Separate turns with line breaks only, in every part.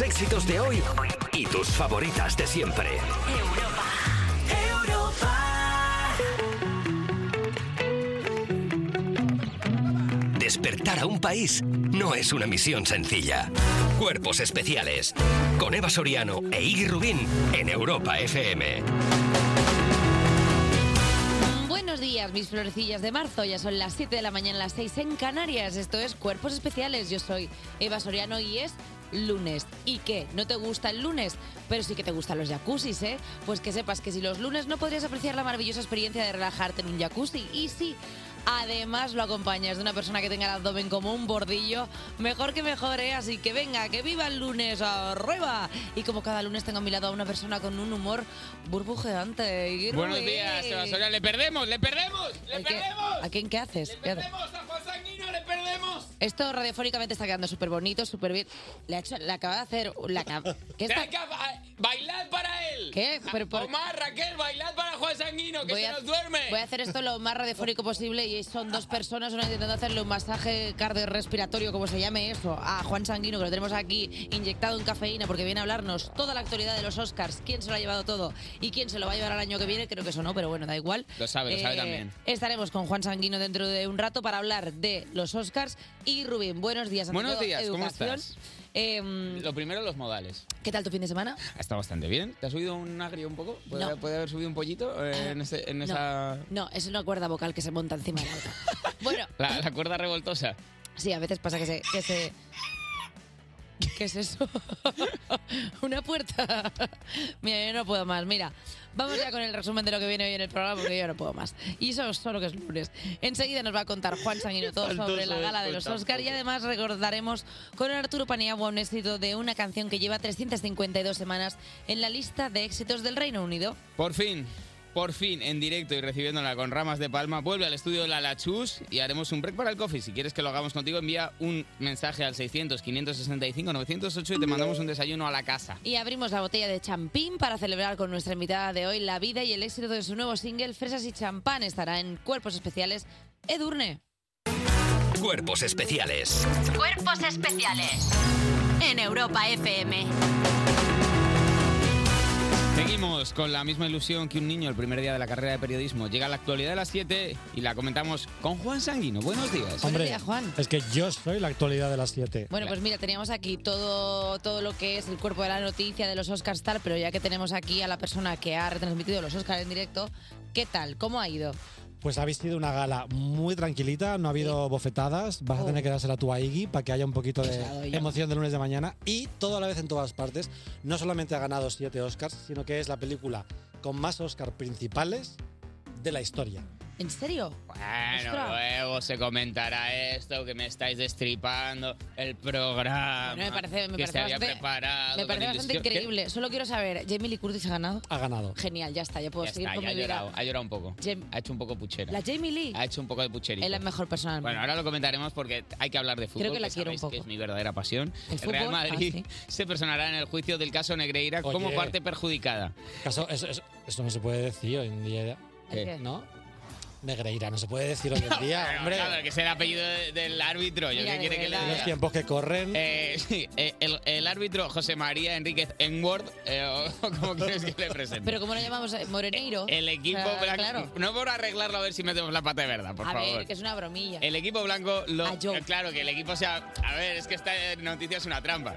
éxitos de hoy y tus favoritas de siempre. Despertar a un país no es una misión sencilla. Cuerpos especiales. Con Eva Soriano e Iggy Rubín en Europa FM.
Buenos días, mis florecillas de marzo. Ya son las 7 de la mañana, las 6 en Canarias. Esto es Cuerpos Especiales. Yo soy Eva Soriano y es lunes. ¿Y qué? ¿No te gusta el lunes? Pero sí que te gustan los jacuzzis, ¿eh? Pues que sepas que si los lunes no podrías apreciar la maravillosa experiencia de relajarte en un jacuzzi. Y sí, además lo acompañas de una persona que tenga el abdomen como un bordillo, mejor que mejor, ¿eh? Así que venga, que viva el lunes, arriba. Y como cada lunes tengo a mi lado a una persona con un humor burbujeante. Iggy
Buenos
Rubín.
días, Eva Soriano. Le perdemos, le perdemos, le
Oye, ¿qué-
perdemos.
¿A quién qué haces? ¿Qué haces?
Perdemos a Juan Sanguino, le perdemos.
Esto radiofónicamente está quedando súper bonito, súper bien. Le, ha hecho- le acaba de hacer... La, ¿Qué está-
Hay que ba- Bailad para él.
¿Qué? Pero por-
Omar, Raquel, bailad para Juan Sanguino, que
Voy
se
a-
nos duerme.
Voy a hacer esto lo más radiofónico posible y son dos personas, una intentando hacerle un masaje cardiorrespiratorio, como se llame eso, a Juan Sanguino, que lo tenemos aquí inyectado en cafeína porque viene a hablarnos toda la actualidad de los Oscars, quién se lo ha llevado todo y quién se lo va a llevar al año que viene, creo que eso no, pero bueno, da igual. Eh,
Lo sabe, lo sabe también.
Estaremos con Juan Sanguino dentro de un rato para hablar de los Oscars y Rubén, buenos días. ante
Buenos
todo,
días, ¿cómo
educación.
estás?
Em,
Lo primero, los modales.
¿Qué tal tu fin de semana?
Está bastante bien. ¿Te has subido un agrio un poco? ¿Puede,
No. Ah,
puede haber subido un pollito eh, en, ese- en
No.
esa.
No, es una cuerda vocal que se monta encima de la otra. Bueno,
La, la cuerda revoltosa.
Sí, a veces pasa que se... Que se... ¿Qué es eso? ¿Una puerta? Mira, yo no puedo más. Mira, vamos ya con el resumen de lo que viene hoy en el programa porque yo no puedo más. Y eso es solo que es lunes. Enseguida nos va a contar Juan Sanguino todo
Faltoso
sobre la gala de los
esto
Oscar y además recordaremos con Arturo Paniagua un éxito de una canción que lleva 352 semanas en la lista de éxitos del Reino Unido.
Por fin, por fin, en directo y recibiéndola con ramas de palma, vuelve al estudio La Lachus y haremos un break para el coffee. Si quieres que lo hagamos contigo, envía un mensaje al 600-565-908 y te mandamos un desayuno a la casa.
Y abrimos la botella de champín para celebrar con nuestra invitada de hoy la vida y el éxito de su nuevo single Fresas y Champán. Estará en Cuerpos Especiales Edurne.
Cuerpos especiales.
Cuerpos especiales en Europa FM.
Seguimos con la misma ilusión que un niño el primer día de la carrera de periodismo. Llega la actualidad de las 7 y la comentamos con Juan Sanguino. Buenos días.
Hombre,
Hombre,
Juan.
Es que yo soy la actualidad de las 7.
Bueno, pues mira, teníamos aquí todo, todo lo que es el cuerpo de la noticia de los Oscars tal, pero ya que tenemos aquí a la persona que ha retransmitido los Oscars en directo, ¿qué tal? ¿Cómo ha ido?
Pues habéis sido una gala muy tranquilita, no ha habido bofetadas. Vas
Oh.
a tener que dársela tú a Iggy para que haya un poquito de
Pesado ya.
emoción de lunes de mañana. Y toda la vez en todas partes, no solamente ha ganado 7 Oscars, sino que es la película con más Oscars principales de la historia.
¿En serio?
Bueno,
Ostras.
luego se comentará esto, que me estáis destripando el programa.
Bueno, me parece, me
que
parece
se había
bastante,
preparado.
me
con
parece bastante
ilusión. ¿Qué?
increíble. Solo quiero saber, ¿Jamie Lee Curtis ha ganado?
Ha ganado.
Genial, ya está, ya puedo
Ya
seguir
está,
con
ya ha
mi vida.
llorado, ha llorado un poco.
Jem-
Ha hecho un poco puchera.
La Jamie Lee
Ha hecho un poco de pucherito.
es la mejor persona del mundo.
Bueno, ahora lo comentaremos porque hay que hablar de fútbol.
Creo que la quiero
sabéis
un poco.
Que es mi verdadera pasión.
¿El
Real
fútbol?
Madrid
Ah, sí.
se personará en el juicio del caso Negreira como
Oye.
parte perjudicada.
Caso- eso, eso- eso no se puede decir hoy en día,
¿El
¿Qué?
qué?
¿no? Negreira, no se puede decir hoy en día,
Claro,
hombre.
claro, que es el apellido de- del árbitro. Yo
Mira,
qué
de
quiere que le
verdad,
Los
diga.
tiempos que corren.
Eh, sí, eh, el, el árbitro José María Enríquez Enward, eh, o como quieres que le presente.
Pero como lo llamamos eh, Moreneiro.
el equipo
o sea,
blanco.
Claro.
No por arreglarlo a ver si metemos la pata de verdad, por
a
favor.
ver, que es una bromilla.
El equipo blanco, lo,
A Joe.
eh, claro que el equipo sea. A ver, es que esta noticia es una trampa.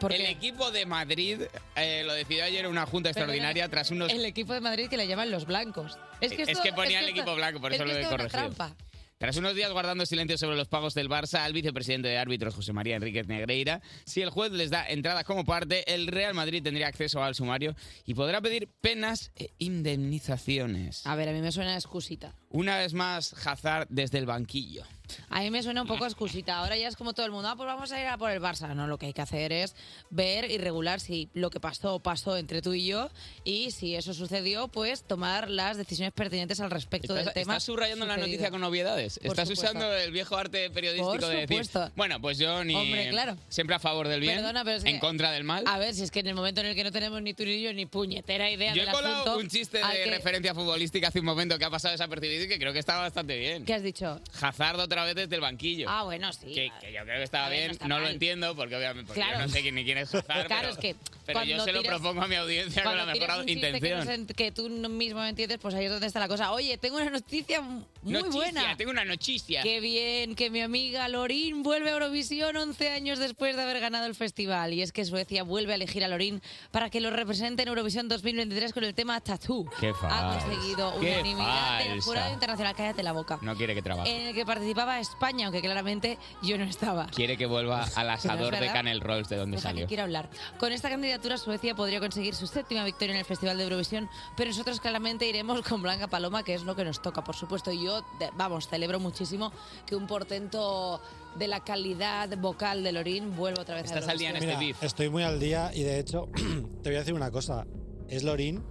¿Por
el
qué?
equipo de Madrid eh, lo decidió ayer una junta
Perdona,
extraordinaria tras unos.
El equipo de Madrid que le llaman los blancos. Es que,
Es
esto-
que ponía el
esto-
equipo blanco, por
es
eso
que
lo he
esto es una
corregido.
trampa.
Tras unos días guardando silencio sobre los pagos del Barça al vicepresidente de árbitros José María Enríquez Negreira, si el juez les da entrada como parte, el Real Madrid tendría acceso al sumario y podrá pedir penas e indemnizaciones.
A ver, a mí me suena a excusita.
Una vez más, Hazard desde el banquillo.
A mí me suena un poco a excusita. Ahora ya es como todo el mundo, ah, pues vamos a ir a por el Barça. No, lo que hay que hacer es ver y regular si lo que pasó, pasó entre tú y yo. Y si eso sucedió, pues tomar las decisiones pertinentes al respecto
Estás,
del tema.
estás subrayando la
sucedido.
noticia con novedades.
Por
estás
supuesto.
usando el viejo arte periodístico
Por
de decir.
supuesto.
Bueno, pues yo ni.
Hombre, claro.
Siempre a favor del bien.
Perdona, pero es
en
que-
contra del mal.
A ver, si es que en el momento en el que no tenemos ni turillo ni puñetera idea
yo he
del
colado
asunto,
un chiste
al
de
que-
referencia futbolística hace un momento que ha pasado desapercibido y que creo que está bastante bien.
¿Qué has dicho?
Hazard otra otra vez desde el banquillo.
Ah, bueno, sí.
Que, que yo creo que estaba
A ver, no
bien,
está
no lo
mal.
entiendo porque obviamente porque
Claro.
yo no sé quién- ni quién es Hazard,
Claro,
pero,
es que
pero yo
cuando
se lo
tiras-
propongo a mi audiencia con
Cuando
la
tiras
mejor
un chiste que
intención.
no se ent- Que, tú no mismo no entiendes, pues ahí es donde está la cosa. Oye, tengo una noticia m- muy
Noticia,
buena.
Tengo una noticia.
Qué bien, que mi amiga Lorín vuelve a Eurovisión 11 años después de haber ganado el festival. Y es que Suecia vuelve a elegir a Lorín para que lo represente en Eurovisión 2023 con el tema Tattoo.
Qué
Ha
falsa.
conseguido
Qué
unanimidad del
falsa. Ah.
jurado internacional. Cállate la boca.
No quiere que trabaje.
En el que participaba España, aunque claramente yo no estaba.
Quiere que vuelva al asador de
Pues, verdad.
Canel Rolls de donde
Deja que
salió.
quiera hablar. Con esta candidatura Suecia podría conseguir su séptima victoria en el Festival de Eurovisión, pero nosotros claramente iremos con Blanca Paloma, que es lo que nos toca, por supuesto. Y Yo, de- vamos, celebro muchísimo que un portento de la calidad vocal de Lorín vuelva otra vez a Eurovisión.
este
Mira, Estoy muy al día y de hecho, te voy a decir una cosa. Es Lorín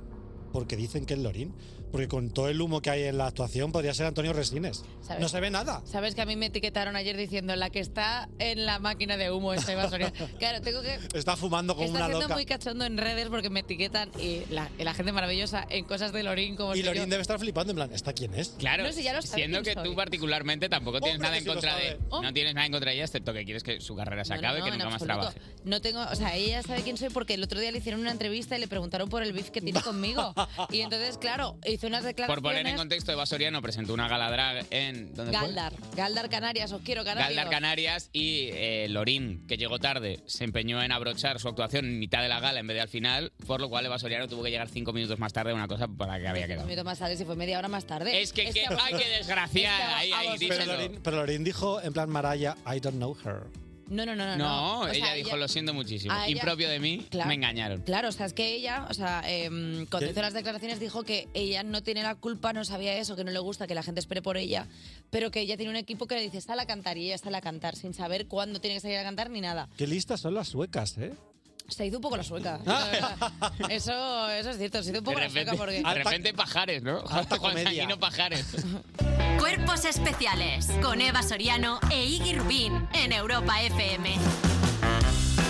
porque dicen que es Lorín. Porque con todo el humo que hay en la actuación podría ser Antonio Resines.
¿Sabes?
No se ve nada.
Sabes que a mí me etiquetaron ayer diciendo la que está en la máquina de humo esta evasoria. Claro, tengo que
Está fumando como
Está
una
siendo
loca.
muy cachondo en redes porque me etiquetan y la, y la gente maravillosa en cosas de Lorín como
Y
si yo-
Lorín debe estar flipando en plan, ¿esta quién es?
Claro,
No, si ya lo sabe
siendo que
quién soy.
tú particularmente tampoco tienes
Hombre,
nada
que
en
sí lo
contra de
sabe.
no tienes nada en contra de ella excepto que quieres que su carrera se
No, no,
acabe y
no,
que
en
nunca más
absoluto.
trabaje.
No tengo, o sea, ella sabe quién soy porque el otro día le hicieron una entrevista y le preguntaron por el beef que tiene conmigo. Y entonces, claro, hizo unas
Por
declaraciones.
poner en contexto, Eva Soriano presentó una gala drag en ¿dónde fue?
Galdar, Galdar Canarias, os quiero Canarias.
Galdar Canarias y eh, Lorín, que llegó tarde, se empeñó en abrochar su actuación en mitad de la gala en vez de al final, por lo cual Eva Soriano tuvo que llegar cinco minutos más tarde a una cosa para la que había
Un
quedado.
minuto más tarde, si fue media hora más tarde. Este
Es que,
Es
que-
que a
ay, qué desgraciada.
es que a-
ahí,
a
ahí,
vos-
Pero
díselo.
Lorín, pero Lorín dijo en plan Maraya, I don't know her.
No, no, no, no.
No,
no. O sea,
ella dijo, lo siento muchísimo.
a ella-
Impropio de mí,
Claro.
me engañaron.
Claro, o sea, es que ella, o sea, em, cuando
¿Qué?
hizo las declaraciones dijo que ella no tiene la culpa, no sabía eso, que no le gusta que la gente espere por ella, pero que ella tiene un equipo que le dice, sal a cantar y ella sale a cantar, sin saber cuándo tiene que salir a cantar ni nada.
Qué listas son las suecas, ¿eh?
Se hizo un poco la sueca. la verdad. eso, eso es cierto, se hizo un poco
de
la sueca porque...
repente, de repente pajares, ¿no?
Alta
Juan
comedia.
Sanguino Pajares.
Cuerpos especiales con Eva Soriano e Iggy Rubín en Europa FM.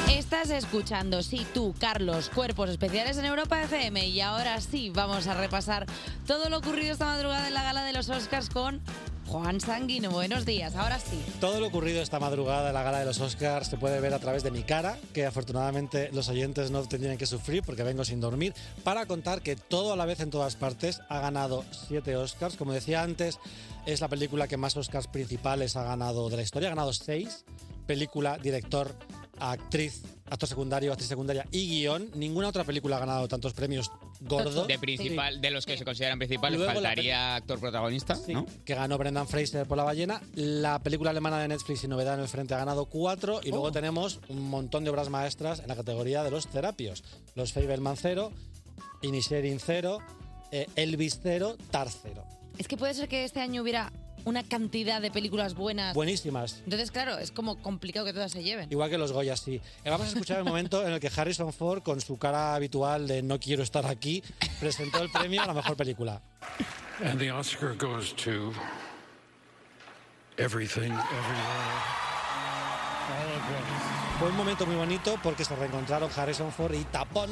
Estás escuchando, sí, tú, Carlos, Cuerpos Especiales en Europa FM. Y ahora sí, vamos a repasar todo lo ocurrido esta madrugada en la gala de los Oscars con Juan Sanguino. Buenos días, ahora sí.
Todo lo ocurrido esta madrugada en la gala de los Oscars se puede ver a través de mi cara, que afortunadamente los oyentes no tendrían que sufrir porque vengo sin dormir, para contar que todo a la vez en todas partes ha ganado siete Oscars. Como decía antes, es la película que más Oscars principales ha ganado de la historia, ha ganado seis. Película, director, actriz, actor secundario, actriz secundaria y guión. Ninguna otra película ha ganado tantos premios gordos.
De principal, de los que se consideran principales,
Luego la
faltaría actor protagonista, ¿no?
que ganó Brendan Fraser por La ballena. La película alemana de Netflix y Novedad en el Frente ha ganado cuatro. Y luego tenemos un montón de obras maestras en la categoría de los terapios. Los Fableman cero, Inisherin cero, eh, Elvis cero, Tar cero.
Es que puede ser que este año hubiera una cantidad de películas buenas.
Buenísimas.
Entonces, claro, es como complicado que todas se lleven.
Igual que los Goya, sí. Eh, Vamos a escuchar el momento en el que Harrison Ford, con su cara habitual de no quiero estar aquí, presentó el premio a la mejor película.
And the Oscar goes to everything, everywhere.
Fue un momento muy bonito porque se reencontraron Harrison Ford y Tapón,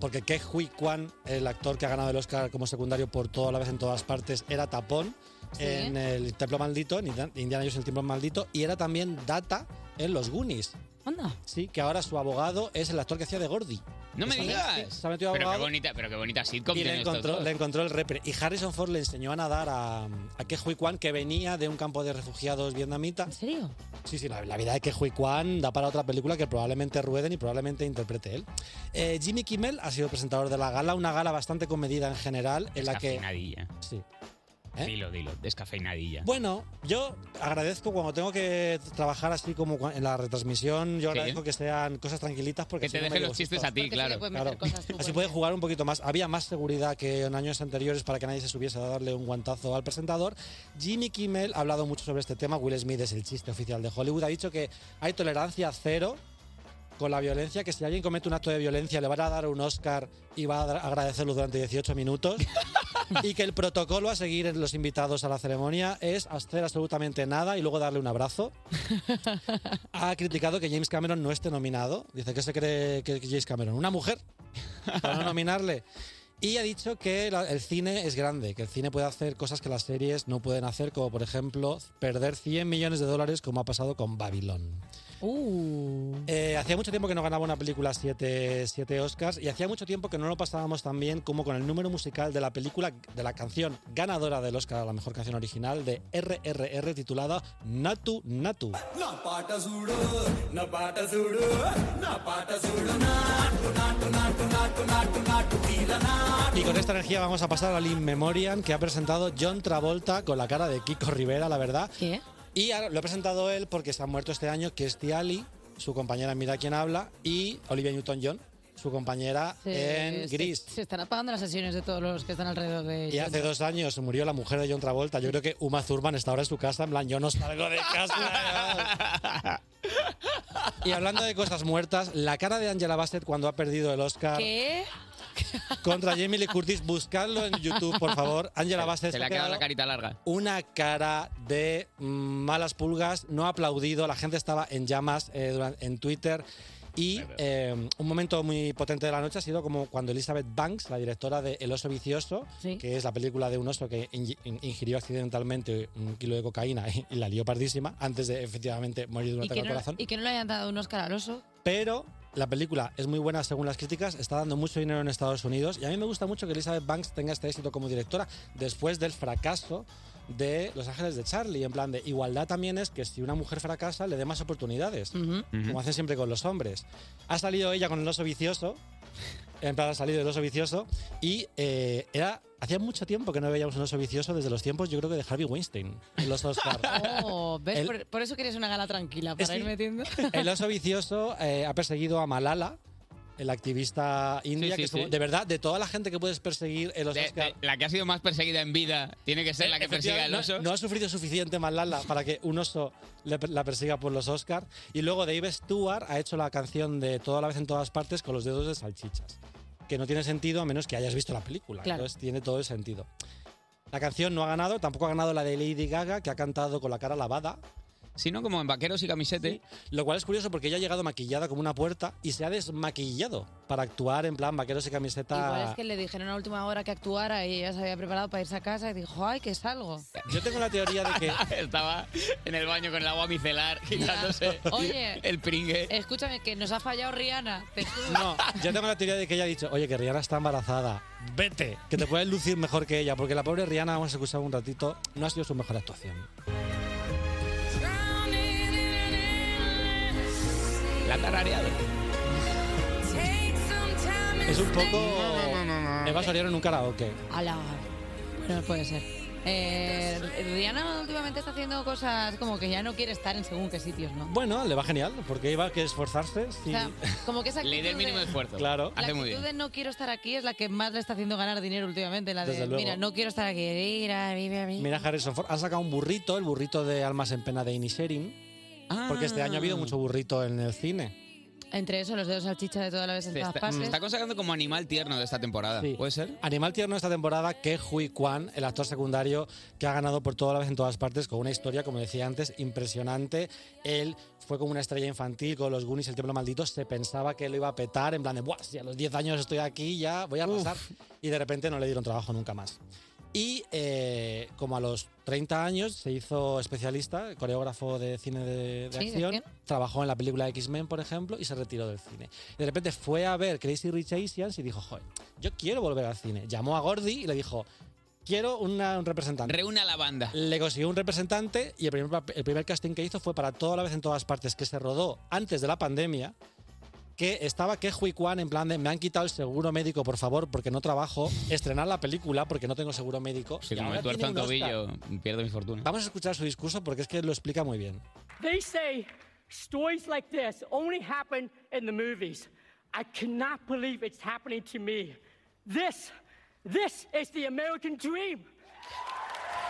porque Ke Huy Kwan, el actor que ha ganado el Oscar como secundario por toda la vez en todas partes, era Tapón
Sí.
en el Templo Maldito, en Indiana Indiana Jones en el Templo Maldito, y era también Data en Los Goonies.
Anda.
Sí, que ahora su abogado es el actor que hacía de Gordy.
No me
Se ha metido-
digas.
se ha metido
pero qué
abogado.
bonita, pero qué bonita sitcom
Y
tienen
le
estos
encontró,
dos.
le encontró el repre. Y Harrison Ford le enseñó a nadar a, a Ke Huy Kwan, que venía de un campo de refugiados vietnamita.
¿En serio?
Sí, sí, la, la vida de que Hui Kwan da para otra película que probablemente rueden y probablemente interprete él. Eh, Jimmy Kimmel ha sido presentador de la gala, una gala bastante comedida en general, en la que...
Descafeinadilla.
Sí. ¿Eh?
Dilo, dilo, descafeinadilla.
Bueno, yo agradezco cuando tengo que trabajar así como cua- en la retransmisión, yo
Sí.
agradezco que sean cosas tranquilitas porque...
que te
si no me
dejen
llevo
los chistes
sustos.
a ti,
Porque
claro.
sí le puedes meter
Claro.
cosas tú,
Así
porque-
puede jugar un poquito más. Había más seguridad que en años anteriores para que nadie se subiese a darle un guantazo al presentador. Jimmy Kimmel ha hablado mucho sobre este tema. Will Smith es el chiste oficial de Hollywood. Ha dicho que hay tolerancia cero con la violencia, que si alguien comete un acto de violencia le van a dar un Oscar y va a dar- agradecerlo durante 18 minutos. y que el protocolo a seguir en los invitados a la ceremonia es hacer absolutamente nada y luego darle un abrazo. ha criticado que James Cameron no esté nominado. Dice que se cree que es James Cameron, una mujer, para no nominarle. Y ha dicho que la- el cine es grande, que el cine puede hacer cosas que las series no pueden hacer, como por ejemplo perder 100 millones de dólares como ha pasado con Babylon. Eh, hacía mucho tiempo que no ganaba una película 7 Oscars y hacía mucho tiempo que no lo pasábamos tan bien como con el número musical de la película, de la canción ganadora del Oscar a la mejor canción original de RRR titulada Natu Natu.
నా పాట చూడు నా పాట చూడు నా పాట చూడు నాటు నాటు నాటు నాటు నాటు నాటు తీల నాటు
Y con esta energía vamos a pasar al In Memoriam que ha presentado John Travolta con la cara de Kiko Rivera, la verdad.
¿Qué?
Y ahora lo ha presentado él porque se han muerto este año Kirstie Alley, su compañera en Mira quién habla, y Olivia Newton-John, su compañera
Se-
en
se-
Gris.
Se, están apagando las sesiones de todos los que están alrededor de
Y
ella.
hace dos años murió la mujer de John Travolta. Yo creo que Uma Thurman está ahora en su casa, en plan, yo no salgo de casa. y hablando de cosas muertas, la cara de Angela Bassett cuando ha perdido el Oscar
¿Qué?
contra Jamie Lee Curtis, buscadlo en YouTube, por favor. Angela Bassett se
Se le
ha
ha quedado
quedado
la carita larga.
una cara de mm, malas pulgas, no ha aplaudido, la gente estaba en llamas eh, duran- en Twitter. Y eh, un momento muy potente de la noche ha sido como cuando Elizabeth Banks, la directora de El oso vicioso, que es la película de un oso que ingi- in- ingirió accidentalmente un kilo de cocaína y, la lió pardísima antes de efectivamente morir de un
Y
ataque
que, no,
al corazón.
y que no le hayan dado un Oscar al oso.
Pero la película es muy buena según las críticas, está dando mucho dinero en Estados Unidos y a mí me gusta mucho que Elizabeth Banks tenga este éxito como directora después del fracaso de Los Ángeles de Charlie. En plan de igualdad también es que si una mujer fracasa le dé más oportunidades, como hacen siempre con los hombres. Ha salido ella con el oso vicioso, en plan ha salido el oso vicioso y eh, era... Hacía mucho tiempo que no veíamos un oso vicioso desde los tiempos, yo creo que de Harvey Weinstein, en los Oscars.
Oh, ¿ves?
El-
por, por eso quieres una gala tranquila, para
Sí.
ir metiendo.
El oso vicioso eh, ha perseguido a Malala, el activista india,
Sí, sí,
que es como-
sí.
de verdad, de toda la gente que puedes perseguir en los
De-
Oscar,
de- Eh, la que ha sido más perseguida en vida tiene que ser la que persiga el
Eh, no-
oso.
No, ha sufrido suficiente Malala para que un oso le- la persiga por los Oscars. Y luego Dave Stewart ha hecho la canción de Toda la vez en todas partes con los dedos de salchichas. Que no tiene sentido a menos que hayas visto la película.
Claro.
Entonces tiene todo el sentido. La canción no ha ganado, tampoco ha ganado la de Lady Gaga, que ha cantado con la cara lavada.
Sino como en vaqueros y camisete.
Lo cual es curioso porque ella ha llegado maquillada como una puerta y se ha desmaquillado para actuar en plan vaqueros y camiseta.
Igual es que le dijeron a última hora que actuara y ella se había preparado para irse a casa y dijo, ay, que salgo.
Yo tengo la teoría de que.
Estaba en el baño con el agua micelar, quitándose
Oye.
el pringue.
Escúchame, que nos ha fallado Rihanna. Te juro.
No, yo tengo la teoría de que ella ha dicho, oye, que Rihanna está embarazada, vete, que te puedes lucir mejor que ella, porque la pobre Rihanna, vamos a escuchar un ratito, no ha sido su mejor actuación.
La ha tarareado.
Es un poco. Eva Soriano en un karaoke.
Ala. Bueno, puede ser. Eh, Rihanna últimamente está haciendo cosas como que ya no quiere estar en según qué sitios, ¿no?
Bueno, le va genial, porque iba a que esforzarse. sí.
O sea, como que esa
Le
actitud
dé el mínimo
de-
esfuerzo.
Claro.
La
Hace muy
actitud
bien.
de no quiero estar aquí es la que más le está haciendo ganar dinero últimamente. La de,
Desde luego.
mira, no quiero estar aquí. Mira, mira, mira.
Mira Harrison Ford, han sacado un burrito, el burrito de Almas en Pena de Inisherin, porque este año ha
Ah.
habido mucho burrito en el cine.
Entre eso, los dedos salchicha de toda la vez en
Se
todas
está, se
partes.
está consagrando como animal tierno de esta temporada.
Sí.
¿Puede ser?
Animal tierno esta temporada que Hui Kwan, el actor secundario que ha ganado por toda la vez en todas partes con una historia, como decía antes, impresionante. Él fue como una estrella infantil con los Goonies, el templo maldito, se pensaba que lo iba a petar, en plan de, Buah, si a los 10 años estoy aquí, ya voy a arrasar. Y de repente no le dieron trabajo nunca más. Y eh, como a los 30 años se hizo especialista, coreógrafo de cine de, de
Sí, de
acción,
acción.
trabajó en la película X-Men, por ejemplo, y se retiró del cine. De repente fue a ver Crazy Rich Asians y dijo, joder, yo quiero volver al cine. Llamó a Gordy y le dijo, quiero una- un representante.
Reúna la banda.
le consiguió un representante y el primer, pap- el primer casting que hizo fue para toda la vez en todas partes, que se rodó antes de la pandemia, que estaba que Hui Kwan en plan de me han quitado el seguro médico, por favor, porque no trabajo, estrenar la película porque no tengo seguro médico.
Si
Y
como
ahora
me tuerzo un
tiene un Oscar.
tobillo, pierdo mi fortuna.
Vamos a escuchar su discurso porque es que lo explica muy bien.
They say stories like this only happen in the movies. I cannot believe it's happening to me. This, this is the American dream.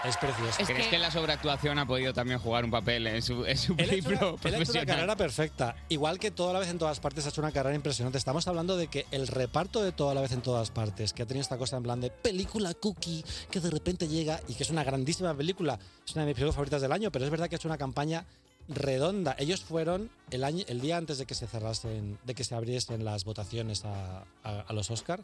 Es precioso.
Es
¿Crees
que-
que la sobreactuación ha podido también jugar un papel en su, en su
Él ha hecho una-
libro
él ha hecho una
profesional?
carrera perfecta. Igual que toda la vez en todas partes ha hecho una carrera impresionante. Estamos hablando de que el reparto de toda la vez en todas partes, que ha tenido esta cosa en plan de película cookie, que de repente llega y que es una grandísima película. Es una de mis películas favoritas del año, pero es verdad que ha hecho una campaña redonda. Ellos fueron el, año, el día antes de que se cerrasen, de que se abriesen las votaciones a, a- a los Oscar.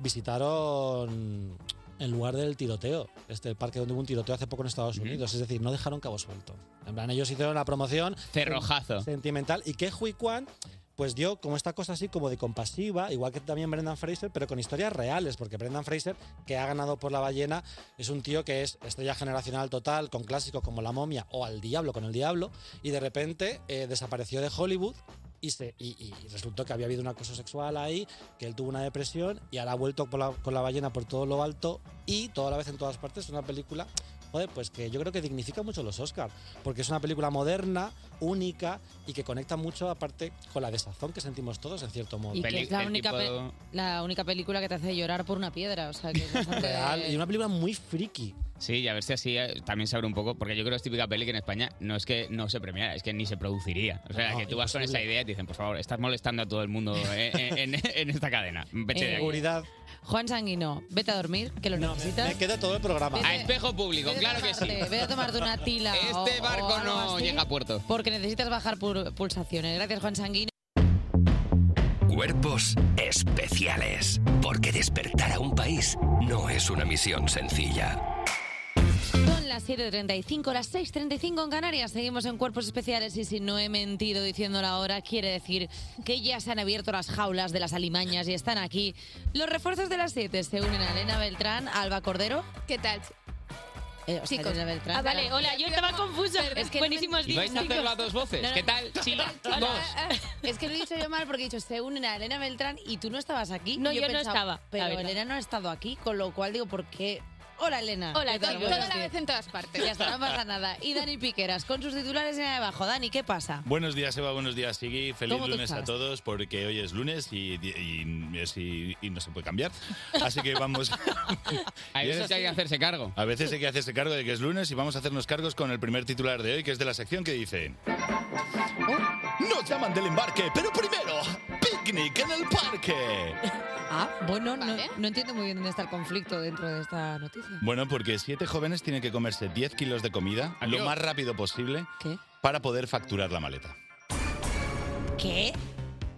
visitaron el lugar del tiroteo, este el parque donde hubo un tiroteo hace poco en Estados Unidos, es decir, no dejaron cabo suelto. En plan, ellos hicieron la promoción
Cerrojazo.
sentimental y que Hui Kwan pues dio como esta cosa así como de compasiva, igual que también Brendan Fraser, pero con historias reales, porque Brendan Fraser, que ha ganado por la ballena, es un tío que es estrella generacional total, con clásicos como La momia o Al diablo con el diablo, y de repente eh, desapareció de Hollywood y, se, y, y- y resultó que había habido un acoso sexual ahí, que él tuvo una depresión y ahora ha vuelto por la- con la ballena por todo lo alto y toda la vez en todas partes, una película Joder, pues que yo creo que dignifica mucho los Oscars, porque es una película moderna, única y que conecta mucho, aparte, con la desazón que sentimos todos, en cierto modo.
Y que es la
el
única,
tipo-
pe- la única película que te hace llorar por una piedra. O sea, que es bastante-
Real, y una película muy friki.
Sí, y a ver si así eh, también se abre un poco, porque yo creo que es típica peli que en España no es que no se premiara, es que ni se produciría. O sea,
No,
que tú vas con
imposible.
esa idea y te dicen, por favor, estás molestando a todo el mundo eh, en, en- en esta cadena. Vete de aquí.
Seguridad.
Eh, Juan Sanguino, vete a dormir, que lo
No, me,
necesitas.
me queda todo el programa.
A espejo público,
Vete a
claro que sí.
tomarte- Vete a tomarte una tila. o-
Este
o
barco
algo
no
así,
llega a puerto.
Porque necesitas bajar pul- pulsaciones. Gracias, Juan Sanguino.
Cuerpos especiales. Porque despertar a un país no es una misión sencilla.
Son las 7.35, las 6.35 en Canarias. Seguimos en Cuerpos Especiales y si no he mentido diciendo la hora, quiere decir que ya se han abierto las jaulas de las alimañas y están aquí. Los refuerzos de las 7 se unen a Elena Beltrán, Alba Cordero.
¿Qué tal?
eh, o sea,
Chicos.
Elena Beltrán.
Ah, vale, hola, yo estaba confusa. Es que Buenísimos
Y vais a hacerlo a dos voces.
No, no.
¿Qué tal, chicos?
eh,
Dos.
Es que
Lo he dicho yo mal porque he dicho se unen a Elena Beltrán y tú no estabas aquí.
No,
Y
yo no
pensaba,
estaba, la
Pero
verdad.
Elena no ha estado aquí, con lo cual digo, ¿por qué? Hola Elena.
Hola,
¿Qué tal?
todo-
Buenos
toda la
días.
vez en todas partes.
Ya está, no pasa nada. Y Dani Piqueras, con sus titulares en abajo. Dani, ¿qué pasa?
Buenos días, Eva. Buenos días, Sigui. Feliz
¿Cómo tú
lunes a
estás?
todos, porque hoy es lunes y, y- es- y- y no se puede cambiar. Así que vamos.
A veces hay que hacerse cargo.
A veces hay que hacerse cargo de que es lunes y vamos a hacernos cargos con el primer titular de hoy, que es de la sección que dice. Nos llaman del embarque, pero primero, picnic en el parque.
Ah, bueno, no,
Vale.
no entiendo muy bien dónde está el conflicto dentro de esta noticia.
Bueno, porque siete jóvenes tienen que comerse 10 kilos de comida
Adiós.
lo más rápido posible
¿Qué?
para poder facturar la maleta.
¿Qué?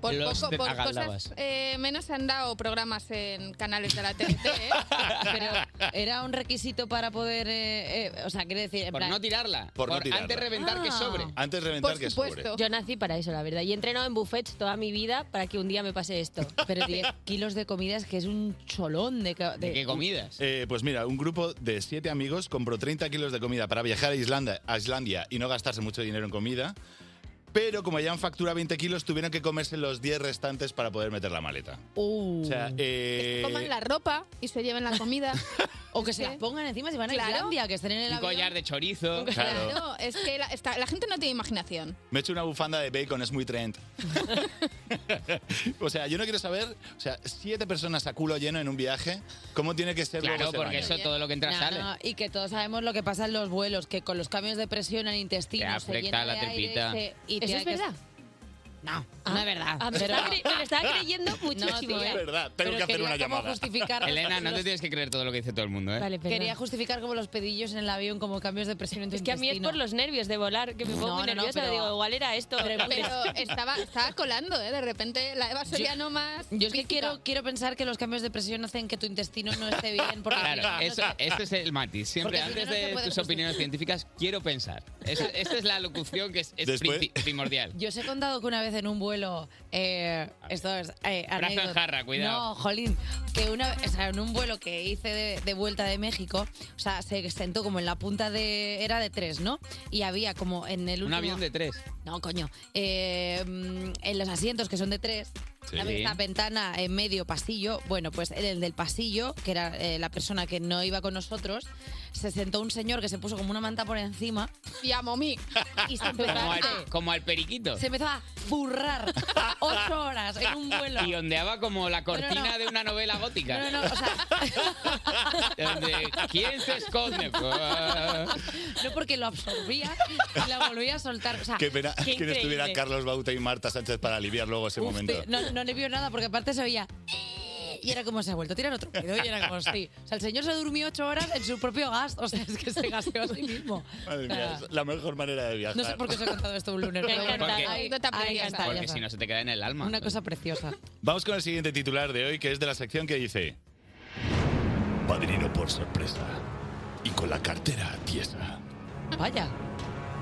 Por,
Los
poco,
de-
por
agaldabas.
cosas eh, menos han dado programas en canales de la TNT, ¿eh?
Pero era un requisito para poder. eh, eh, o sea, quiere decir, en
Por
plan.
no tirarla.
Por no tirarla.
antes reventar que
Ah.
sobre.
Antes de reventar
Por
que sobre.
supuesto.
Yo nací para eso, la verdad. Y he entrenado en buffets toda mi vida para que un día me pase esto.
pero 10 kilos de comidas que es un cholón de. ca- de-
¿De qué comidas?
Eh, pues mira, un grupo de siete amigos compró 30 kilos de comida para viajar a Islandia, a Islandia y no gastarse mucho dinero en comida. Pero como ya han facturado 20 kilos, tuvieron que comerse los 10 restantes para poder meter la maleta.
Uh.
O sea, eh,
Coman la ropa y se lleven la comida.
o que se
sí.
las pongan encima si van a
Claro.
Islandia, que estén en el
Un
avión.
collar de chorizo.
Claro.
Claro, es que la, está- la gente no tiene imaginación.
me he hecho una bufanda de bacon, es muy trend. o sea, yo no quiero saber, o sea, siete personas a culo lleno en un viaje, ¿cómo tiene que ser luego
Claro,
ese
porque
baño?
eso todo lo que entra
No,
sale.
no, y que todos sabemos lo que pasa en los vuelos, que con los cambios de presión al intestino
Te
se
afecta
llena
la
de aire,
tripita.
se- y
¿Eso
tiene
es
que-
verdad?
No, no es verdad.
Ah, me,
pero-
estaba cre- me lo estaba creyendo muchísimo.
tío,
Es
¿eh?
verdad, tengo
pero
que hacer
quería
una
como
llamada.
justificar-
Elena, no te tienes que creer todo lo que dice todo el mundo, ¿eh?
Vale, perdón.
Quería justificar como los pedillos en el avión, como cambios de presión en tu
Es que a mí es
intestino.
por los nervios de volar, que me pongo
No,
muy
no, no,
nerviosa.
pero-
Digo, igual era esto.
Pero estaba, estaba colando, ¿eh? De repente la Eva Soriano más.
Yo es que
física.
quiero, quiero pensar que los cambios de presión hacen que tu intestino no esté bien. Porque
Claro, eso, este es el matiz. Siempre
Porque si no,
antes
no se
de tus
puede
opiniones científicas, quiero pensar. Es- esta es la locución que es, es
Después-
princi- primordial.
Yo os he contado que una vez en un vuelo. eh, esto es. eh,
Brazo en
anécdota.
jarra, cuidado.
No, jolín. Que una, o sea, en un vuelo que hice de, de vuelta de México, o sea, se sentó como en la punta de. Era de tres, ¿no? Y había como en el
Un
último.
avión de tres.
No, coño. Eh, mm, en los asientos que son de tres.
Sí.
había Esta ventana en medio pasillo, bueno, pues en el del pasillo, que era eh, la persona que no iba con nosotros, se sentó un señor que se puso como una manta por encima
Y a Momi.
y se empezó,
Como
a,
al, como al periquito.
Ah, se empezó a zurrar ocho horas en un vuelo.
Y ondeaba como la cortina
No, no, no.
de una novela gótica.
No, no, no, o sea,
Donde, ¿Quién se esconde? Pues,
no porque lo absorbía y la volvía a soltar. O sea,
Qué pena
qué
que no estuviera
increíble.
Carlos Bauta y Marta Sánchez para aliviar luego ese
Uf,
momento.
te- No, no le vio nada porque aparte se oía. "Eh", Y era como se ha vuelto, tirar otro pedo y era como sí. O sea, el señor se durmió ocho horas en su propio gas. O sea, es que se gaseó a sí mismo.
Madre mía,
O sea,
es la mejor manera de viajar.
no sé por qué os he contado esto un lunes.
Me
pero bueno,
encanta,
ahí-
la
ahí
anécdota preciosa.
está, ya
porque
está.
si no se te queda en el alma.
Una cosa preciosa.
Vamos con el siguiente titular de hoy, que es de la sección que dice: padrino por sorpresa y con la cartera tiesa.
Vaya.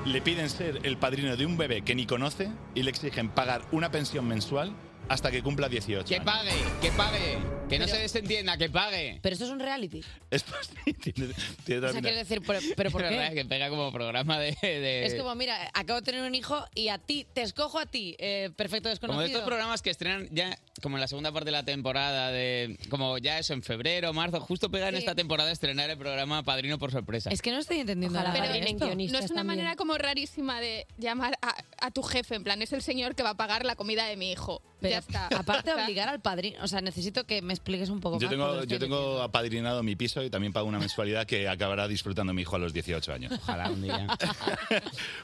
Le piden ser el padrino de un bebé que ni conoce y le exigen pagar una pensión mensual hasta que cumpla 18.
Que
años.
pague, que pague. Que no se desentienda, que pague.
Pero eso es un reality.
Es pues, sí, tiene- tiene
O
otra
sea,
pinta.
quiero decir, pero, pero ¿por
La verdad
qué?
es que pega como programa de... de-
Es como, mira, acabo de tener un hijo y a ti, te escojo a ti, eh, perfecto
como
desconocido.
de estos programas que estrenan ya como en la segunda parte de la temporada, de como ya eso, en febrero, marzo, justo pega en
Sí.
esta temporada estrenar el programa Padrino por sorpresa.
Es que no estoy entendiendo
Ojalá
nada.
Pero
de
en
esto.
No es una manera como rarísima de llamar a, a tu jefe, en plan, es el señor que va a pagar la comida de mi hijo. ya está.
Aparte
O sea,
de obligar al padrino, o sea, necesito que me expliques un poco
Yo
más. porque
tengo,
estoy
yo tengo apadrinado mi piso y también pago una mensualidad que acabará disfrutando mi hijo a los 18 años.
Ojalá un día.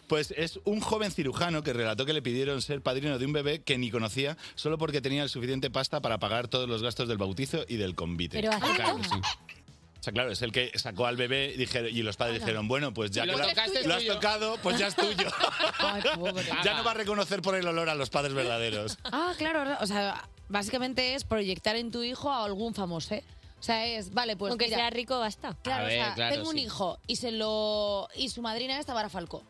Pues es un joven cirujano que relató que le pidieron ser padrino de un bebé que ni conocía solo porque tenía el suficiente pasta para pagar todos los gastos del bautizo y del convite.
Pero así
claro,
no.
que sí. O sea, claro, es el que sacó al bebé y, dijeron- y los padres
Ala.
dijeron, bueno, pues ya
Lo
que la-
tocaste, es
lo has
tuyo.
tocado, pues ya es tuyo. ya no
Ala.
va a reconocer por el olor a los padres verdaderos.
Ah, claro, o sea, básicamente es proyectar en tu hijo a algún famoso, ¿eh? O sea, es, vale, pues
Aunque
mira,
sea rico, basta.
Claro,
A
o
ver,
sea,
claro,
tengo un
sí.
hijo y se lo y su madrina es Tamara Falco.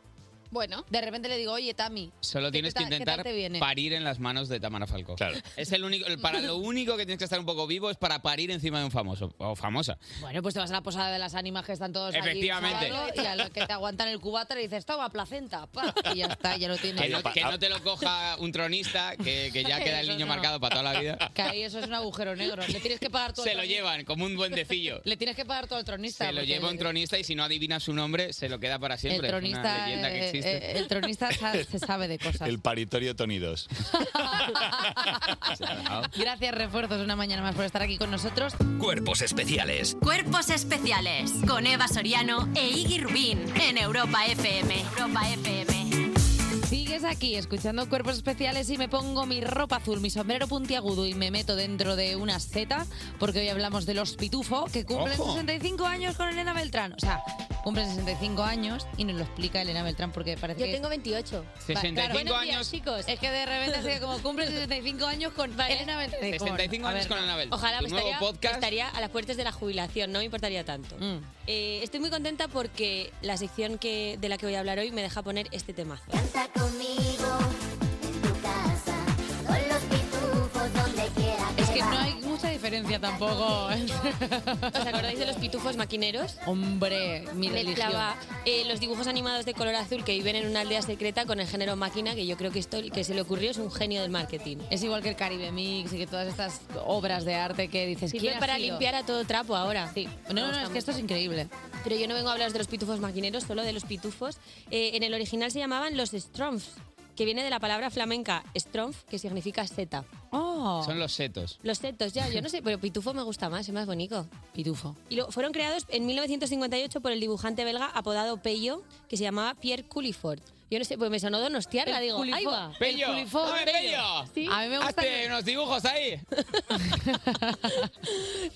Bueno,
de repente le digo, "Oye, Tami,
Solo
¿qué
tienes
te
que
ta- qué tal
intentar
te viene?
parir en las manos de Tamara Falco. Claro. Es el único, el- para lo único que tienes que estar un poco vivo es para parir encima de un famoso o famosa.
Bueno, pues te vas a la posada de las ánimas que están todos allí
Efectivamente.
enchufados y a los que te aguantan el cubata le dices, toma, placenta, pa", y ya está, ya lo tienes.
Que no, que no te lo coja un tronista, que, que ya queda el
Eso
niño
no.
marcado para toda la vida.
Que ahí eso es un agujero negro. Le tienes que pagar todo
Se lo llevan como un duendecillo.
Le tienes que pagar todo al tronista.
Se lo
porque
lleva un tronista y si no adivina su nombre, se lo queda para
El
siempre. Es una
tronista,
leyenda que
eh, eh,
existe.
el tronista sa- se sabe de cosas.
El paritorio tonidos.
Gracias, refuerzos, una mañana más por estar aquí con nosotros.
Cuerpos especiales
Cuerpos especiales con Eva Soriano e Iggy Rubín en Europa FM. Europa FM.
Sigues aquí escuchando cuerpos especiales y me pongo mi ropa azul, mi sombrero puntiagudo y me meto dentro de una seta porque hoy hablamos de los pitufo que cumplen
Ojo.
65 años con Elena Beltrán. O sea, cumplen 65 años y nos lo explica Elena Beltrán porque parece
Yo
que...
tengo 28.
Va, claro.
65
Buenos días,
años.
chicos.
Es que de repente así que como cumple 65 años con Elena Beltrán.
65 años con Anabel.
Ojalá
Tu
me
pues
nuevo
estaría,
podcast.
estaría a las puertas de la jubilación, no me importaría tanto.
Mm.
Eh, estoy muy contenta porque la sección que, de la que voy a hablar hoy me deja poner este temazo.
Es que no hay mucha diferencia tampoco.
¿Os acordáis de los pitufos maquineros?
Hombre, mi
Mezclaba
religión.
eh, los dibujos animados de color azul que viven en una aldea secreta con el género máquina, que yo creo que esto el que se le ocurrió es un genio del marketing.
Es igual que el Caribe Mix y que todas estas obras de arte que dices.
Sirve
¿quién ha
para
sido?
limpiar a todo trapo ahora. Sí.
No, no, no, es que esto es increíble.
Pero yo no vengo a hablaros de los pitufos maquineros, solo de los pitufos. Eh, en el original se llamaban los stromfs, que viene de la palabra flamenca stromf, que significa seta.
Oh.
Son los setos.
Los setos, ya, yo no sé, pero pitufo me gusta más, es más bonito.
Pitufo.
Y lo- fueron creados en 1958 por el dibujante belga apodado Pello, que se llamaba Pierre Couliford. Yo no sé, pues me sonó donostiarra,
El
digo,
culifo-
ahí va.
Pello,
El culifo-
¡Dame Pello!
Sí.
A mí me gusta
Hazte unos dibujos ahí.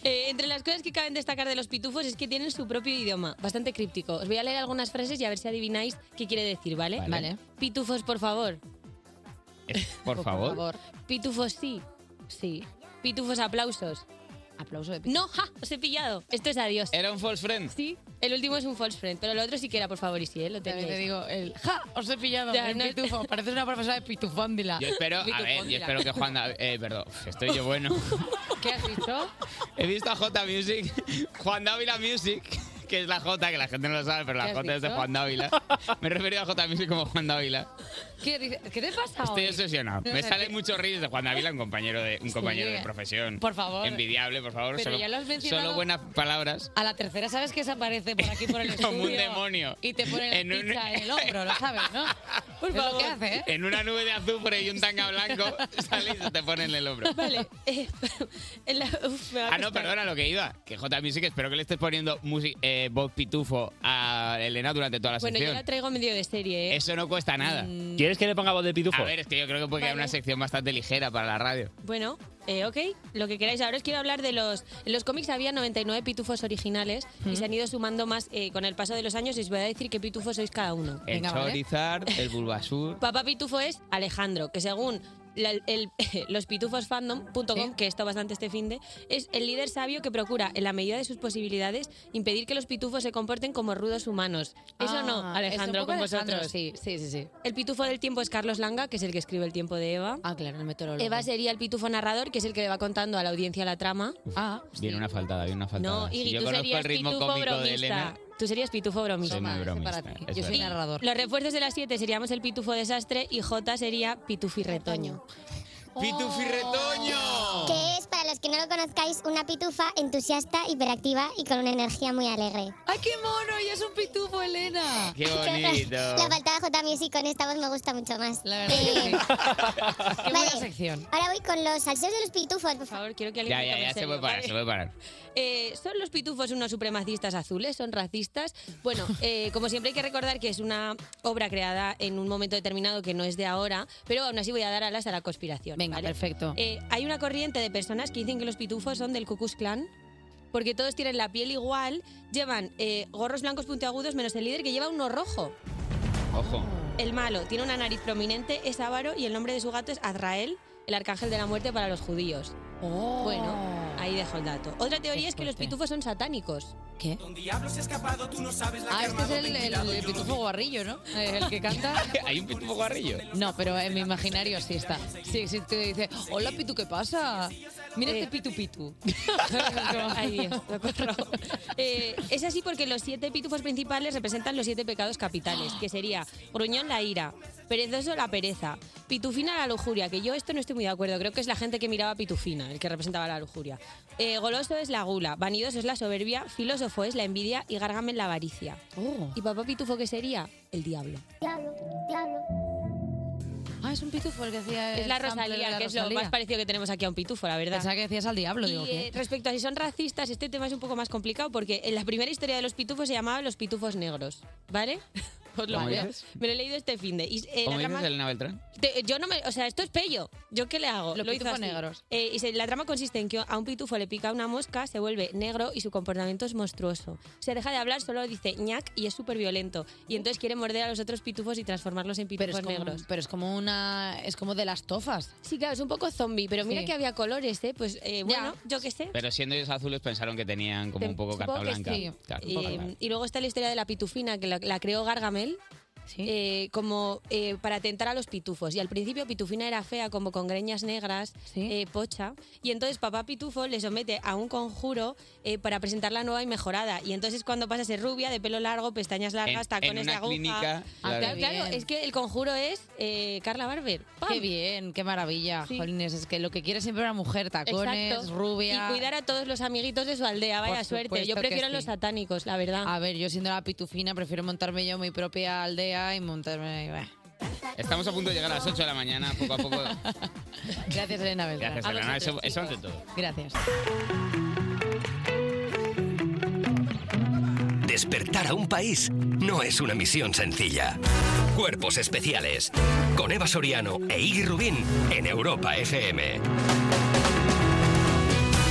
Eh, entre las cosas que caben destacar de los pitufos es que tienen su propio idioma, bastante críptico. Os voy a leer algunas frases y a ver si adivináis qué quiere decir, ¿vale?
Vale. Vale.
Pitufos, por favor.
Por favor.
Pitufos, sí. Sí. Pitufos, aplausos.
Aplauso de
No, ja, os he pillado. Esto es adiós.
Era un false friend.
Sí, el último es un false friend, pero el otro sí que era, por favor, y sí, ¿eh? lo
También
teníais.
te digo, el ja, os he pillado.
Ya,
el
no-
pitufo. Pareces una profesora de pitufóndila.
Yo espero, a ver, yo espero que Juan... David- Eh, perdón, estoy yo bueno.
¿Qué has dicho?
He visto a J Music, Juan Dávila Music, que es la J, que la gente no lo sabe, pero
¿Qué
la
has
J es de
dicho?
Juan Dávila. Me he referido a J Music como Juan Dávila.
¿Qué, dice- ¿Qué te pasa
Estoy
hoy?
obsesionado.
No
Me
sé
salen
qué-
muchos reels de Juan Dávila, un compañero de, un compañero de profesión.
Por favor.
Envidiable, por favor.
Pero
solo,
ya lo has mencionado.
solo buenas palabras.
A la tercera sabes que se aparece por aquí por el estudio.
Como un demonio.
Y te pone la
En un-
pizza en el hombro, lo sabes, ¿no? Por favor. lo que hace, ¿eh?
En una nube de azufre y un tanga blanco sale y se te pone en el hombro.
Vale. eh, en la- uf, me va a
Ah, no,
costar.
perdona lo que iba. Que J Music, espero que le estés poniendo musi- eh, voz pitufo a Elena durante toda la
Bueno, yo
sección.
la traigo medio de serie, ¿eh?
Eso no cuesta nada.
Mm.
¿Quieres que le ponga voz de pitufo?
A ver, es que yo creo que puede quedar una sección bastante ligera para la radio.
Bueno, eh, ok, lo que queráis. Ahora os quiero hablar de los... En los cómics había 99 pitufos originales y se han ido sumando más eh, con el paso de los años y os voy a decir qué pitufos sois cada uno.
El Chorizard, el Bulbasur.
Papá pitufo es Alejandro, que según la- el- lospitufosfandom.com, que he estado bastante este fin de, es el líder sabio que procura, en la medida de sus posibilidades, impedir que los pitufos se comporten como rudos humanos. Eso
Ah,
no,
es un
Alejandro,
poco
con
Alejandro,
vosotros.
sí, sí, sí, sí.
El pitufo del tiempo es Carlos Langa, que es el que escribe el tiempo de Eva.
Ah, claro, el meteorólogo.
Eva sería el pitufo narrador, que es el que le va contando a la audiencia la trama.
Ah,
Viene una faltada, viene una faltada.
No,
Si
Iggy,
yo
tú
conozco
serías
el ritmo
pitufo
cómico de
bromista.
Elena.
Tú serías pitufo bromista.
Soy muy bromista. es verdad.
Los refuerzos de las 7 seríamos el pitufo desastre y J sería pitufi retoño.
¡Pitufi retoño!
Que es, para los que no lo conozcáis, una pitufa entusiasta, hiperactiva y con una energía muy alegre.
¡Ay, qué mono! ¡Y es un pitufo, Elena!
¡Qué bonito!
La faltada J Music con esta voz me gusta mucho más. Eh,
¡Qué buena sección!
Ahora voy con los salseos de los pitufos, por
favor, quiero que
Ya, ya, ya, se puede parar, se puede parar.
Eh, ¿Son los pitufos unos supremacistas azules? ¿Son racistas? Bueno, eh, como siempre hay que recordar que es una obra creada en un momento determinado que no es de ahora, pero aún así voy a dar alas a la conspiración.
Venga,
¿vale?
perfecto.
Eh, hay una corriente de personas que dicen que los pitufos son del Ku Klux Klan porque todos tienen la piel igual, llevan eh, gorros blancos puntiagudos menos el líder que lleva uno rojo.
Ojo.
El malo tiene una nariz prominente, es avaro y el nombre de su gato es Azrael, el arcángel de la muerte para los judíos. Bueno, ahí dejo el dato. Otra teoría es que los pitufos son satánicos.
¿Qué?
Diablos escapado, tú no sabes la
Ah,
que
este es
armado
el,
te he
el-
tirado,
el
yo no
pitufo guarrillo, ¿no? Eh, El que canta.
¿Hay un pitufo guarrillo?
No, pero en mi imaginario sí está. Sí existe y dice, hola Pitu, ¿qué pasa? Mira
Eh,
este Pitu Pitu.
Ay, Dios, socorro. Eh, es así porque los siete pitufos principales representan los siete pecados capitales, que sería gruñón la ira, perezoso la pereza, pitufina la lujuria, que yo esto no estoy muy de acuerdo, creo que es la gente que miraba a pitufina, el que representaba la lujuria. Eh, goloso es la gula, vanidoso es la soberbia, filósofo es la envidia y gargamen la avaricia. ¿Y papá pitufo qué sería? El diablo.
Diablo, diablo.
Ah, es un pitufo el que hacía.
Es la
el sample de
Rosalía,
la
que es
Rosalía.
lo más parecido que tenemos aquí a un pitufo, la verdad.
Pensaba que decías al diablo,
Y,
digo, ¿qué?
eh, respecto a si son racistas, este tema es un poco más complicado porque en la primera historia de los pitufos se llamaban los pitufos negros, ¿vale? Os lo
¿Cómo
juro.
dices?
Me lo he leído este fin de. y, eh,
¿Cómo
la
dices,
trama-
Elena Beltrán?
te- yo no me, o sea, esto es pello. ¿Yo qué le hago?
Los
Lo hizo
pitufos
así.
negros.
Eh, y se- la trama consiste en que a un pitufo le pica una mosca, se vuelve negro y su comportamiento es monstruoso. Se deja de hablar, solo dice ñac y es súper violento. Y entonces quiere morder a los otros pitufos y transformarlos en
Pero
pitufos
es, como,
negros.
pero es como una. Es como de las tofas.
Sí, claro, es un poco zombie, pero mira
Sí.
que había colores, ¿eh? Pues eh, bueno, yo qué sé.
Pero siendo ellos azules pensaron que tenían como un poco carta
Supongo que
blanca.
sí.
Claro,
Eh,
claro.
y luego está la historia de la pitufina, que la, la creó Gargamel. eh, como eh, para tentar a los pitufos. Y al principio Pitufina era fea, como con greñas negras, eh, pocha. Y entonces papá Pitufo le somete a un conjuro eh, para presentarla nueva y mejorada. Y entonces cuando pasa a ser rubia, de pelo largo, pestañas largas,
En- en
tacones
una
de aguja.
clínica,
Ah,
claro.
claro,
Qué
claro,
bien.
es que el conjuro es eh, Carla Barber. ¡Pam!
Qué bien, qué maravilla,
Sí.
Jolines. Es que lo que quiere siempre una mujer, tacones,
Exacto.
rubia.
Y cuidar a todos los amiguitos de su aldea,
Por
vaya suerte.
supuesto
Yo
que
prefiero
sí.
los satánicos, la verdad.
A ver, yo siendo la pitufina prefiero montarme yo mi propia aldea y montarme. eh, bah.
Estamos a punto de llegar a las 8 de la mañana, poco a poco.
Gracias, Elena Beltrán.
Gracias,
A
Elena. Eso,
vosotros,
eso ante todo.
Gracias.
Despertar a un país no es una misión sencilla. Cuerpos especiales. Con Eva Soriano e Iggy Rubín en Europa FM.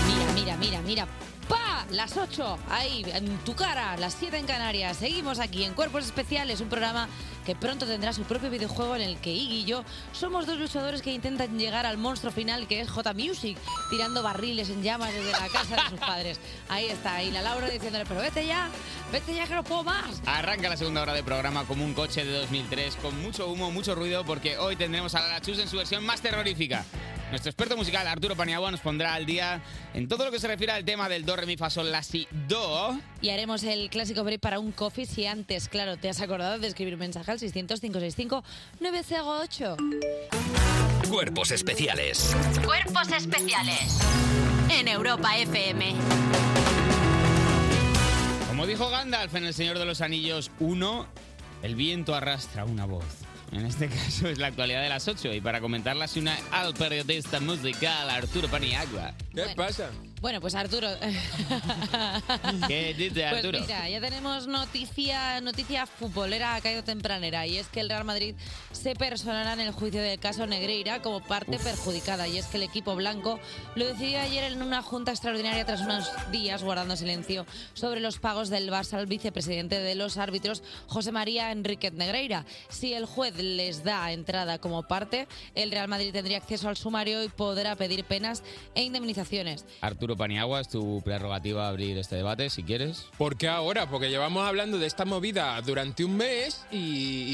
Mira, mira, mira, mira. ¡Pa! Las 8, ahí, en tu cara, las 7 en Canarias. Seguimos aquí en Cuerpos Especiales, un programa que pronto tendrá su propio videojuego en el que Iggy y yo somos dos luchadores que intentan llegar al monstruo final que es J Music, tirando barriles en llamas desde la casa de sus padres. Ahí está, ahí la Laura diciéndole, pero vete ya, vete ya que no puedo más.
Arranca la segunda hora de programa como un coche de 2003, con mucho humo, mucho ruido, porque hoy tendremos a la Chus en su versión más terrorífica. Nuestro experto musical, Arturo Paniagua, nos pondrá al día en todo lo que se refiere al tema del do, re, mi, fa, sol, la, si, do.
Y haremos el clásico break para un coffee si antes, claro, te has acordado de escribir un mensaje al 600 565 908.
Cuerpos especiales.
Cuerpos especiales en Europa FM.
Como dijo Gandalf en El Señor de los Anillos 1, el viento arrastra una voz. En este caso es la actualidad de las 8 y para comentarla es una al periodista musical Arturo Paniagua.
¿Qué pasa?
Bueno, pues Arturo.
¿Qué dice
Pues
Arturo?
mira, ya tenemos noticia, noticia futbolera ha caído tempranera y es que el Real Madrid se personará en el juicio del caso Negreira como parte perjudicada y es que el equipo blanco lo decidió ayer en una junta extraordinaria tras unos días guardando silencio sobre los pagos del Barça al vicepresidente de los árbitros José María Enríquez Negreira. Si el juez les da entrada como parte, el Real Madrid tendría acceso al sumario y podrá pedir penas e indemnizaciones.
Arturo Paniagua, es tu prerrogativa abrir este debate, si quieres.
¿Por qué ahora? Porque llevamos hablando de esta movida durante un mes y,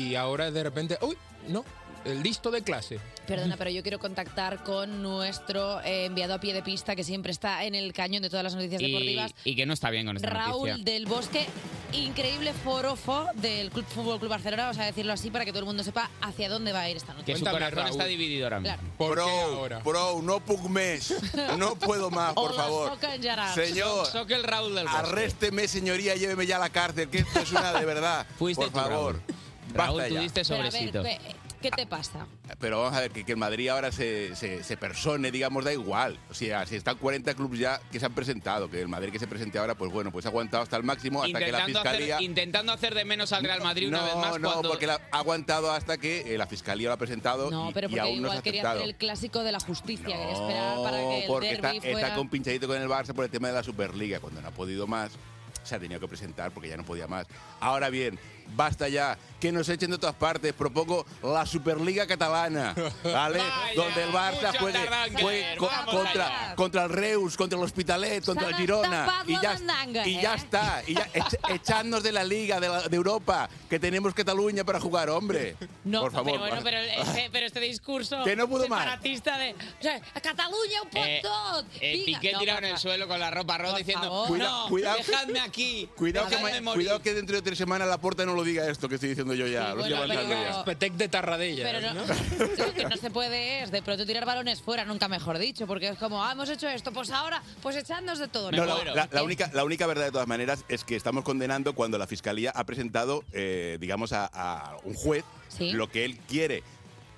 y ahora de repente, uy, no, el listo de clase.
Perdona, pero yo quiero contactar con nuestro eh, enviado a pie de pista que siempre está en el cañón de todas las noticias
Y,
deportivas,
y que no está bien con esta
Raúl
noticia.
del Bosque, increíble forofo del Club Fútbol Club Barcelona, vamos a decirlo así para que todo el mundo sepa hacia dónde va a ir esta noche.
Que su corazón está dividido ahora mismo.
Claro.
bro, bro, no pugmes. No puedo más, por favor. Señor,
So- soque el Raúl del Bosque.
arrésteme, señoría, lléveme ya a la cárcel, que esto es una de verdad.
Fuiste
por
tú,
favor.
Raúl.
Basta
Raúl, tú
ya.
diste
Pero a ver, ve, ¿qué te pasa?
Pero vamos a ver, que, que el Madrid ahora se, se, se persone, digamos, da igual. O sea, si están 40 clubes ya que se han presentado, que el Madrid que se presente ahora, pues bueno, pues ha aguantado hasta el máximo, hasta que la
Intentando hacer-
fiscalía...
intentando hacer de menos al Real Madrid una
no,
vez más
no,
cuando
porque la- ha aguantado hasta que eh, la fiscalía lo ha presentado
No,
y,
pero
y
porque
aún no se ha
igual quería
aceptado.
hacer el clásico de la justicia, quería esperar para que el
Oh, porque
derbi
está,
fuera...
está compinchadito con el Barça por el tema de la Superliga. Cuando no ha podido más, se ha tenido que presentar porque ya no podía más. Ahora bien, basta ya, que nos echen de todas partes. Propongo la Superliga Catalana, ¿vale?
Vaya,
Donde el Barça
mucho
juegue,
tardan en
juegue
creer.
co-
Vamos
contra,
allá.
contra el Reus, contra el Hospitalet, contra el
Sana
Girona.
tapadlo
Y ya,
mandanga,
y ya
¿eh?
está. Y ya, ech- echadnos de la Liga, de, la- de Europa, que tenemos Cataluña para jugar, hombre.
No,
Por favor.
pero bueno, pero, el- este, pero este discurso
Que no pudo más.
separatista de... O sea, a Cataluña un
Eh,
poco
eh, Piqué tirado en el suelo con la ropa rota diciendo
Cuida-
no,
cuidado-
dejadme aquí,
Cuidado que,
dejadme
ma-
morir.
cuidado que dentro de tres semanas la puerta no lo diga esto que estoy diciendo yo ya. lo estoy
bueno,
avanzando
pero-
ya.
Petec de Tarradella.
Pero no, lo que no se puede es de pronto tirar balones fuera, nunca mejor dicho, porque es como, ah, hemos hecho esto, pues ahora, pues echadnos de todo.
No, la, la- la única, la única verdad de todas maneras es que estamos condenando cuando la fiscalía ha presentado, eh, digamos, a, a un juez
Sí.
lo que él quiere.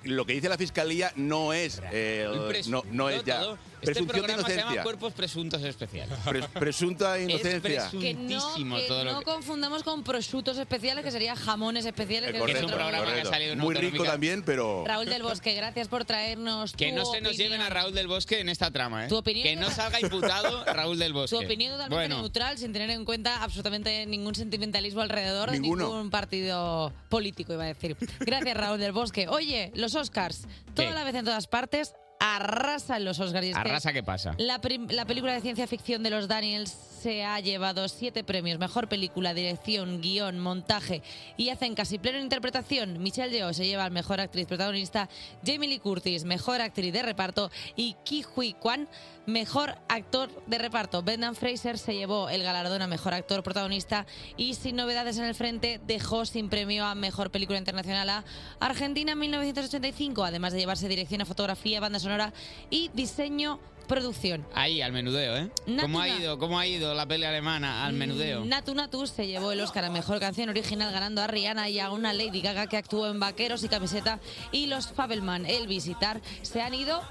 Lo que dice la fiscalía no es, eh,
El presunto
no, no es ya
todo. Este
presunción de
programa se llama
inocencia.
Cuerpos Presuntos Especiales.
Pres- presunta
Es
inocencia.
presunto.
Que no,
Puntísimo
que
todo lo
no
que-
confundamos con prosciutos especiales, que sería jamones especiales.
Eh,
que
correcto,
otro programa.
correcto.
ha salido en
Muy
Autonómica.
rico también, pero
Raúl del Bosque, gracias por traernos
Que
tu
no se nos
opinión.
lleven a Raúl del Bosque en esta trama, ¿eh?
Tu opinión
Que no
total-
salga imputado Raúl del Bosque.
Tu opinión totalmente
bueno,
neutral, sin tener en cuenta absolutamente ningún sentimentalismo alrededor
Ninguno.
de ningún partido político, iba a decir. Gracias, Raúl del Bosque. Oye, los Oscars, toda
¿Qué?
la vez en todas partes, arrasan los Oscars. Y es que
arrasa qué pasa.
La, prim- la película de ciencia ficción de los Daniels se ha llevado siete premios: mejor película, dirección, guión, montaje y hacen casi pleno en interpretación. Michelle Yeoh se lleva al mejor actriz protagonista, Jamie Lee Curtis, mejor actriz de reparto y Ki Hui Kwan, mejor actor de reparto. Brendan Fraser se llevó el galardón a mejor actor protagonista y sin novedades en el frente dejó sin premio a mejor película internacional a Argentina 1985, además de llevarse dirección a fotografía, banda sonora y diseño producción.
Ahí, al menudeo, ¿eh?
Natu,
¿Cómo ha
na-
ido? ¿Cómo ha ido la pelea alemana
Mm,
al menudeo?
Natu Natu se llevó el Oscar a Mejor Canción Original ganando a Rihanna y a una Lady Gaga que actuó en vaqueros y camiseta y los Fabelman, el visitar, se han ido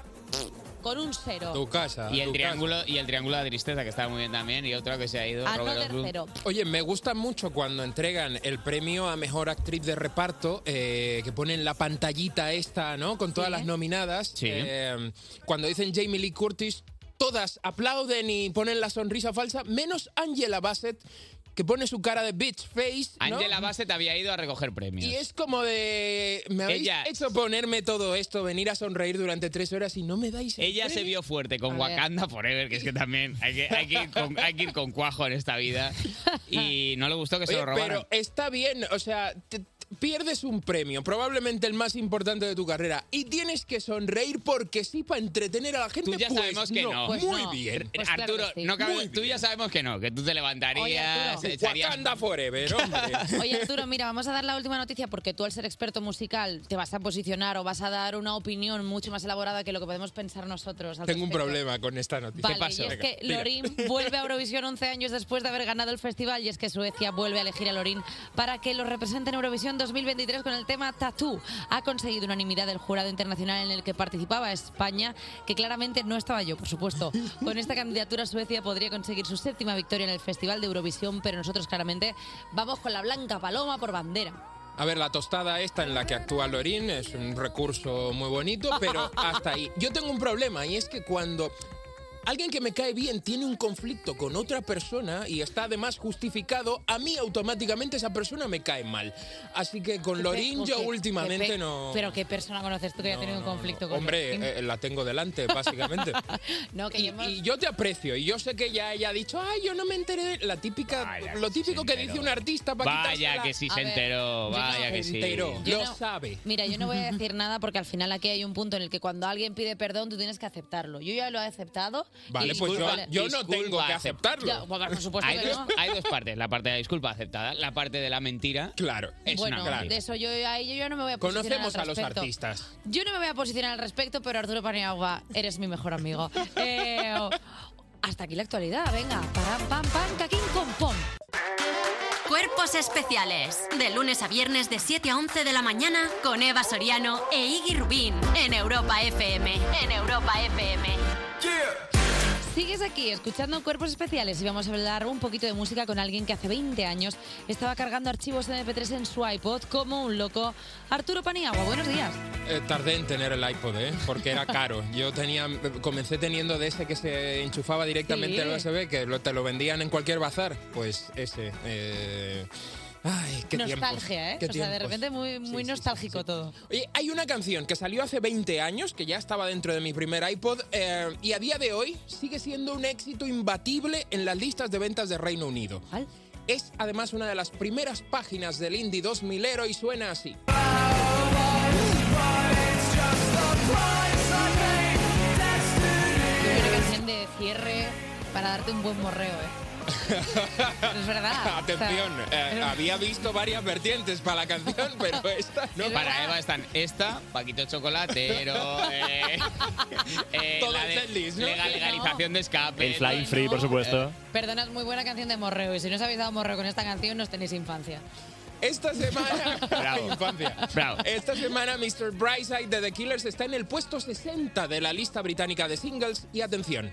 con un cero.
casa.
Y el,
tu
triángulo, y el triángulo de tristeza, que está muy bien también, y otro que se ha ido.
Ah, no,
Robert Osbourne.
tercero.
Oye, me gusta mucho cuando entregan el premio a mejor actriz de reparto, eh, que ponen la pantallita esta, ¿no? Con todas las nominadas. Eh, cuando dicen Jamie Lee Curtis, todas aplauden y ponen la sonrisa falsa, menos Angela Bassett, que pone su cara de bitch face. ¿no?
Angela Bassett había ido a recoger premios.
Y es como de. Me habéis
Ella-
hecho ponerme todo esto, venir a sonreír durante tres horas y no me dais. el
Ella se
premio".
vio fuerte con
A ver.
Wakanda Forever, que es que también hay que, hay que ir, con, hay que ir con cuajo en esta vida. Y no le gustó que se
Oye,
lo robaran.
Pero está bien, o sea, te- te pierdes un premio, probablemente el más importante de tu carrera, y tienes que sonreír porque sí, para entretener a la gente.
Tú ya
pues
sabemos que no.
Muy bien.
Pues
R- Arturo, no cabe-
Muy
tú ya sabemos que no, que tú te
Oye,
levantarías,
Arturo.
echarías...
Wakanda forever, hombre.
Oye, Arturo, mira, vamos a dar la última noticia porque tú, al ser experto musical, te vas a posicionar o vas a dar una opinión mucho más elaborada que lo que podemos pensar nosotros. al
Tengo un
respecto.
problema con esta noticia.
Vale, y es
Venga,
que
tira.
Lorin vuelve a Eurovisión 11 años después de haber ganado el festival y es que Suecia vuelve a elegir a Lorin para que lo represente en Eurovisión 2023 con el tema Tatú. Ha conseguido unanimidad del jurado internacional en el que participaba España, que claramente no estaba yo, por supuesto. Con esta candidatura Suecia podría conseguir su séptima victoria en el Festival de Eurovisión, pero nosotros claramente vamos con la blanca paloma por bandera.
A ver, la tostada esta en la que actúa Lorín es un recurso muy bonito, pero hasta ahí. Yo tengo un problema y es que cuando alguien que me cae bien tiene un conflicto con otra persona y está además justificado, a mí automáticamente esa persona me cae mal. Así que con Lorín
Pero
yo
qué- qué
últimamente
pe-
no...
Pero qué persona conoces tú que haya tenido un conflicto con Lorín?
Hombre, eh, la tengo delante, básicamente.
No, que yo
Y yo te aprecio y yo sé que ya haya dicho, ay, yo no me enteré, la típica, lo típico que dice un artista para
Vaya
quitársela.
que sí
A
se
ver,
yo
enteró,
no-
vaya que sí.
Enteró.
Yo
Lo
no-
sabe.
Mira, yo no voy a decir nada porque al final aquí hay un punto en el que cuando alguien pide perdón tú tienes que aceptarlo. Yo ya lo he aceptado.
Vale,
y-
pues yo,
Vale.
yo no tengo que aceptarlo.
Ya, bueno, por supuesto
hay,
que
dos,
no.
hay dos partes, la parte de la disculpa aceptada, la parte de la mentira.
Claro.
Es
Bueno,
una mentira.
de eso yo, ahí yo ya no me voy a posicionar
Conocemos
al
a los
respecto.
artistas.
Yo no me voy a posicionar al respecto, pero Arturo Paniagua, eres mi mejor amigo. Eh, hasta aquí la actualidad, venga. Param, pam, pam, caquín, con pom.
Cuerpos especiales. De lunes a viernes de 7 a 11 de la mañana con Eva Soriano e Iggy Rubín en Europa FM. En Europa FM.
Sigues aquí escuchando Cuerpos Especiales y vamos a hablar un poquito de música con alguien que hace 20 años estaba cargando archivos MP3 en su iPod como un loco. Arturo Paniagua, buenos días.
Eh, tardé en tener el iPod, ¿eh? Porque era caro. Yo tenía, comencé teniendo de ese que se enchufaba directamente
Sí.
al USB, que lo- te lo vendían en cualquier bazar. Pues ese. eh, Ay, qué tiempos,
Nostalgia,
qué
¿eh? O sea, de
tiempos.
repente muy, muy nostálgico todo.
Oye, hay una canción que salió hace 20 años, que ya estaba dentro de mi primer iPod, eh, y a día de hoy sigue siendo un éxito imbatible en las listas de ventas de Reino Unido. Es además una de las primeras páginas del Indie 2000 y suena así.
Una canción de cierre para darte un buen morreo, ¿eh? Es verdad.
Atención, eh, había visto varias vertientes para la canción, pero esta no.
Para Eva están esta, Paquito Chocolatero, eh, eh,
Todo
la
el
de
setlist, ¿no?
legal- legalización de escape.
El Flying Free, por supuesto.
Perdona, es muy buena canción de morreo y si no os habéis dado morreo con esta canción no os tenéis infancia.
Esta semana, Infancia.
Bravo.
Esta semana Mr. Brightside de The Killers está en el puesto 60 de la lista británica de singles y atención.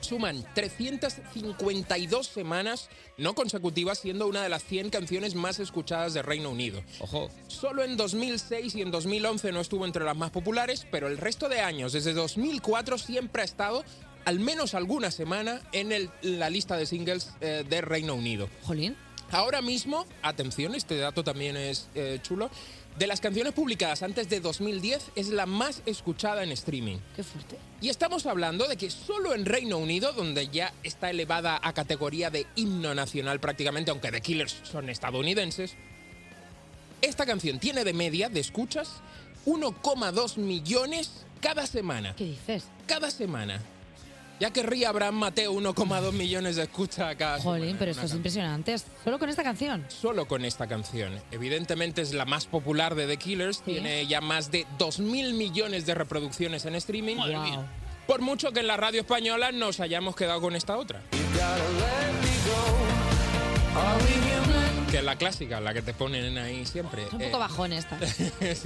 Suman 352 semanas no consecutivas, siendo una de las 100 canciones más escuchadas de Reino Unido.
Ojo.
Solo en 2006 y en 2011 no estuvo entre las más populares, pero el resto de años, desde 2004, siempre ha estado al menos alguna semana en el- la lista de singles eh, de Reino Unido.
Jolín.
Ahora mismo, atención, este dato también es eh, chulo, de las canciones publicadas antes de 2010 es la más escuchada en streaming.
Qué fuerte.
Y estamos hablando de que solo en Reino Unido, donde ya está elevada a categoría de himno nacional prácticamente, aunque The Killers son estadounidenses, esta canción tiene de media de escuchas 1,2 millones cada semana.
¿Qué dices?
Cada semana. Ya querría Abraham Mateo 1,2 millones de escuchas cada
Jolín,
semana.
pero
Una
esto es impresionante. Solo con esta canción.
solo con esta canción. Evidentemente es la más popular de The Killers, tiene ya más de 2.000 millones de reproducciones en streaming.
Madre Wow. mía.
Por mucho que en la radio española nos hayamos quedado con esta otra. Que es la clásica, la que te ponen ahí siempre. Eh,
Es un poco bajón esta.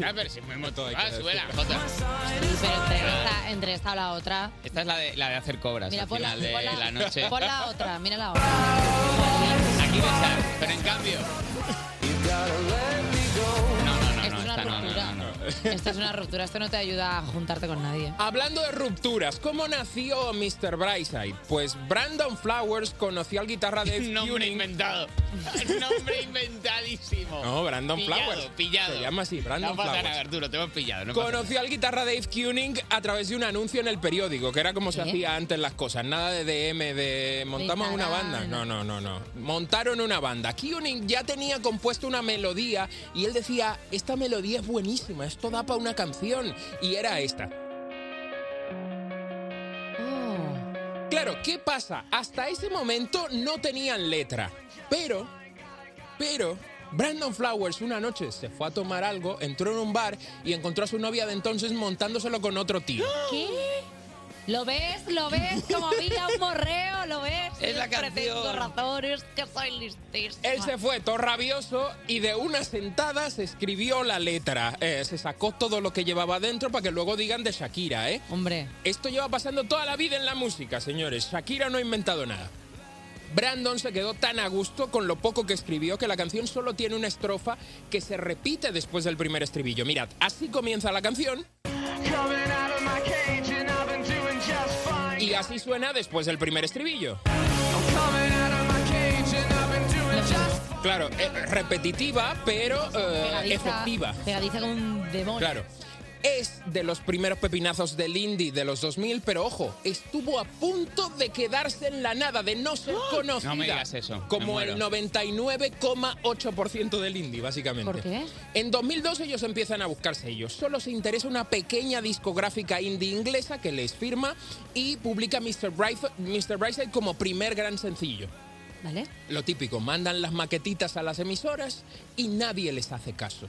Ah, pero si me moto.
hay
Ah,
que
sube la
decirlo.
jota.
Pero entre esta, entre esta o la otra.
Esta es la de, la de hacer cobras
Mira,
al
pon la,
final de
pon la-
la noche.
pon la otra, mira la otra.
Aquí besar, pero en cambio. No, no, no,
Esto
no,
es una
esta no, no,
ruptura.
no, no.
Esto es una ruptura, esto no te ayuda a juntarte con nadie.
Hablando de rupturas, ¿cómo nació Mr. Brightside? Pues Brandon Flowers conoció al guitarra de F.
Nombre
Tuning.
inventado. Nombre inventadísimo.
No, Brandon
Pillado,
Flowers.
Pillado.
Se llama así, Brandon
no pasa
Flowers.
Nada, Arturo, te hemos pillado. No pasa
Conoció al guitarra Dave Kuning a través de un anuncio en el periódico, que era como se
¿Qué?
hacía antes las cosas. Nada de DM, de montamos una
Instagram,
banda. No, no, no, no. Montaron una banda. Kuning ya tenía compuesto una melodía y él decía, esta melodía es buenísima, esto da para una canción. Y era esta. Claro, ¿qué pasa? Hasta ese momento no tenían letra, pero, pero... Brandon Flowers una noche se fue a tomar algo, entró en un bar y encontró a su novia de entonces montándoselo con otro tío.
¿Qué? ¿Lo ves? ¿Lo ves? Como vida un morreo, ¿lo ves?
Es la
Siempre
canción.
Tengo razón, es que soy listísima.
Él se fue todo rabioso y de una sentada se escribió la letra. Eh, se sacó todo lo que llevaba dentro para que luego digan de Shakira, ¿eh?
Hombre.
Esto lleva pasando toda la vida en la música, señores. Shakira no ha inventado nada. Brandon se quedó tan a gusto con lo poco que escribió que la canción solo tiene una estrofa que se repite después del primer estribillo. Mirad, así comienza la canción y así suena después del primer estribillo. Claro, eh, repetitiva, pero eh, efectiva.
Pegadiza como un demonio.
Claro. Es de los primeros pepinazos del indie de los 2000, pero ojo, estuvo a punto de quedarse en la nada, de no ser conocida.
No me digas eso, me
Como
muero.
el 99,8% del indie, básicamente.
¿Por qué?
En 2002 ellos empiezan a buscarse ellos. Solo se interesa una pequeña discográfica indie inglesa que les firma y publica Mr. Brightside, Mr. Brightside como primer gran sencillo.
¿Vale?
Lo típico, mandan las maquetitas a las emisoras y nadie les hace caso.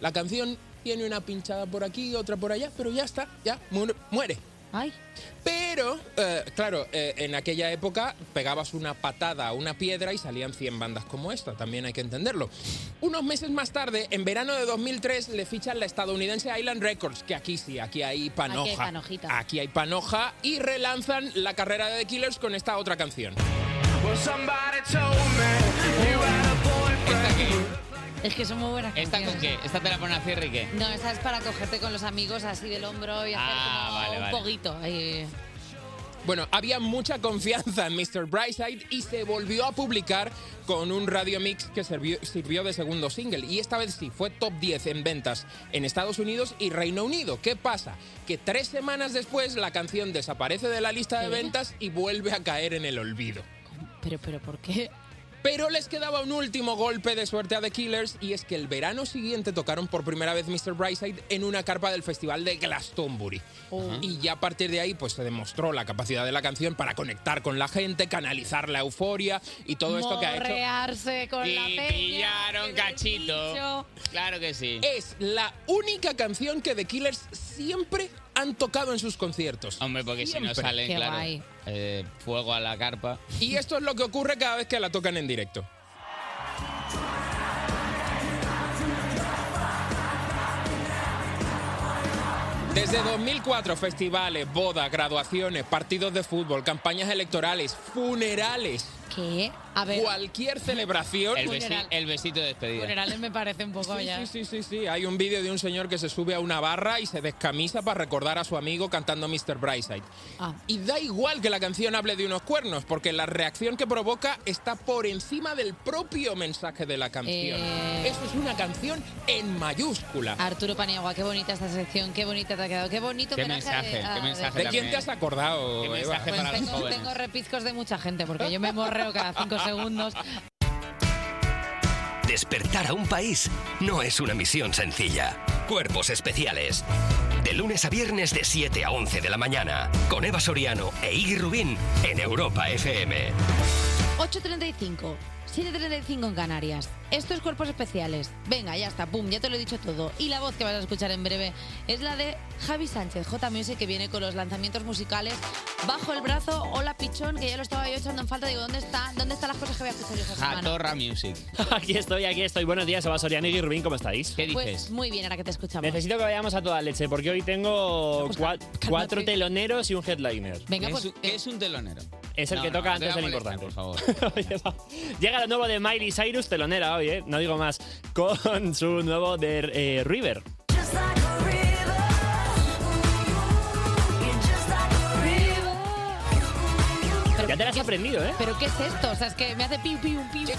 La canción tiene una pinchada por aquí, otra por allá, pero ya está, ya mu- muere.
Ay.
Pero, eh, claro, eh, en aquella época pegabas una patada a una piedra y salían 100 bandas como esta, también hay que entenderlo. Unos meses más tarde, en verano de 2003, le fichan la estadounidense Island Records, que aquí sí, aquí hay panoja.
Aquí hay panojita.
Aquí hay panoja y relanzan la carrera de The Killers con esta otra canción.
Es que son muy buenas
¿Esta con qué? ¿Esta te la ponen así, Enrique?
No, esa es para cogerte con los amigos así del hombro y hacer
Ah,
como
vale,
un
vale.
poquito. eh. ahí.
Bueno, había mucha confianza en Mr. Brightside y se volvió a publicar con un radio mix que sirvió, sirvió de segundo single. Y esta vez sí, fue top 10 en ventas en Estados Unidos y Reino Unido. ¿Qué pasa? Que tres semanas después la canción desaparece de la lista de ventas y vuelve a caer en el olvido.
Pero, pero, ¿por qué?
Pero les quedaba un último golpe de suerte a The Killers y es que el verano siguiente tocaron por primera vez Mr. Brightside en una carpa del festival de Glastonbury. Y ya a partir de ahí pues se demostró la capacidad de la canción para conectar con la gente, canalizar la euforia y todo esto que ha hecho.
Morrearse con la
Y
peña.
pillaron cachito.
dicho.
Claro que sí.
Es la única canción que The Killers siempre han tocado en sus conciertos.
Hombre, porque si
Siempre.
no salen,
Qué
claro,
guay.
eh, fuego a la carpa.
Y esto es lo que ocurre cada vez que la tocan en directo. Desde 2004, festivales, bodas, graduaciones, partidos de fútbol, campañas electorales, funerales.
¿Qué? A ver.
Cualquier celebración.
El besi- Funeral.
el besito de despedida.
Funerales me parece un poco
Sí,
ya.
sí, sí, sí, sí. Hay un vídeo de un señor que se sube a una barra y se descamisa para recordar a su amigo cantando Mr. Brightside.
Ah.
Y da igual que la canción hable de unos cuernos, porque la reacción que provoca está por encima del propio mensaje de la canción.
Eh. Ah,
Eso es una canción en mayúscula.
Arturo Paniagua, qué bonita esta sección, qué bonita te ha quedado, qué bonito
Qué
homenaje
mensaje,
a-
qué
a-
mensaje ¿De quién te has acordado?
Qué
Eva?
mensaje
Pues tengo, Ah, tengo repizcos de mucha gente, porque yo me morreo cada cinco segundos.
Despertar a un país no es una misión sencilla. Cuerpos especiales. De lunes a viernes de 7 a 11 de la mañana. Con Eva Soriano e Iggy Rubín en Europa FM.
8.35, 7.35 en Canarias. Estos cuerpos especiales. Venga, ya está, pum, ya te lo he dicho todo. Y la voz que vas a escuchar en breve es la de Javi Sánchez, J Music, que viene con los lanzamientos musicales bajo el brazo. Hola, pichón, que ya lo estaba yo echando en falta. Digo, ¿dónde está? ¿Dónde están las cosas que voy a escuchar yo esta semana?
Jatorra Music.
Aquí estoy, aquí estoy. Buenos días, Eva Soriano y Rubín, ¿cómo estáis? ¿Qué
Pues muy bien, ahora que te escuchamos.
Necesito que vayamos a toda leche, porque hoy tengo
pues,
cua- cuatro teloneros y un headliner.
¿Qué es, un- qué es un telonero?
pues, eh. Es el
No,
que
no,
toca
no te
antes
voy
del
a
importante. Eh, Oye, va. Llega lo nuevo de Miley Cyrus, telonera hoy, ¿eh? No digo más. Con su nuevo de eh, River. Ya te las has aprendido, ¿eh?
¿Pero qué es esto? O sea, es que me hace piu, piu, piu. ¿Qué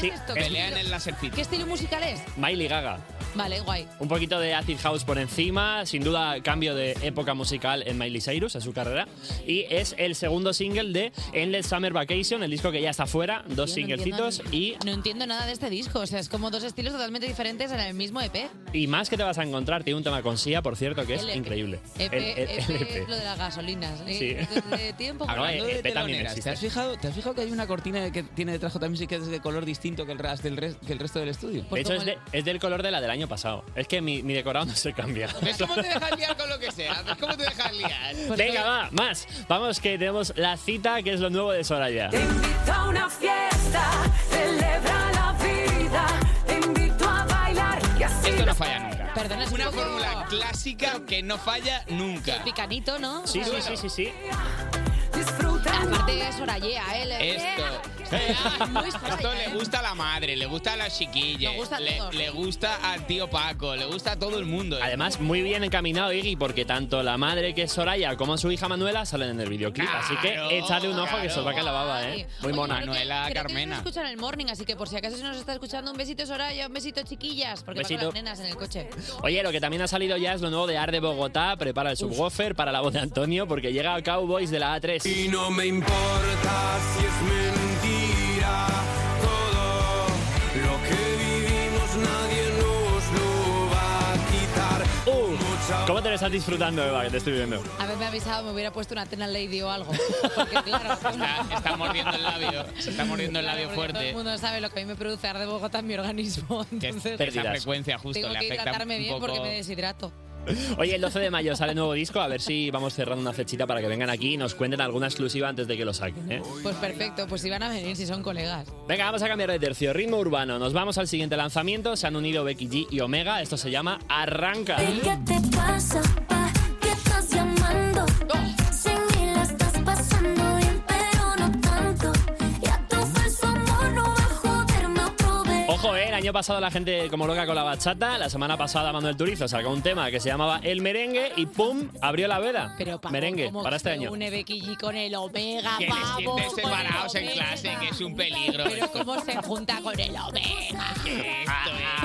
Sí,
es esto?
pelean
¿Qué
en
estilo-
Láser Pit.
¿Qué estilo musical es?
Miley Gaga.
Vale, guay.
Un poquito de acid house por encima, sin duda cambio de época musical en Miley Cyrus, a su carrera. Y es el segundo single de Endless Summer Vacation, el disco que ya está fuera, dos
Yo no entiendo
singlecitos y,
No entiendo nada de este disco, o sea, es como dos estilos totalmente diferentes en el mismo E EP.
y más que te vas a encontrar. Tiene un tema con Sia, por cierto, que es
El EP.
increíble.
EP,
El- el-
EP,
el
E es lo de las gasolinas.
Sí.
Eh, de- de tiempo.
Hablando
No, eh,
de
eh, también
teloneras, ¿te
existe.
has, fijado, ¿te has fijado que hay una cortina que tiene detrás J Music que es de color distinto que el, ras- del res- que el resto del estudio?
Pues De hecho, es, de- es del color de la del año año pasado. Es que mi, mi decorado no se cambia.
¿Ves cómo te dejas liar con lo que sea? ¿Ves cómo te dejas liar?
Venga, va, más. Vamos que tenemos la cita, que es lo nuevo de Soraya.
A una fiesta, celebra la vida, te invito a bailar y así.
Esto no falla nunca.
Perdona, es un
Una
poco-
fórmula clásica que no falla nunca.
Picanito, ¿no?
Sí, sí, sí,
sí, sí.
Aparte es ¿eh? Sorayea, él.
¿eh?
Esto. Esto le gusta a la madre, le gusta a las chiquillas,
¿eh? Nos gusta a
le,
todos.
le gusta al tío Paco, le gusta a todo el mundo. ¿eh?
Además, muy bien encaminado Iggy, porque tanto la madre que es Soraya como su hija Manuela salen en el videoclip. así que échale un ojo que se os va a caer la baba, ¿eh? Muy mona.
Manuela,
Creo que nos
Carmena.
escuchan el morning, así que por si acaso se nos está escuchando, un besito Soraya, un besito chiquillas, porque van con
Besito.
las nenas en el coche.
Oye, lo que también ha salido ya es lo nuevo de Ar de Bogotá. Prepara el subwoofer para la voz de Antonio, porque llega Cowboys de la A3.
Y no me importa si es mentira todo lo que vivimos nadie nos lo va a quitar.
Oh.
¿Cómo te lo estás disfrutando, Eva? Que te estoy viendo.
Haberme avisado, me hubiera puesto una Tena Lady o algo.
Está, está mordiendo el labio, se está mordiendo el labio
Todo el
fuerte.
mundo sabe lo que a mí me produce Ar de Bogotá en mi organismo. Entonces,
Esa frecuencia justo
tengo
le
que
afecta
hidratarme
un
bien porque
poco.
me deshidrato.
Oye, el 12 de mayo sale nuevo disco. A ver si vamos cerrando una fechita para que vengan aquí y nos cuenten alguna exclusiva antes de que lo saquen, ¿eh?
Pues perfecto, pues si van a venir, si son colegas.
Venga, vamos a cambiar de tercio. Ritmo urbano. Nos vamos al siguiente lanzamiento. Se han unido Becky G y Omega. Esto se llama Arranca.
¿Qué te pasa? pa? ¿Qué estás llamando? Sin mí la estás pasando bien, pero no tanto. Y a tu falso amor no va a joderme otro vez.
Ojo, ¿eh? el año pasado la gente como loca con la bachata. La semana pasada Manuel Turizo sacó un tema que se llamaba El Merengue y ¡pum! abrió la veda.
Pero Paco,
Merengue,
¿cómo
para este
se
año.
une Becky G con el Omega,
Que les
pavo?
sienten separados en clase, que es un peligro.
Pero cómo se junta con el Omega.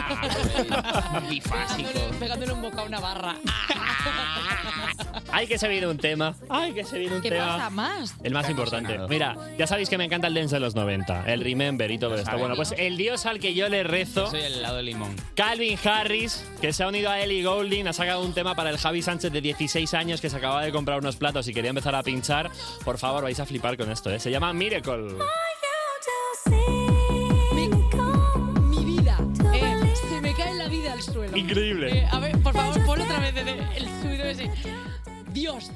Bifásico.
Pegándole un boca a una barra.
Hay que se viene un tema. Ay, que se viene un
¿Qué
tema.
pasa más?
El más importante. Mira, ya sabéis que me encanta el dance de los 90, el Remember y todo esto.
saben.
Bueno, pues el dios al que yo le rezo.
Soy el helado de limón.
Calvin Harris, que se ha unido a Ellie Goulding, ha sacado un tema para el Javi Sánchez de 16 años que se acababa de comprar unos platos y quería empezar a pinchar. Por favor, vais a flipar con esto, ¿eh? Se llama Miracle.
Mi vida. Eh, se me cae la vida al suelo.
Increíble.
Eh, a ver, por
Pues
favor, ponlo otra vez desde el subido ese. Dios.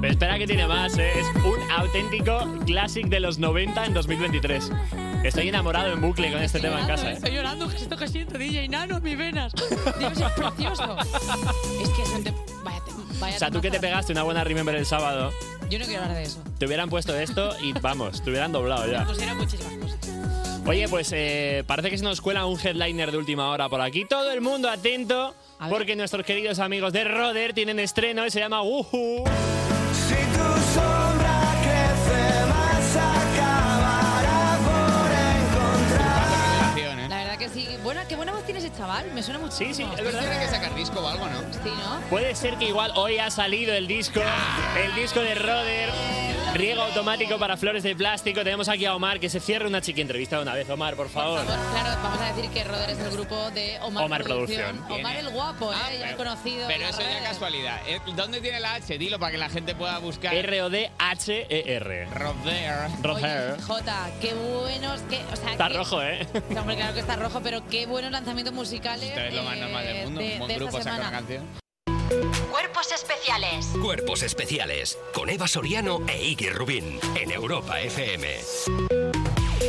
Pero espera que tiene más, ¿eh? Es un auténtico classic de los 90 en 2023. Estoy enamorado en bucle con este tema en casa, ¿eh?
Estoy llorando, que esto que siento, DJ Nano, mis venas. Dios, es precioso. Es que es un te- Vaya, te- vaya
O sea, tú que te
temazo.
pegaste una buena Remember el sábado,
Yo no quiero hablar de eso.
te hubieran puesto esto y vamos, te hubieran doblado ya.
Pues era muchísimas cosas.
Oye, pues eh, parece que se nos cuela un headliner de última hora por aquí. Todo el mundo atento, porque nuestros queridos amigos de Roder tienen estreno y se llama Wuhu.
Si tu sombra crece más, acabará por encontrar.
La verdad que sí. Bueno, qué buena voz tiene ese chaval. Me suena muchísimo. Sí, sí,
es verdad. Tiene que sacar disco o algo, ¿no?
Sí, ¿no?
Puede ser que igual hoy ha salido el disco, el disco de Roder. Riego automático para flores de plástico. Tenemos aquí a Omar, que se cierre una chica entrevista de una vez. Omar, por favor.
Claro, vamos a decir que Roder es el grupo de Omar,
Omar Producción. Ah,
Omar el guapo, ¿eh? ya
pero-
conocido.
Pero
en
eso ya
las
casualidad. Eh, ¿Dónde tiene la H? Dilo para que la gente pueda buscar.
R-O-D-H-E-R.
Roder.
Roder.
redes. Jota, qué buenos, qué, o sea,
Está
qué-
rojo,
O
¿eh?
sea, hombre, claro que está rojo, pero qué buenos lanzamientos musicales.
Esto es lo más
eh,
normal del mundo, un
de-
buen
de esta
grupo saca una
semana.
Cuerpos especiales
Cuerpos especiales con Eva Soriano e Iggy Rubín en Europa FM.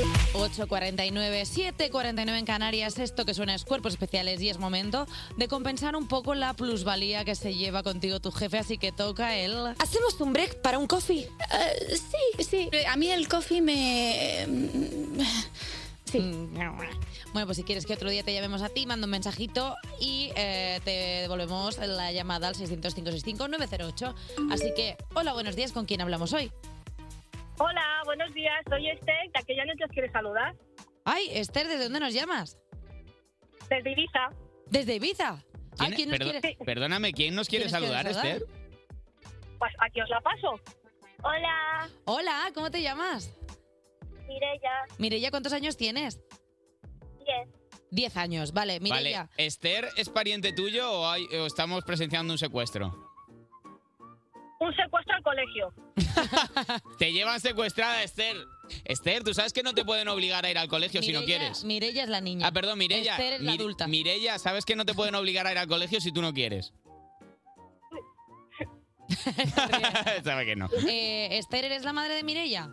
8.49, 7.49 en Canarias. Esto que suena es cuerpos especiales y es momento de compensar un poco la plusvalía que se lleva contigo tu jefe, así que toca el...
¿Hacemos un break para un coffee?
Eh,
sí, sí. A mí el coffee me... em, Sí.
Bueno, pues si quieres que otro día te llamemos a ti, manda un mensajito y eh, te devolvemos la llamada al 600-565-908. Así que, hola, buenos días, ¿con quién hablamos hoy?
Hola, buenos días. Soy Esther, de aquella noche os quiere saludar.
Ay, Esther, ¿desde dónde nos llamas?
Desde Ibiza.
¿Desde Ibiza? Ay, ¿quién nos
Perdo-
quiere?
Perdóname, ¿quién nos quiere
¿Quién nos
saludar,
quiere saludar?
Esther?
Pues aquí os la paso. Hola,
Hola, ¿cómo te llamas?
Mireya.
Mireya, ¿cuántos años tienes?
Diez.
Diez años, vale,
Vale,
Mireya.
¿Esther es pariente tuyo o, hay- o estamos presenciando un secuestro?
Un secuestro al colegio.
Te llevan secuestrada, Esther. Esther, tú sabes que no te pueden obligar a ir al colegio si no quieres.
Mirella es la niña.
Ah, perdón, Mirella.
Esther es la
Mir-
adulta.
Mirella, sabes que no te pueden obligar a ir al colegio si tú no quieres. Sabe que no.
Eh, Esther, ¿eres la madre de Mirella?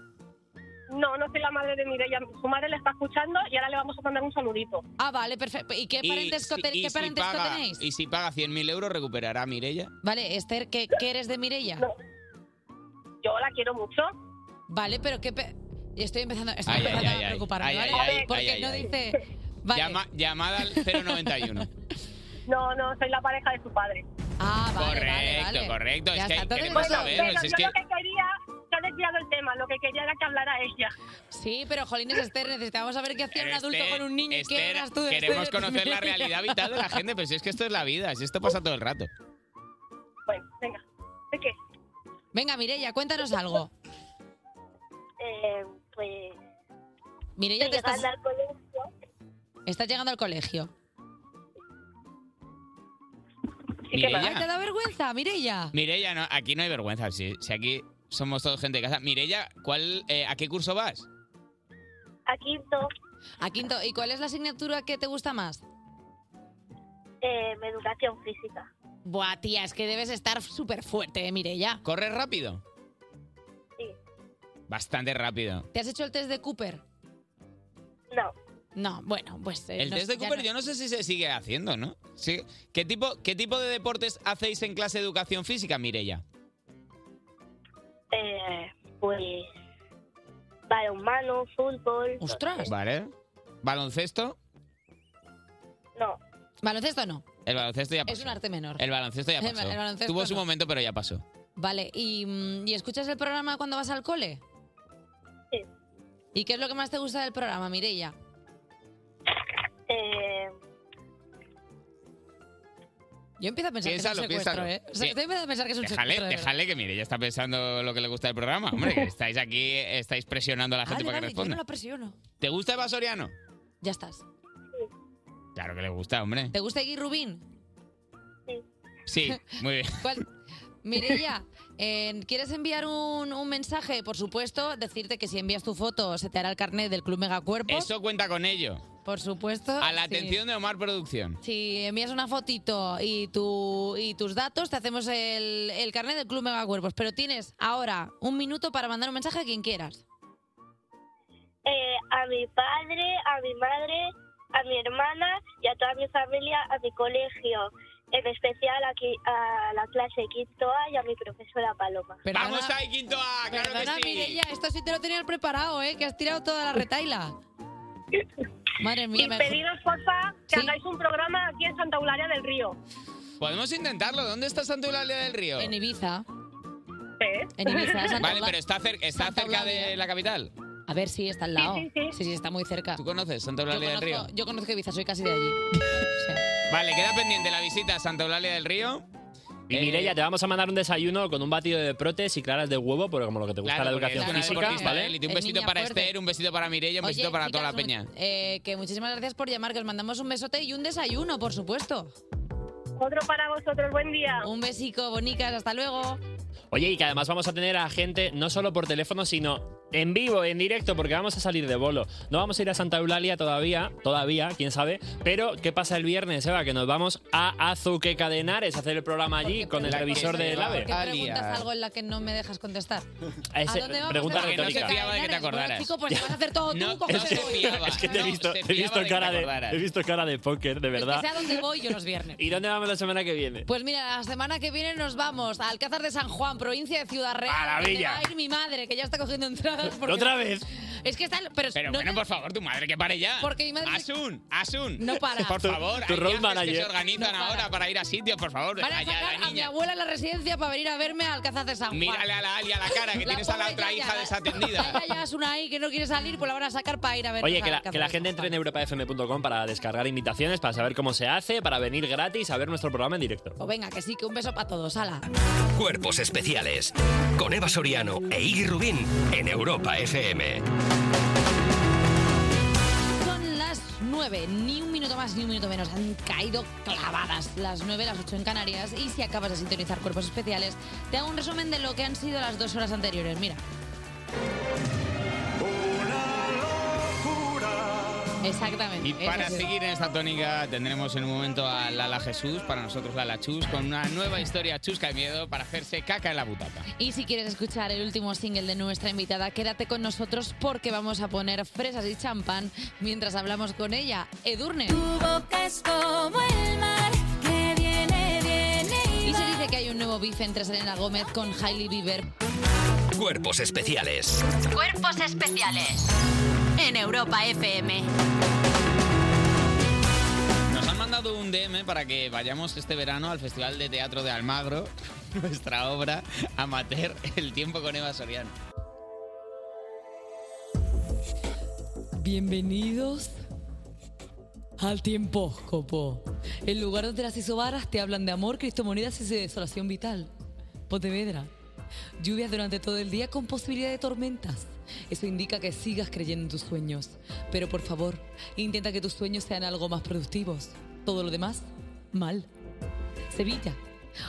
No, no soy la madre de Mireia. Su madre la está escuchando y ahora le vamos a mandar un saludito.
Ah, vale, perfecto. ¿Y qué
Y
parentesco,
si-
te-
y
qué
si
parentesco
paga-
tenéis?
Y si paga 100.000 euros, recuperará a Mirella.
Vale, Esther, ¿qué, qué eres de Mirella?
Yo la quiero mucho.
Vale, pero qué... pe- Estoy empezando, estoy
Ay, ay,
empezando
ay,
a
ay.
preocuparme,
Ay,
¿vale?
ay, ay,
Porque
ay,
no
ay, ay.
dice... Vale.
Llama- llamada al 091.
No, no, soy la pareja de su padre.
Ah,
correcto, correcto.
Ya
es que
está,
hay-
entonces
queremos
Bueno,
saber.
pero
si es
yo
que-
lo que quería, se ha desviado el tema, lo que quería era que hablara ella.
Sí, pero Jolines, Esther, necesitamos saber qué hacía un
Esther,
adulto con un niño. y ¿Qué
Esther,
eras tú de
queremos
Esther?
conocer la realidad vital de la gente, pero si es que esto es la vida, si esto pasa todo el rato.
Venga, ¿de qué?
Venga, Mirella, cuéntanos algo.
Eh, pues...
Mirella, te
estoy
estás,
llegando al colegio.
estás llegando al colegio. Ay, ¿Te
Mirella,
da vergüenza, Mirella?
Mirella, no, aquí no hay vergüenza, si, si aquí somos todos gente de casa. Mirella, ¿cuál, eh, ¿a qué curso vas?
A quinto.
A quinto. ¿Y cuál es la asignatura que te gusta más?
Eh, educación física.
Buah, tía, es que debes estar eh, súper fuerte, Mirella.
¿Corres rápido?
Sí.
Bastante rápido.
¿Te has hecho el test de Cooper?
No.
No, bueno, pues... eh,
El
no
test
sé,
de
ya
Cooper
no-
yo no sé si se sigue haciendo, ¿no? Sí. ¿Qué, tipo, ¿Qué tipo de deportes hacéis en clase de educación física, Mirella?
Eh, pues... Balonmano, fútbol...
¿Vale? ¿Baloncesto?
No.
Baloncesto no.
El baloncesto ya pasó.
Es un arte menor.
El baloncesto ya
El ba-
pasó.
el baloncesto
Tuvo su
no.
momento, pero ya pasó.
Vale, ¿y, mm, ¿y escuchas el programa cuando vas al cole?
Sí.
¿Y qué es lo que más te gusta del programa, Mirella?
Eh,
Yo empiezo a pensar
Piénsalo,
que es un secuestro,
piénsalo.
¿eh? O sea,
Pi-
estoy empezando a pensar que es un
Déjale,
secuestro. de verdad.
déjale que mire, ya está pensando lo que le gusta del programa. Hombre, que estáis aquí, estáis presionando a la gente
Vale,
para
vale,
que
yo no
responda.
la presiono.
¿Te gusta Eva Soriano?
Ya estás.
Claro que le gusta, hombre.
¿Te gusta Iggy Rubín?
Sí, muy bien.
¿Cuál? Mirella, eh, ¿quieres enviar un, un mensaje? Por supuesto, decirte que si envías tu foto se te hará el carnet del Club Megacuerpos.
Eso cuenta con ello.
Por supuesto.
A la
Ah, sí.
atención de Omar Producción.
Si envías una fotito y, tu, y tus datos, te hacemos el, el carnet del Club Megacuerpos. Pero tienes ahora un minuto para mandar un mensaje a quien quieras.
eh, a mi padre, a mi madre, a mi hermana y a toda mi familia, a mi colegio. En especial aquí a la clase quinto A y a mi profesora Paloma.
¡Vamos ahí, quinto A! ¡Claro
Perdona,
que sí!
Mireia, esto sí te lo tenías preparado, ¿eh? Que has tirado toda la retaila. Madre mía,
y
me-
pediros, porfa, que hagáis un programa aquí en Santa Eulalia del Río.
Podemos intentarlo. ¿Dónde está Santa Eulalia del Río?
En Ibiza.
¿Eh?
En Ibiza, Santa
Vale,
Eulalia.
pero está, cer- está cerca de la capital.
A ver si está al lado. Sí, sí, está muy cerca. ¿Tú
conoces Santa Eulalia del Río?
Yo conozco Ibiza, soy casi de allí.
Vale, queda pendiente la visita a Santa Eulalia del Río.
Y
Eh,
Mireia, te vamos a mandar un desayuno con un batido de protes y claras de huevo, pero como lo que te gusta
Claro,
la
porque
educación
es una
física,
deportista de
¿vale?
élite. Un
Es
besito
niña
para
fuerte.
Esther, un besito para Mireia, un
Oye,
besito para toda la
chicas,
peña.
mu- eh, que muchísimas gracias por llamar, que os mandamos un besote y un desayuno, por supuesto.
Otro para vosotros, buen día.
Un besico, bonicas, hasta luego.
este.
Oye, y que además vamos a tener a gente no solo por teléfono, sino en vivo, en directo, porque vamos a salir de bolo. No vamos a ir a Santa Eulalia todavía, todavía, quién sabe. Pero, ¿qué pasa el viernes, Eva? Que nos vamos a Azuqueca de Henares a hacer el programa allí con el revisor del AVE.
¿Por qué preguntas algo en la que no me dejas contestar?
A ese-
¿A dónde vamos?
pregunta
Porque
retórica.
No se fiaba de que te
acordaras.
Bueno, chico, pues vas a hacer todo tú. como
es, que, es que te he visto, te he visto cara de, he visto cara de póker, de
Que
verdad.
sea donde voy yo los viernes.
¿Y dónde vamos la semana que viene?
Pues mira, la semana que viene nos vamos a Alcázar de San Juan, provincia de Ciudad Real.
Maravilla.
donde va a ir mi madre, que ya está cogiendo entradas. porque-
¿Otra vez?
Es que está... Eh, Pero,
Pero
no-
bueno, por favor, tu madre que pare ya.
Porque mi madre-
Asun, Asun.
No para.
Por
Tu-
favor,
tu
hay
road
viajes que
manager.
se organizan ahora para ir a sitios, por favor.
Van a
allá
sacar
la
a mi
niña.
abuela a la residencia para venir a verme a Alcázar de San Juan.
Mírale a la Ali a la cara, que
La
tienes a la
pobre
otra
Yaya,
hija
la-
desatendida.
La Yaya es una ahí que no quiere salir, pues la van a sacar para ir a ver.
Oye, que la, que la gente entre en europafm.com para descargar invitaciones, para saber cómo se hace, para venir gratis a ver nuestro programa en directo.
Pues venga, que sí, que un beso para todos. Hala.
Cuerpos especiales con Eva Soriano e Iggy Rubín en Europa FM.
Son las nueve, ni un minuto más ni un minuto menos. Han caído clavadas las nueve, las ocho en Canarias. Y si acabas de sintonizar cuerpos especiales, te hago un resumen de lo que han sido las dos horas anteriores. Mira. Exactamente.
Y
es
para
así.
seguir en esta tónica tendremos en un momento a Lala Jesús, para nosotros Lala Chus, con una nueva historia chusca de miedo para hacerse caca en la butaca.
Y si quieres escuchar el último single de nuestra invitada, quédate con nosotros porque vamos a poner fresas y champán mientras hablamos con ella, Edurne.
es como el mar que viene, viene
Y se dice que hay un nuevo bife entre Selena Gómez con Hailey Bieber.
Cuerpos especiales.
Cuerpos especiales en Europa FM.
Nos han mandado un DM para que vayamos este verano al Festival de Teatro de Almagro, nuestra obra amateur El tiempo con Eva Soriano.
Bienvenidos al tiempo, copo. El lugar donde las isobaras te hablan de amor, cristomonedas y de desolación vital. Pontevedra. Lluvias durante todo el día con posibilidad de tormentas. Eso indica que sigas creyendo en tus sueños. Pero por favor, intenta que tus sueños sean algo más productivos. Todo lo demás, mal. Sevilla.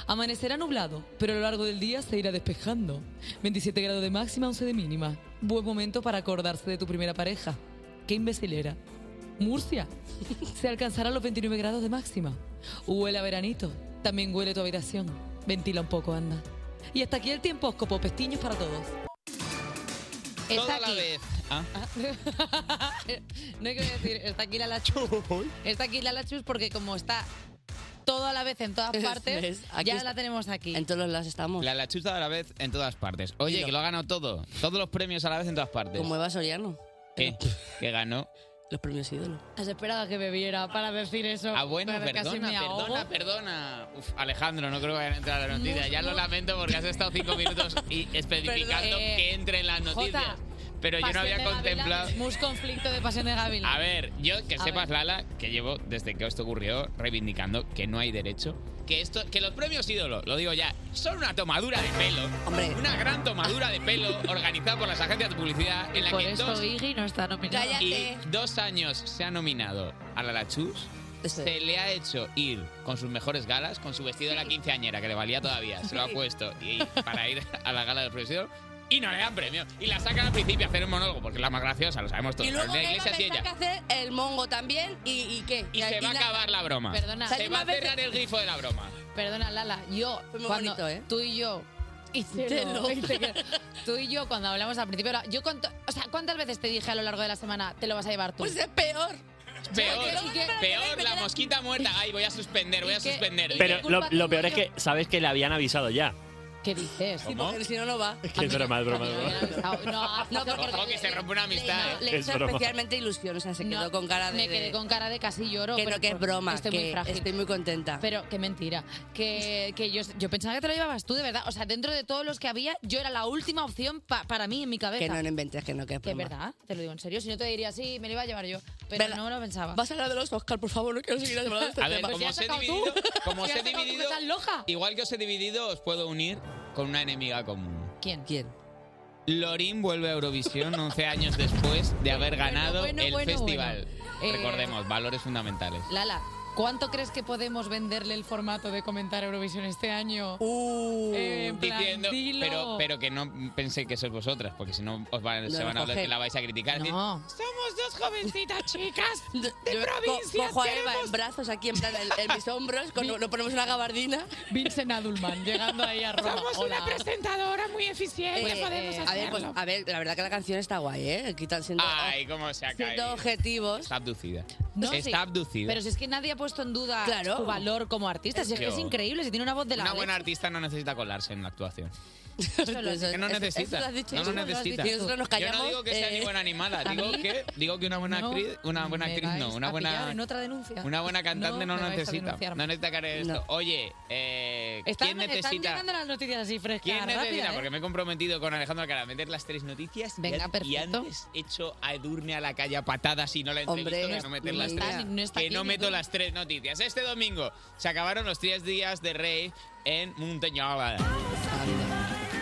Amanecerá nublado, pero a lo largo del día se irá despejando. 27 grados de máxima, 11 de mínima. Buen momento para acordarse de tu primera pareja. Qué imbécil era. Murcia. Se alcanzará los 29 grados de máxima. Huele a veranito. También huele tu habitación. Ventila un poco, anda. Y hasta aquí el tiempo, Oscopo. Pestiños para todos.
Está
Toda la
aquí.
vez.
Ah.
no hay que decir, está aquí la Lachus. Está aquí la Lachus porque como está todo a la vez en todas
Eso
partes,
es, aquí
ya
está.
la tenemos aquí.
En todos los lados estamos.
La lachuza a la vez en todas partes. Oye, que lo ha ganado todo. Todos los premios a la vez en todas partes.
Como Eva Soriano.
¿Qué? ¿Qué ganó?
Los premios ídolo.
Has esperado a que bebiera para decir eso.
Ah, bueno,
Pero
perdona,
casi me ahogo.
perdona, perdona. Uf, Alejandro, no creo que vayan a entrar las noticias. Ya lo lamento porque has estado cinco minutos y especificando
Perdón. eh,
que entren las
Jota,
noticias. pero yo no
Pasión
había
de Gavilán,
contemplado.
Mus conflicto de pasión de Gavilán.
A ver, yo que
A
sepas,
ver.
Lala, que llevo desde que esto ocurrió reivindicando que no hay derecho. Que esto, que los premios ídolo, lo digo ya, son una tomadura de pelo. Una gran tomadura de pelo organizada por las agencias de publicidad en la
Por
que
eso
dos,
Iggy no está nominado.
y dos años se ha nominado a la Lachus. Se le ha hecho ir con sus mejores galas, con su vestido de la quinceañera, que le valía todavía, se lo ha
Sí.
puesto y, para ir a la gala del profesor. Y no le dan premio. Y la sacan al principio a hacer un monólogo, porque es la más graciosa, lo sabemos todos.
Y luego
la
que
iglesia sí ella.
que hacer el mongo también. ¿Y, y qué?
Y se va a acabar la broma.
Perdona.
Se va a cerrar el grifo de la broma.
Perdona, Lala, yo
Fue muy
cuando
bonito, ¿eh?
tú y yo y te
Te
lo-
lo-
y te- tú y yo cuando hablamos al principio, era- yo cuánto- o sea, ¿cuántas veces te dije a lo largo de la semana te lo vas a llevar tú? Pues es peor.
Peor,
Y que-
peor, la mosquita muerta. Ay, voy a suspender, voy a suspender.
Pero lo, lo peor es que sabes que le habían avisado ya.
¿Qué dices?
Sí, ¿Cómo? porque
si no, no va.
Es que es broma, es broma. es broma.
No,
no, porque
Ojo, que se rompe una amistad. ¿eh?
le,
Es
hizo
broma.
especialmente ilusión. O sea, se quedó con cara de.
me quedé con cara de casi lloro.
Que
pero
no, que es
por-
broma.
Estoy
que
muy frágil.
Estoy muy contenta.
Pero qué mentira. Que, que yo, yo pensaba que te lo llevabas tú, de verdad. O sea, dentro de todos los que había, yo era la última opción pa- para mí en mi cabeza.
que no, no inventes, que no, que es
Que es
broma.
verdad, te lo digo en serio. Si no te diría, sí, me lo iba a llevar yo. Pero
Venga,
no lo pensaba. Pues
Vas a hablar de los Oscar, por favor, no quiero seguir hablando de este
A ver,
tema.
como os he dividido, como os he dividido, igual que os he dividido, os puedo unir con una enemiga común.
¿Quién?
¿Quién?
Lorín vuelve a Eurovisión 11 años después de haber ganado
bueno,
el
bueno,
festival.
bueno. Eh,
Recordemos, valores fundamentales.
Lala, ¿cuánto crees que podemos venderle el formato de comentar Eurovisión este año? Eh, en plan,
Uh, Diciendo,
dilo.
pero, pero que no penséis que sois vosotras, porque si no os van,
Lo
se
de
van a hablar
Jorge.
que la vais a criticar.
No.
Somos dos jovencitas
chicas
de
provincia,
Cojo a Eva
tenemos-
en brazos, aquí en plan, en, en mis hombros, con, lo ponemos una gabardina.
Vincent Adulman, llegando ahí a Roma. Somos una Hola.
presentadora muy
eficiente, podemos
Eh, a ver, pues,
hacerlo.
a ver, la verdad que la canción está guay, ¿eh? Quitan siendo,
Ay, cómo se ha
siendo
caído.
objetivos.
Está abducida.
No,
Está
sí.
abducida.
Pero si es que nadie ha puesto en duda
Claro.
su valor como artista. Si es que
Yo.
es increíble, si tiene una voz de la
Una
leche.
buena artista no necesita colarse en la actuación.
Eso-
que no
eso-
necesita.
eso lo has dicho,
no,
eso
no
lo has
necesita.
dicho. Y nosotros nos
Yo
callamos,
no digo que sea
eh,
ni buena ni mala.
a
Digo
mí-
que, digo que una buena
No,
actriz, una buena
me
actriz no,
vais
una
a
buena
pillar en
otra denuncia.
Una buena cantante
No,
no,
me vais a
necesita.
denunciarme.
No necesita caer esto. Oye, eh,
Están-
¿quién
Están
necesita?
llegando las noticias así frescas.
¿Quién necesita?
rápidas, ¿eh?
Porque me he comprometido con Alejandro Alcalá a meter las tres noticias. y
Venga,
an- y,
perfecto.
antes he hecho a Edurne a la calle a patadas y no la entrevisto
Hombre,
que no meter
no
las
está
tres.
ni- no está
que
aquí
no
ni
meto
tú.
las tres noticias. Este domingo se acabaron los tres días de rave en Montañola.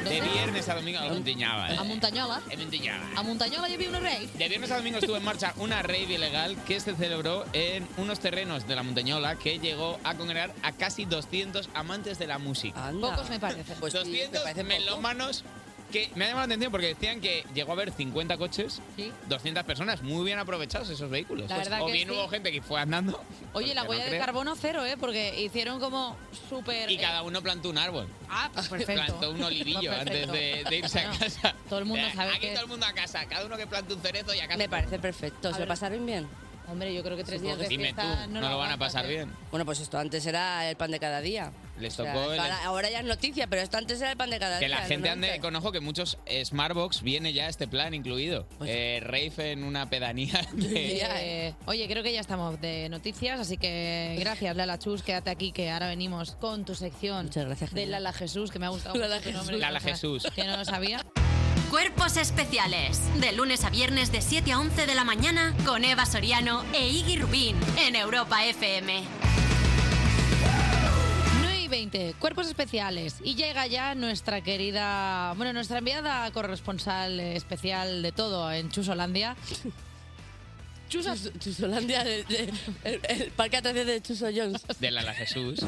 De viernes a domingo a Montañola.
A Montañola.
En Montañola.
A Montañola yo vi una rave.
De viernes a Este domingo estuvo en marcha una rave ilegal que se celebró en unos terrenos de la Montañola que llegó a congregar a casi 200 amantes de la música.
Pocos me parecen.
200 melómanos que me ha llamado la atención porque decían que llegó a haber 50 coches, 200 personas, muy bien aprovechados esos vehículos.
La verdad
o
que
bien
sí.
hubo gente que fue andando.
Oye, la
porque no
huella de
creo.
carbono cero, ¿eh? Porque hicieron como súper... eh,
Y cada uno plantó un árbol.
Ah, pues perfecto.
Plantó un olivillo
Pues
antes
perfecto.
de, de irse a
Bueno,
casa.
Todo
Oh,
el mundo
Eh,
sabe
Aquí
que...
todo el mundo a casa, cada uno que plante un cerezo y a casa.
Me parece perfecto. ¿Se lo pasaron bien?
Hombre, yo creo que tres
Supongo
días de
que sí.
fiesta
Dime tú,
no,
no
lo
lo van a
aguantas,
pasar
¿eh?
bien.
Bueno, pues esto antes era el pan de cada día.
Les
O sea,
tocó el-
ahora, ahora ya es noticia, pero esto antes era el pan de cada
Que
día.
la gente
¿no?
ande con ojo que muchos Smartbox viene ya este plan incluido.
Pues
Eh, rave en una pedanía. de-
Eh, oye, creo que ya estamos de noticias, así que gracias, Lala Chus, quédate aquí, que ahora venimos con tu sección de Lala Jesús, que me ha gustado mucho
Lala
tu nombre,
Jesús.
Lala
o sea,
Jesús.
Que no lo sabía.
Cuerpos especiales. De lunes a viernes de 7 a 11 de la mañana con Eva Soriano e Iggy Rubín en Europa FM.
9 y 20, cuerpos especiales. Y llega ya nuestra querida, bueno, nuestra enviada corresponsal especial de todo en Chusolandia.
Chus- Chusolandia, de- de- el, el parque de atracciones de Chuso Jones.
De Lala Jesús.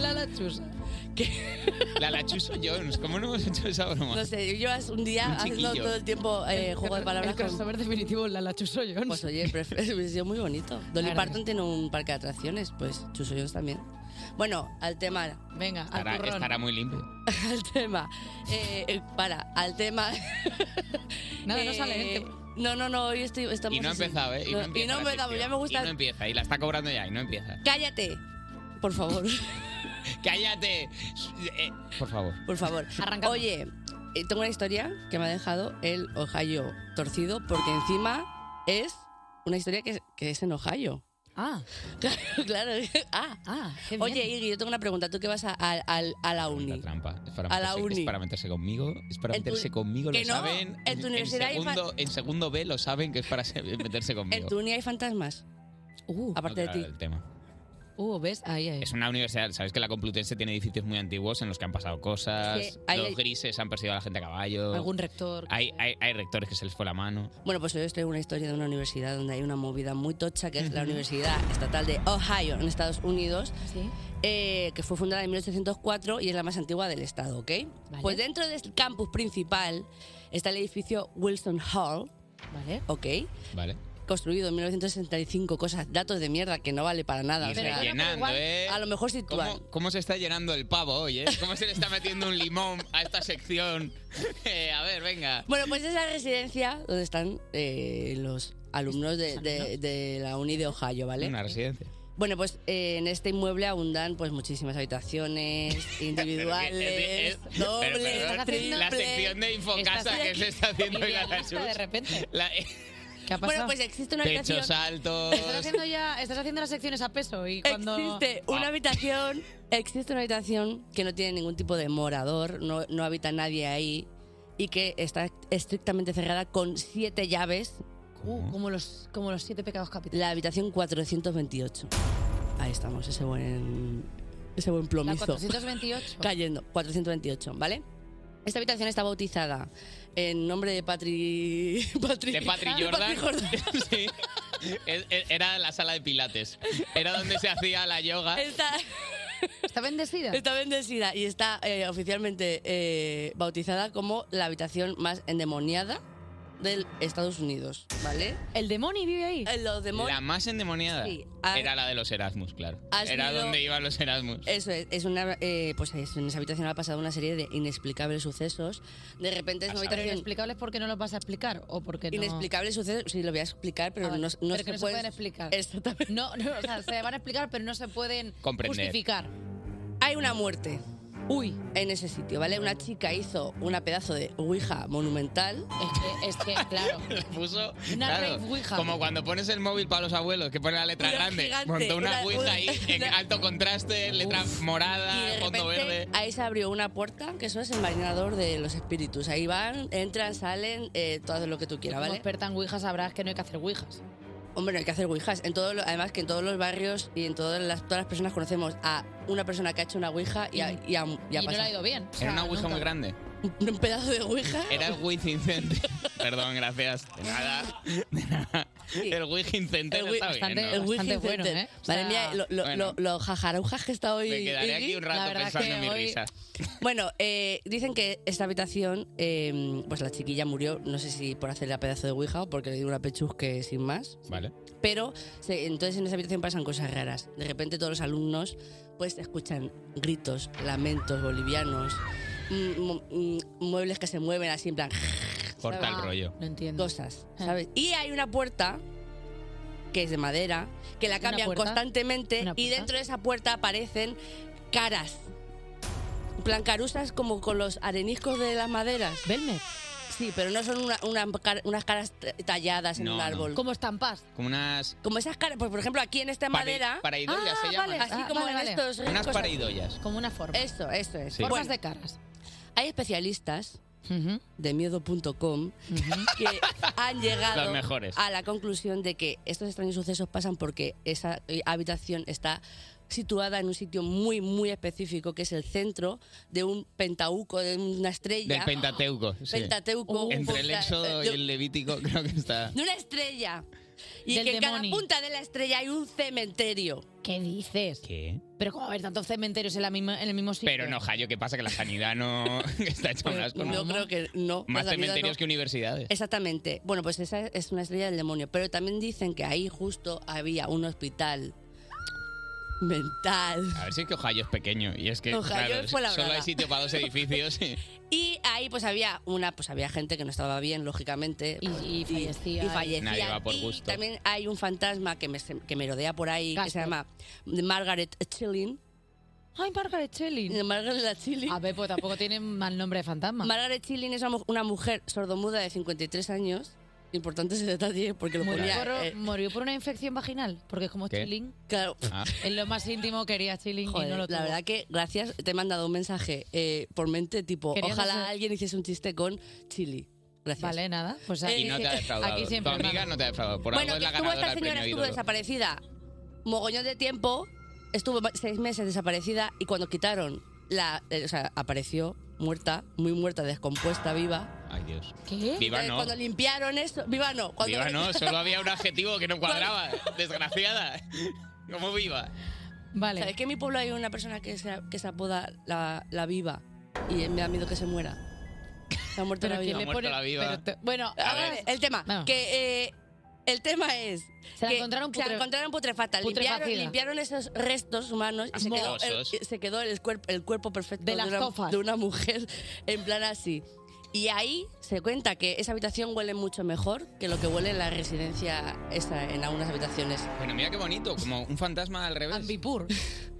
Lala Chus.
Lala Chuso Jones. ¿Cómo no hemos hecho esa broma?
No sé, llevas un día
Un
haciendo
chiquillo.
todo el tiempo eh, juego de palabras.
El crossover definitivo, Lala Chuso Jones.
Pues oye, pref- hubiera sido muy bonito. Dolly Parton tiene un parque de atracciones, pues Chuso Jones también. Bueno, al tema.
Venga,
Estará,
al turrón.
estará muy limpio.
al tema. Eh, eh, para, al tema.
Nada, no sale,
Eh, No, no, no, hoy estoy, estamos.
Y no ha
así.
empezado, ¿eh?
No, Y no
la
empezamos,
sección.
ya me gusta.
Y no empieza, y la está cobrando ya, y no empieza.
¡Cállate! Por favor.
¡Cállate! Eh, por favor.
Por favor. Oye, eh, tengo una historia que me ha dejado el Ohio torcido porque encima es una historia que, que es en Ohio.
Ah.
Claro, claro. Ah. Oye, Iggy, yo tengo una pregunta. ¿Tú qué vas a, a- al- a la uni?
Trampa. Es para,
A la
meterse, es
uni.
para meterse conmigo, es para
En tu-
meterse conmigo, lo
que no,
saben.
en tu universidad hay
en
fa-
segundo, en segundo B lo saben que es para se- meterse conmigo.
¿En tu uni hay fantasmas? aparte de
No, claro,
ti.
el tema.
Uh, ¿ves? Ahí, ahí.
Es una universidad, sabes que la Complutense tiene edificios muy antiguos en los que han pasado cosas,
Sí, ahí
los
hay-
grises han perseguido a la gente a caballo.
Algún rector que-
Hay, hay- hay rectores que se les fue la mano.
Bueno, pues hoy os traigo una historia de una universidad donde hay una movida muy tocha, que es la
Ujú.
Universidad Estatal de Ohio, en Estados Unidos, eh, que fue fundada en 1804 y es la más antigua del estado, ¿ok? Pues dentro del campus principal está el edificio Wilson Hall,
¿vale?
¿ok?
Vale.
Construido en 1965, cosas, datos de mierda que no vale para nada.
Y
o sea,
rellenando, ¿eh?
A lo mejor sitúan.
¿Cómo, cómo se está llenando el pavo hoy, eh? ¿Cómo se le está metiendo un limón a esta sección? Eh, a ver, venga.
Bueno, pues es la residencia donde están eh, los alumnos de, de- de la Uni de Ohio, ¿vale?
Una residencia.
Bueno, pues eh, en este inmueble abundan pues muchísimas habitaciones individuales,
Pero que- pero,
dobles,
perdón, la sección de Infocasa que se está haciendo hoy la Jesús.
repente.
La-
¿Qué ha pasado?
Bueno, pues existe una
Techos
habitación.
altos.
Estás haciendo ya, estás haciendo las secciones a peso y cuando...
Existe
Ah.
una habitación, existe una habitación que no tiene ningún tipo de morador, no, no habita nadie ahí y que está estrictamente cerrada con siete llaves.
como los como los siete pecados capitales.
La habitación 428. Ahí estamos, ese buen ese buen
La
plomizo.
428.
cayendo. 428, ¿vale? Esta habitación está bautizada en nombre de Patri. Patri...
De Patrick
Ah, de
Jordan.
Patrick Jordan.
Sí. Es- es- Era la sala de pilates. Era donde se hacía la yoga.
Está...
está bendecida.
Está bendecida y está eh, oficialmente eh, bautizada como la habitación más endemoniada del Estados Unidos, ¿vale? Eh,
El demonio vive ahí.
Los demonios.
La más endemoniada
Sí, has-
era la de los Erasmus, claro.
has
Era
ido-
donde iban los Erasmus.
Eso es, es una, eh, pues eso, en esa habitación ha pasado una serie de inexplicables sucesos. De repente es una
Pero
habitación
inexplicables porque no los vas a explicar o porque no...
inexplicables sucesos, sí lo voy a explicar, pero
Ah, vale.
no,
Pero
se,
que no se
puede-
pueden explicar. No, no, o sea, se van a explicar, pero no se pueden
Comprender.
justificar.
Hay una muerte.
Uy.
En ese sitio, ¿vale? Una chica hizo una pedazo de ouija monumental.
Es que, es que claro.
Puso,
Una
claro,
red ouija.
como cuando pones el móvil para los abuelos, que pone la letra
Una
grande,
gigante,
montó una,
una-
ouija ahí, en alto contraste, letra morada,
y de
fondo
repente
verde.
ahí se abrió una puerta que eso es el marinador de los espíritus. Ahí van, entran, salen, eh, todo lo que tú quieras,
Como
¿vale?
experta en ouijas sabrás que no hay que hacer ouijas.
Hombre, no hay que hacer ouijas. En todo lo- además que en todos los barrios y en todas las, todas las personas conocemos a una persona que ha hecho una ouija y, ha- y ha- y ha
Y no le
pasado.
ha ido bien.
Era una ouija muy grande.
Un pedazo de ouija.
Era el Wiz Incente. Perdón, gracias. De nada. De nada. El Wiggin Center
Wi-
está bien. ¿no? ¿eh?
el Wiggins Center. ¿eh? Madre mía, lo- lo-
Bueno.
lo- los jajarujas que está hoy.
Me quedaré
Iggy.
aquí un rato pensando en mi risa.
Bueno, eh, dicen que esta habitación, eh, pues la chiquilla murió, no sé si por hacerle a pedazo de Ouija o porque le dio una pechuzque sin más.
Vale.
Pero se- entonces en esa habitación pasan cosas raras. De repente todos los alumnos pues escuchan gritos, lamentos bolivianos, mm, mu- mm, muebles que se mueven así en plan...
Corta el
¿sabes?
rollo.
No entiendo. Cosas,
Eh.
¿sabes? Y hay una puerta que es de madera, que la
¿Una
cambian
puerta?
constantemente
¿Una
y
puerta?
dentro de esa puerta aparecen caras. En plan carusas como con los areniscos de las maderas.
¿Belmer?
Sí, pero no son una- una car- unas caras t- talladas en
No,
un
no.
árbol.
Como
estampas.
Como unas.
Como esas caras, pues por ejemplo aquí en esta
Pare-
madera.
pareidoias se Ah, llaman. vale,
Así
ah,
como
vale,
en
vale.
estos.
Unas
cosas.
pareidoias.
Como una forma.
Eso, eso es.
Sí. Formas
de
caras.
Hay especialistas de miedo.com que han llegado
Los mejores.
a la conclusión de que estos extraños sucesos pasan porque esa eh, habitación está situada en un sitio muy, muy específico, que es el centro de un pentauco, de una estrella.
Del Pentateuco. sí.
Pentateuco.
Entre el
Ponta-
Éxodo y
de-
el Levítico, creo que está.
de una estrella. Y
Del
que en cada
demonio.
punta de la estrella hay un cementerio.
¿Qué dices?
¿Qué?
Pero como haber tantos cementerios en, la misma, en el mismo sitio.
Pero en Ohio, ¿qué pasa? Que la sanidad no está hecha un asco.
Yo creo que no.
Más
la sanidad
cementerios
no.
que universidades.
Exactamente. Bueno, pues esa es una estrella del demonio. Pero también dicen que ahí justo había un hospital mental.
A ver si es que Ohio es pequeño. Y es que,
Ohio
claro,
es Fuenlabrada.
solo hay sitio para dos edificios. y-
Y ahí pues había una, pues había gente que no estaba bien, lógicamente. Y,
fallecía.
Y fallecía.
Nadie va por
Y
gusto.
también hay un fantasma que me, que me rodea por ahí, que se llama Margaret Chilling.
Ay, Margaret Chilling.
Margaret Chilling.
A ver, pues tampoco tiene mal nombre de fantasma.
Margaret Chilling es una mu- una mujer sordomuda de 53 años. Importante ese detalle porque lo
Murió
ponía...
por,
eh,
murió por una infección vaginal, porque es como
¿Qué?
chilling.
claro.
Ah.
En lo más íntimo quería chilling
Joder,
y no lo tuvo.
la verdad que gracias, te he mandado un mensaje eh, por mente tipo,
Queríamos
ojalá
ser-
alguien hiciese un chiste con Chili. Gracias.
Vale, nada. Pues
y no te ha defraudado. tu amiga no te ha defraudado. Por
bueno,
algo
que
es la
estuvo
ganadora
esta
del
señora
premio
estuvo
ídolo.
desaparecida mogollón de tiempo, estuvo va- seis meses desaparecida y cuando quitaron la, eh, o sea, apareció muerta, muy muerta, descompuesta, viva.
Ay, Dios.
¿Qué?
Viva no.
Cuando limpiaron eso, viva no. Cuando
Viva no, solo había un adjetivo que no cuadraba. Desgraciada. ¿Cómo viva?
Vale.
¿Sabes que en mi pueblo hay una persona que se, que se apoda la, la viva y me da miedo que se muera? Se ha muerto
Pero
la
que
viva.
le Ha muerto pone- la viva. pero te- bueno,
Ah,
a ver.
vale, el tema. Que eh, el tema es.
Se la
que
encontraron
se la
putre-
encontraron putrefacta. Limpiaron,
putrefacida.
limpiaron esos restos humanos y se quedó, el,
Asquerosos.
se quedó el, cuerp- el cuerpo perfecto
De las
una-
tofas.
de una mujer en plan así. Y ahí se cuenta que esa habitación huele mucho mejor que lo que huele en la residencia esa, en algunas habitaciones.
Bueno, mira qué bonito, como un fantasma al revés.
Ambipur.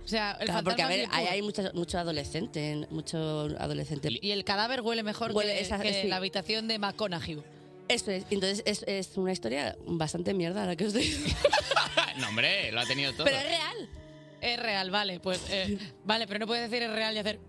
O sea, el
Claro,
fantasma
porque a ver,
Blipur.
ahí hay mucho, mucho adolescente, mucho adolescente.
Y el cadáver huele mejor
Huele
que,
esa-
que
sí.
la habitación de McConaughey.
Eso es, entonces eh, es, es una historia bastante mierda la que os digo.
Ah, No, hombre, lo ha tenido todo.
Pero es real.
Es real, vale. Pues eh, vale, pero no puedes decir es real y hacer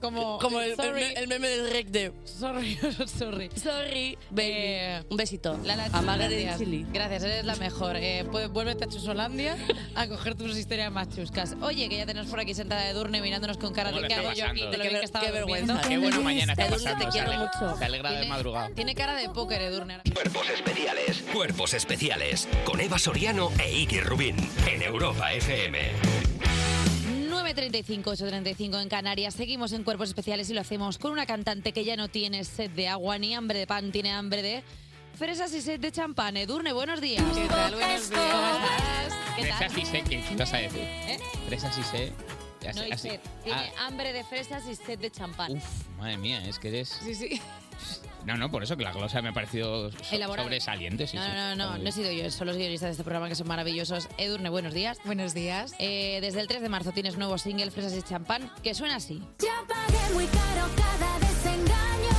como,
Como el- el
sorry.
me- el meme del rec de
Sorry, sorry. Eh,
Sorry, baby. Un besito.
La la
a Margaret
gracias.
Chili.
Gracias, eres la mejor. Eh, pues, vuélvete a Chusolandia a coger tus historias más chuscas. Oye, que ya tenemos por aquí sentada de Durne mirándonos con cara
¿Cómo
de
le
qué
está
hago yo aquí,
pasando?
de lo bien que estaba
Qué
durmiendo.
vergüenza, Ah, qué bueno mañana está pasando.
te quiero
se ale-
mucho.
Se alegra de madrugada.
Tiene cara de póker, eh, Edurne. ahora.
Cuerpos especiales. Cuerpos especiales. Con Eva Soriano e Iggy Rubín. En Europa FM.
9.35, 8.35 en Canarias. Seguimos en Cuerpos Especiales y lo hacemos con una cantante que ya no tiene sed de agua ni hambre de pan, tiene hambre de fresas y sed de champán. Edurne, buenos días. ¿Qué tal? Buenos días.
Fresas y sé, ¿qué qué vas a decir?
¿Eh?
Fresas y sé. Ya
No
sé,
hay
así.
sed. Tiene hambre de fresas y sed de champán.
Ah, madre mía, es que eres.
Sí, sí.
No, no, por eso que la glosa me ha parecido so-
Elaborada.
sobresaliente. sí,
No,
sí.
no, no, no, no he sido yo, son los guionistas de este programa que son maravillosos. Edurne, buenos días. Buenos días. desde el 3 de marzo tienes nuevo single Fresas y Champán, que suena así.
Ya pagué muy caro cada desengaño.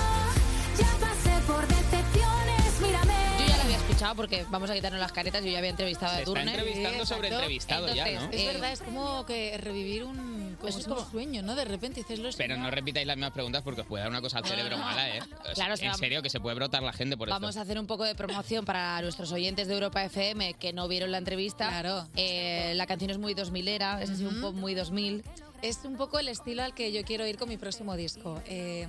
Ya pasé por decepciones, mírame.
Yo ya la había escuchado porque vamos a quitarnos las caretas, yo ya había entrevistado a
Se está
Edurne.
entrevistando sobre
Exacto.
entrevistado ya,
Entonces,
¿no?
eh,
Es verdad, es como que revivir un, como si fuera un sueño, ¿no? De repente dices los
Pero no repitáis las mismas preguntas porque os puede dar una cosa al cerebro mala, ¿eh? O sea,
Ah, Claro, o sea,
en serio, que se puede brotar la gente por esto.
Vamos a hacer un poco de promoción para nuestros oyentes de Europa FM que no vieron la entrevista. Eh, Claro. la canción es muy 2000 era, es así un pop muy 2000.
Es un poco el estilo al que yo quiero ir con mi próximo disco. Eh,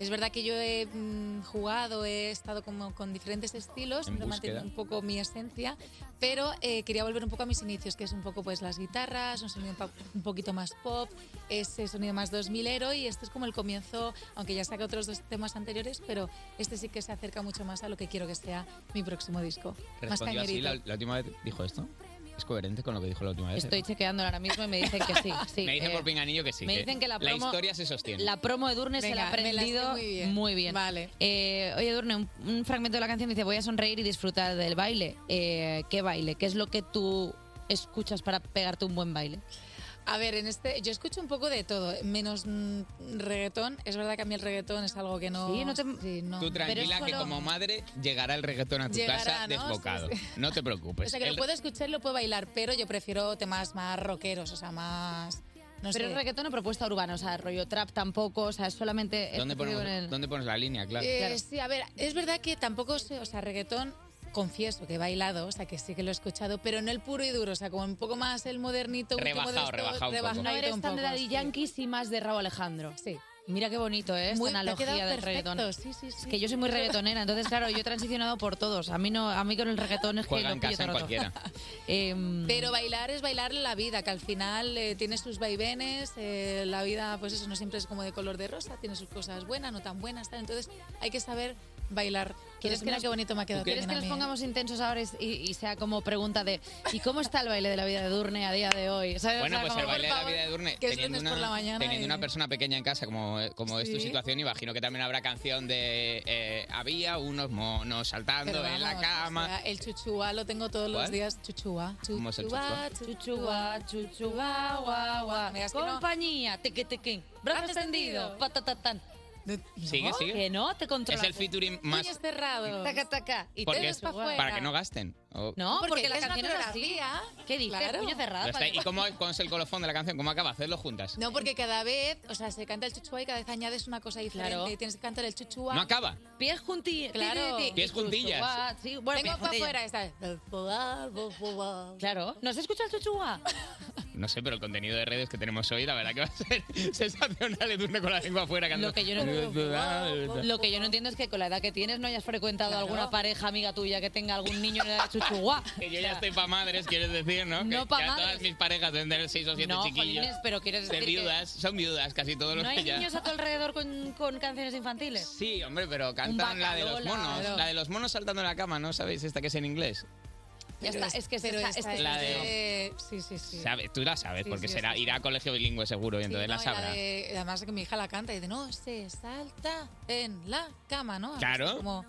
Es verdad que yo he mm, jugado, he estado como con diferentes estilos,
En
siempre manteniendo
búsqueda.
un poco mi esencia, pero eh, quería volver un poco a mis inicios, que es un poco pues las guitarras, un sonido pa- un poquito más pop, ese sonido más 2000 ero y este es como el comienzo, aunque ya saqué otros dos temas anteriores, pero este sí que se acerca mucho más a lo que quiero que sea mi próximo disco. Más
Respondió así
cañerito.
la, la última vez. ¿Dijo esto? ¿Es coherente con lo que dijo la última vez? ¿eh?
Estoy chequeándolo ahora mismo y me dicen que sí. sí
me dicen
eh,
por pinganillo que sí.
me dicen que la promo-
historia se sostiene.
La promo de Durne se la ha
Venga, me la sé
aprendido
muy bien.
Vale. oye, Durne, un, un fragmento de la canción dice: Voy a sonreír y disfrutar del baile. Eh, ¿Qué baile? ¿Qué es lo que tú escuchas para pegarte un buen baile?
A ver, en este yo escucho un poco de todo, menos mm, reggaetón. Es verdad que a mí el reggaetón es algo que no.
Sí, no
sí, no.
Tú tranquila que como madre llegará el reggaetón a tu
Llegará,
casa
¿no? Sí,
desbocado.
sí.
No te preocupes.
o sea, que
pues El-
lo puedo escuchar y lo puedo bailar, pero yo prefiero temas más rockeros, o sea, más. No
Pero
sé.
es reggaetón o propuesta urbana, o sea, rollo trap tampoco, o sea, es solamente.
¿Dónde,
específico
ponemos,
en el-
dónde pones la línea? Claro.
Eh, Sí, a ver, es verdad que tampoco sé, o sea, reggaetón confieso que he bailado, o sea, que sí que lo he escuchado, pero no el puro y duro, o sea, como un poco más el modernito, último
Rebajado,
de esto,
rebajado un poco.
No eres tan de
poco,
Daddy
sí.
Yankee, sí más de Raúl Alejandro.
Sí.
Mira qué bonito, ¿eh? Esta
Muy- te ha
analogía
quedado
del
perfecto,
reggaetón.
sí, sí,
Es
sí.
que yo soy muy reggaetonera, entonces, claro, yo he transicionado por todos. A mí, no, a mí con el reggaetón es
Juega
que
en
lo pillo
casa en
todo roto.
cualquiera.
Em,
Pero bailar es bailar la vida, que al final eh, tiene sus vaivenes, eh, la vida, pues eso, no siempre es como de color de rosa, tiene sus cosas buenas, no tan buenas, tal. Entonces hay que saber bailar. Entonces,
¿Quieres que
mira
nos-
qué bonito me ha quedado
¿Quieres que
también a
nos
mí, ¿eh?
pongamos intensos ahora y, y- y sea como pregunta de ¿y cómo está el baile de la vida de Durne a día de hoy? ¿Sabes?
Bueno,
O sea,
pues
como,
el
por
baile de la
favor,
vida de Durne.
que es
Teniendo,
lunes por la mañana
teniendo
y-
una persona pequeña en casa, como, eh, como es tu
Sí.
situación, imagino que también habrá canción de eh, Había unos monos saltando
Pero
en la
vamos,
cama.
o sea, el chuchua lo tengo todos
¿Cuál?
los días. Chuchua.
¿Cómo es el
Chuchua, chuchua, chuchua,
pues-
guau, guau. Mira, es que no-
Compañía, teque teque, brazo extendido, patatatán.
Sigue, sigue.
Que no, te controlas. este
Es el featuring más.
Puños cerrados. Taca, taca. Y
porque
dedos
es-
pa' fuera.
para que no gasten. O-
No, porque,
Porque
la
es
canción
una
es así. ¿Qué dices?
claro.
Puño cerrado.
Ya está. ¿Y cómo, cómo es el colofón de la canción? ¿Cómo acaba? Hacedlo juntas.
No, porque cada vez, o sea, se canta el chuchua y cada vez añades una cosa diferente.
Claro.
Y tienes que cantar el chuchua.
No acaba.
Pies juntillas.
Claro.
Pies juntillas.
Sí, bueno,
Vengo
pies
para
juntillas.
afuera, esta.
Claro. ¿No se escucha el chuchua?
No sé, pero el contenido de redes que tenemos hoy, la verdad que va a ser sensacional. Edurne con la lengua afuera. cantando.
Lo que yo
Ah,
no, lo que yo no entiendo es que con la edad que tienes no hayas frecuentado alguna pareja amiga tuya que tenga algún niño en edad de chuchuá.
Que yo ya estoy pa' madres, quieres decir, ¿no?
No
que,
pa'
que a todas
madres.
mis parejas deben tener seis o siete
No,
chiquillos.
jolines, pero quiero
De
decir que-
viudas, son viudas casi todos
¿No
los
hay
que ya...
niños a tu alrededor con, con canciones infantiles?
Sí, hombre, pero cantan la de los
bacalao,
monos.
claro.
La de los monos saltando en la cama, ¿no sabéis esta que es en inglés?
Ya está, es que es
pero
esta-
esta
es que
es
es
La
de- Sí, sí, sí.
¿Sabes? Tú la sabes,
Sí,
porque
sí,
será
sí, sí.
irá a colegio bilingüe seguro y entonces
No,
la
y la
sabrá.
de- además que mi hija la canta y dice, no, se salta en la cama, ¿no?
Claro.
Es como-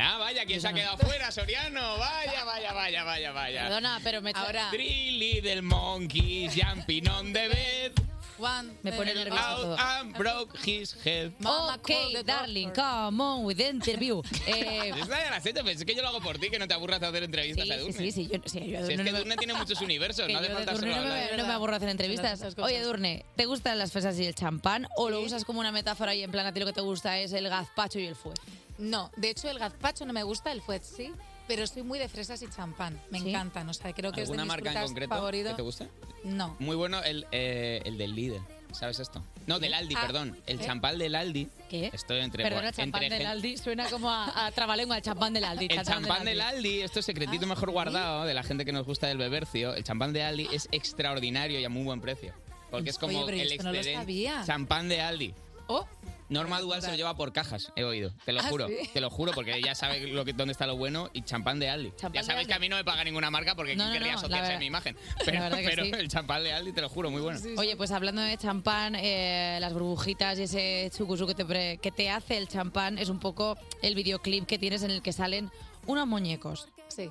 Ah, vaya, ¿quién se ha quedado fuera, Soriano? Vaya, vaya, vaya, vaya, vaya.
Perdona, pero me
Ahora-
Trilly del monkey, jumping on the bed.
Juan,
Me pone
fell
nerviosa
out
todo.
and broke his head.
Ok, darling, come on with the interview. Eh,
Es la de las siete, pero es que yo lo hago por ti, que no te aburras de hacer entrevistas
Sí,
a
sí,
Edurne.
sí, sí, yo- sí, yo a
Si es
Edurne
que
no-
Edurne tiene muchos universos,
que
no hace
yo de
falta
Edurne
solo
no me,
hablar.
no me aburro de hacer entrevistas.
tantas cosas.
Oye, Edurne, ¿te gustan las fresas y el champán o lo usas como una metáfora y en plan a ti lo que te gusta es el gazpacho y el fue?
No, de hecho el gazpacho no me gusta, el fuet sí, pero soy muy de fresas y champán. Me encantan, o sea, creo que es de
¿Alguna
mis
marca en
frutas
concreto
favoritas.
que te guste?
No.
Muy bueno el, eh, el del líder. ¿Sabes esto? No, del Aldi,
Ah,
perdón. El
¿eh?
champán del Aldi.
¿Qué?
Estoy entre...
Perdona,
bueno,
champán
entre
del
gente-
Aldi suena como a, a trabalengua, el champán del Aldi.
El champán del Aldi, esto es secretito mejor guardado de la gente que nos gusta del bebercio. El champán de Aldi es extraordinario y a muy buen precio. Porque es como
Oye, pero
el
esto no lo
excedente.
sabía.
Champán de Aldi.
Oh,
Norma Dual se lo lleva por cajas, he oído. Te lo
¿Ah,
juro,
sí?
te lo juro, porque ella sabe lo que, dónde está lo bueno y champán de Aldi. ya
de
sabes que a mí no me paga ninguna marca porque
No,
quien
no,
querría
no, la
asociarse a
verdad-
mi imagen.
la
Pero,
verdad que
pero
sí.
el champán de Aldi, te lo juro, muy bueno.
Oye, pues hablando de champán, eh, las burbujitas y ese chucusu que te, pre- que te hace el champán es un poco el videoclip que tienes en el que salen unos muñecos.
Sí.
Em,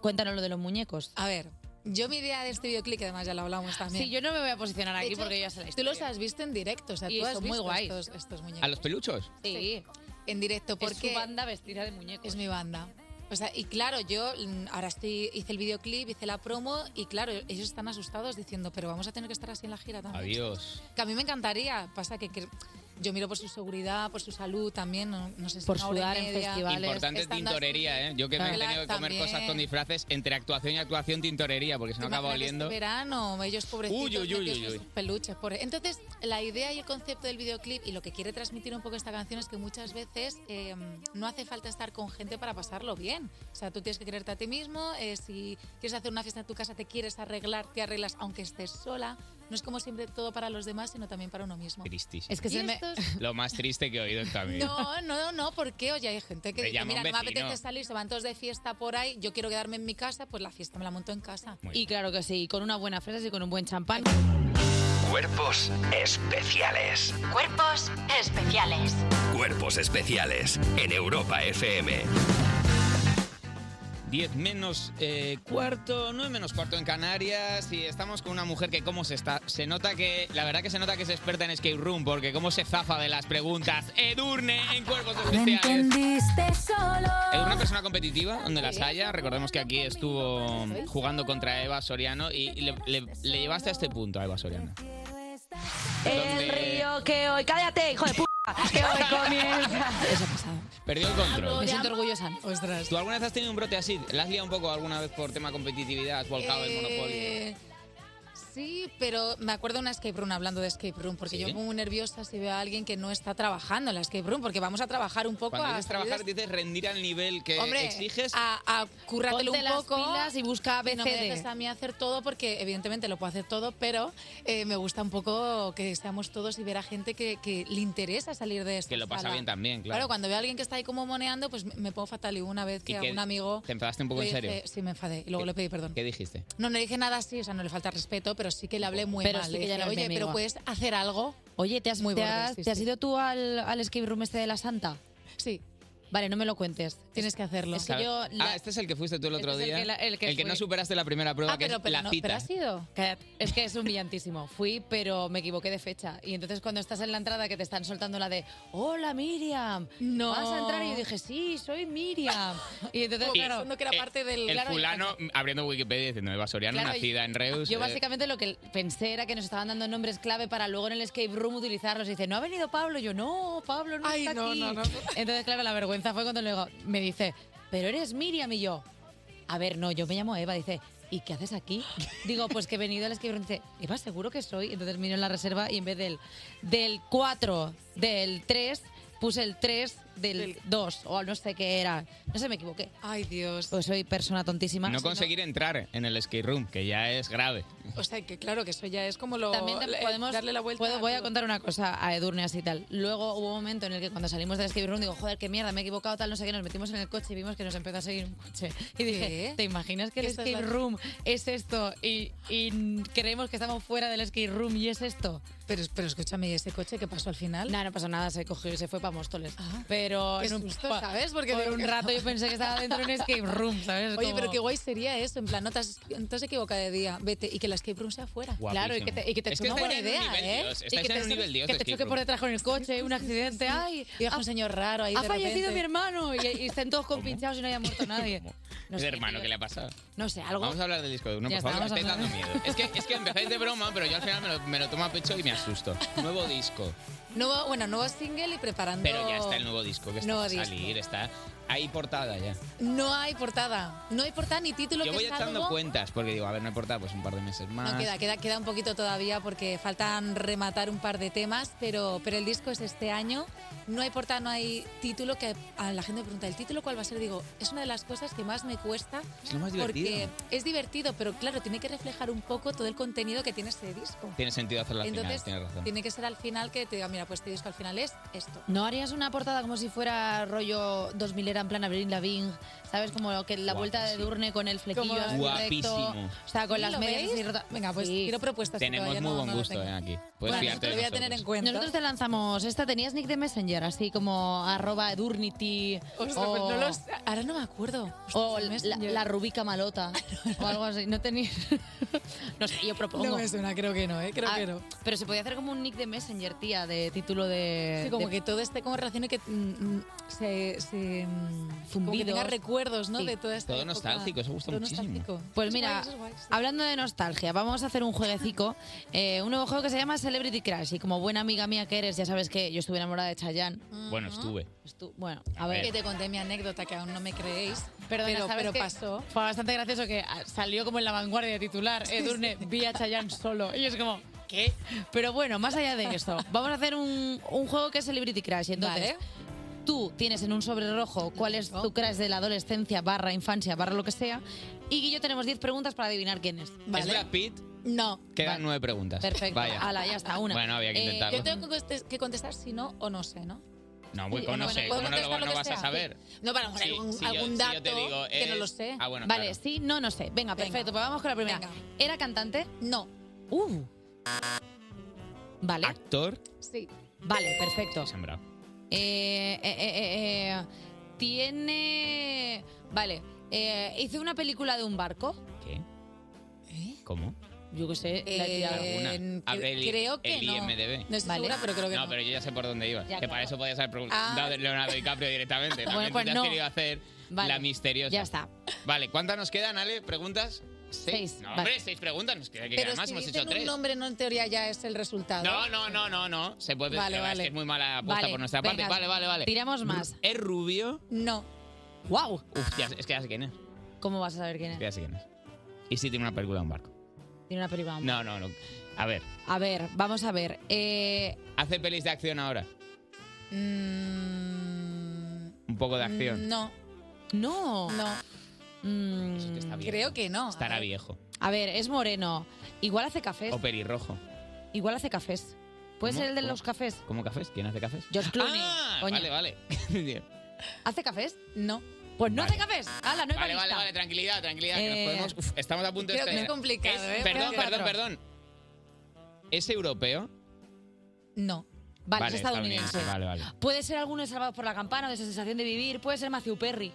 cuéntanos lo de los muñecos.
A ver, yo mi idea de este videoclip, que además ya lo hablamos también.
Sí, yo no me voy a posicionar aquí porque yo ya sé la
Tú los has visto en directo, o sea,
Y
tú has
son muy
visto
guays.
estos, estos muñecos.
¿A los peluchos?
Sí. En directo, porque...
su banda vestida de muñecos.
Es mi banda. O sea, y claro, yo mm, ahora estoy, hice el videoclip, hice la promo y claro, ellos están asustados diciendo, pero vamos a tener que estar así en la gira también.
Adiós.
Que a mí me encantaría, pasa que, cre- yo miro por su seguridad, por su salud también, no, no sé si
Por
una hora y
sudar en
media.
festivales.
Importante
Stand-up
tintorería, ¿eh? Yo que me he
Claro,
tenido que comer
también.
cosas con disfraces entre actuación y actuación, tintorería, porque si no acaba
Imagínate
oliendo.
este verano, ellos pobrecitos
Uy, uy, uy,
metidos en
uy, uy.
sus peluches. pobre- Entonces, la idea y el concepto del videoclip y lo que quiere transmitir un poco esta canción es que muchas veces eh, no hace falta estar con gente para pasarlo bien. O sea, tú tienes que quererte a ti mismo, eh, si quieres hacer una fiesta en tu casa, te quieres arreglar, te arreglas aunque estés sola. No es como siempre todo para los demás, sino también para uno mismo.
Tristísimo.
Y estos-
Lo más triste que he oído en toda mi vida.
no, no, no, porque oye, hay gente que
Me
dice,
llama
mira,
un
no me
vecino".
apetece salir, se van todos de fiesta por ahí, yo quiero quedarme en mi casa, pues la fiesta me la monto en casa.
Y claro que sí, con una buena fresa y con un buen champán.
Cuerpos especiales.
Cuerpos especiales.
Cuerpos especiales en Europa FM.
10 menos eh, cuarto, 9 menos cuarto en Canarias y estamos con una mujer que cómo se está, se nota que, la verdad que se nota que es experta en escape room porque cómo se zafa de las preguntas. Edurne en Cuerpos Especiales.
Entendiste solo.
Es una persona competitiva, donde las haya. Recordemos que aquí estuvo jugando contra Eva Soriano y le, le- le llevaste a este punto a Eva Soriano.
El río que hoy. Cállate, hijo de puta. Que hoy comienza.
Perdió
Ah,
el control.
Me siento orgullosa.
¿Tú alguna vez has tenido un brote así? ¿La has liado un poco alguna vez por tema competitividad? ¿Has volcado el monopolio?
Eh, Sí, pero me acuerdo de una escape room hablando de escape room, porque
¿Sí?
yo me pongo muy nerviosa si veo a alguien que no está trabajando en la escape room, porque vamos a trabajar un poco
Cuando
a
dices trabajar,
salidas-
dices rendir al nivel que
Hombre,
exiges.
a, a currártelo
Ponte
un
las
poco
pilas y busca
que No me
ABCD.
dejes a mí hacer todo porque evidentemente lo puedo hacer todo, pero eh, me gusta un poco que seamos todos y ver a gente que, que le interesa salir de esto.
Que lo pasa bien también, claro.
cuando veo a alguien que está ahí como moneando, pues me- me pongo fatal y una vez que
Y
a
que
un amigo
Te enfadaste un poco
le
en serio.
dije- sí me enfadé y luego le pedí perdón.
¿Qué dijiste?
No, no le dije nada así, o sea, no le falta respeto, pero sí que le hablé muy
Pero
mal.
sí
Le
que ya
dije,
no es mi
oye, pero
amiga".
puedes hacer algo.
Oye, ¿te has,
Muy
te
borde,
has-
sí,
te has
sí.
ido tú al, al escape room este de la Santa?
Sí.
Vale, no me lo cuentes.
Tienes que hacerlo.
Es que yo...
Ah,
la-
este es el que fuiste tú el otro
Este es el
día.
que la- el que fui.
no superaste la primera prueba,
Ah,
que es la
no,
cita.
has ido? Cállate. Es que es humillantísimo. Fui, pero me equivoqué de fecha. Y entonces cuando estás en la entrada que te están soltando la de Hola Miriam,
no.
vas a entrar. Y yo dije, sí, soy Miriam. Y entonces,
Y-
claro,
no que era parte del...
el fulano abriendo Wikipedia diciendo Eva Soriano,
Claro,
nacida en Reus.
Yo
eh,
básicamente lo que pensé era que nos estaban dando nombres clave para luego en el escape room utilizarlos. Y dice, ¿no ha venido Pablo? Y yo, no, Pablo no
Ay,
está
no,
aquí.
no, no.
Entonces, claro, la vergüenza fue cuando luego me dice, pero eres Miriam y yo. A ver, no, yo me llamo Eva. Dice, ¿y qué haces aquí? Digo, pues que he venido al escape room. Dice, Eva, seguro que soy. Entonces miro en la reserva y en vez del, del 4, del 3, puse el 3 del 2 o no sé qué era. No sé, me equivoqué.
Ay, Dios.
Pues soy persona tontísima.
no
Si no-
conseguir entrar en el skate room, que ya es grave.
O sea, que claro, que eso ya es como lo...
También te-
le- eh,
podemos
darle la vuelta.
puedo- voy a
todo.
contar una cosa a Edurne así y tal. Luego hubo un momento en el que cuando salimos del escape room digo, joder, qué mierda, me he equivocado, tal, no sé qué, nos metimos en el coche y vimos que nos empezó a seguir un coche. Y dije,
¿Qué?
¿te imaginas que el
Que esta es
escape
la-
room es esto y, y Mm, creemos que estamos fuera del escape room y es esto?
Pero, pero escúchame, ¿y ese coche qué pasó al final?
No, no pasó nada, se cogió y se fue para Móstoles. pero
Ah, qué
en un,
susto,
pa-
¿sabes? Porque
por
digo
un
que-
rato yo pensé que estaba dentro de un escape room, ¿sabes?
Oye, pero
Como-
qué guay sería eso. En plan, no te has, no te has equivocado de día. Vete y que la escape room sea fuera.
Claro, y que te, y que te
Es
una
estáis
buena
en un
idea,
nivel
¿eh?
Dios,
Y
estáis
que
en
te-
un nivel Dios,
Que te
escape
choque por
room.
detrás con el coche, un accidente, ¡ay! ah.
Y deja un señor raro ahí
Ha
de
fallecido
repente.
mi hermano y, y están todos compinchados y no haya muerto nadie.
Es hermano, ¿qué le ha pasado?
No sé, algo...
Vamos a hablar del disco de Urno,
Ya
por favor, me
está,
estáis
vamos
dando miedo. Es que, es que empezáis de broma, pero yo al final me lo, me lo tomo a pecho y me asusto. Nuevo disco.
Nuevo, bueno, nuevo single y preparando...
Pero ya está el nuevo disco que está
Nuevo
a
disco.
salir, está ahí portada ya.
No hay portada. No hay portada ni título
Yo
que
voy
salvo-
echando cuentas, porque digo, a ver, no he portada pues un par de meses más.
No, queda, queda, queda un poquito todavía porque faltan rematar un par de temas, pero, pero el disco es este año. No hay portada, no hay título, que a la gente me pregunta, ¿el título cuál va a ser? Digo, es una de las cosas que más me cuesta.
Es lo más
porque
divertido.
es divertido, pero claro, tiene que reflejar un poco todo el contenido que tiene este disco.
Tiene sentido hacerlo al final,
Entonces,
tienes razón.
tiene que ser al final que te diga, mira, pues este disco al final es esto.
¿No harías una portada como si fuera rollo 2000 era en plan Abril Lavigne? ¿Sabes? Como que la vuelta de Durne con el flequillo
Como-
así
Guapísimo.
recto, O sea, con
¿Sí,
las
lo
medias
veis?
así rotas.
Venga, pues quiero propuestas.
Tenemos muy buen gusto eh, aquí. Puedes
Bueno,
fiarte de
lo voy a
nosotros.
tener en
cuenta.
Nosotros te lanzamos esta, tenías nick de Messenger, así como arroba edurnity
Ostras, pues
Oh.
no lo sé. ahora no me acuerdo.
o la, la rubica malota o algo así. No tenía. no sé, yo propongo.
No me suena, creo que no, ¿eh? Creo
Ah,
que no.
Pero se podía hacer como un nick de Messenger, tía, de título de.
Sí, como
de-
que todo esté como relación y que mm, mm, se, se, mm, como que
Zumbidos.
tenga recuerdos, ¿no?
Sí.
De toda esta
Todo
época.
nostálgico, eso gusta
Todo
muchísimo.
nostálgico.
Pues
Es
mira,
guay, eso es guay, sí.
hablando de nostalgia, vamos a hacer un jueguecico, eh, un nuevo juego que se llama Celebrity Crash. Y como buena amiga mía que eres, ya sabes que yo estuve enamorada de Chayanne.
Bueno, estuve.
Bueno, a ver.
Que te conté mi anécdota que aún no me creéis.
Perdona,
pero,
¿sabes
pero
qué?
pasó.
Fue bastante gracioso que ah, salió como en la vanguardia titular. Edurne, vi a Chayanne solo. Y es como, ¿qué? Pero bueno, más allá de eso, vamos a hacer un, un juego que es Celebrity Crash. Entonces, tú tienes en un sobre rojo cuál es tu crash de la adolescencia, barra infancia, barra lo que sea. Y yo tenemos 10 preguntas para adivinar quién es.
¿Es Brad Pitt?
No.
Quedan nueve preguntas.
Perfecto.
Vaya.
Ala, ya está, una.
Bueno, había que
Eh,
intentarlo.
yo tengo que contes- que contestar si no o no sé, ¿no?
No, voy
Sí,
con pues no
bueno,
sé,
puedo
¿cómo no, lo,
contestar lo
no
que
vas a
sea,
saber?
sí. No, para a lo mejor
Sí,
algún-
si yo-
algún
si yo te
dato
digo
que no
es-
lo sé.
Ah, bueno,
vale,
claro.
sí, no, no sé. Venga, perfecto. Pues vamos con la primera. ¿Era cantante?
No.
Uh. Vale.
Actor.
Sí.
Vale, perfecto.
Sembrado.
Eh, eh, eh, eh, eh, tiene. Vale. Eh, hice una película de un barco.
¿Qué? ¿Cómo?
Yo qué sé. la he tirado.
¿Alguna? Abre el, el IMDb.
No estoy Vale. segura, pero creo que no.
pero yo ya sé por dónde iba.
Ya,
que para
claro.
eso podías haber
Ah.
preguntado de Leonardo DiCaprio directamente.
Bueno,
También
pues
te has
no.
querido hacer
Vale.
la misteriosa.
Ya está.
Vale, ¿cuántas nos quedan, Ale? ¿Preguntas?
Seis,
No,
vale.
hombre, seis preguntas. Nos queda que
Pero
además
si
hemos
dicen
hecho tres.
un nombre, no en teoría ya es el resultado.
No, no, no, no, no. Se puede.
Vale,
la verdad es
vale.
que es muy mala apuesta
Vale,
por nuestra
venga,
parte. Vale, vale, vale.
tiramos más.
¿Es
Eh,
rubio?
No.
¡Wow!
Uf, ya- es que ya sé quién es.
¿Cómo vas a saber quién
Es
es?
que ya sé quién es. Y sí tiene una película de un barco.
Tiene una película.
No, no, no. A ver,
A ver, vamos a ver. Eh,
¿hace pelis de acción ahora?
Mm,
Un poco de acción.
No.
No. Mm,
No.
está bien.
Creo que no.
Estará viejo.
A ver, es moreno. Igual hace cafés.
O pelirrojo.
Igual hace cafés. ¿Puede
¿Cómo?
ser el de
¿Cómo?
los cafés?
¿Cómo cafés? ¿Quién hace cafés?
George Clooney.
Ah,
coño.
vale, vale.
¿Hace cafés? No. Pues no
Vale.
hace cafés. ¡Hala, no he
vale, vale, vale, tranquilidad, tranquilad. que nos
Eh,
podemos- Uf, estamos a punto de
creo que
estallar.
es complicado, ¿eh? Creo
Perdón,
que
perdón,
cuatro.
perdón. ¿Es europeo?
No. Vale, es estadounidense.
Vale, vale.
Puede ser alguno de Salvados por la Campana, o de esa sensación de vivir. Puede ser Matthew Perry.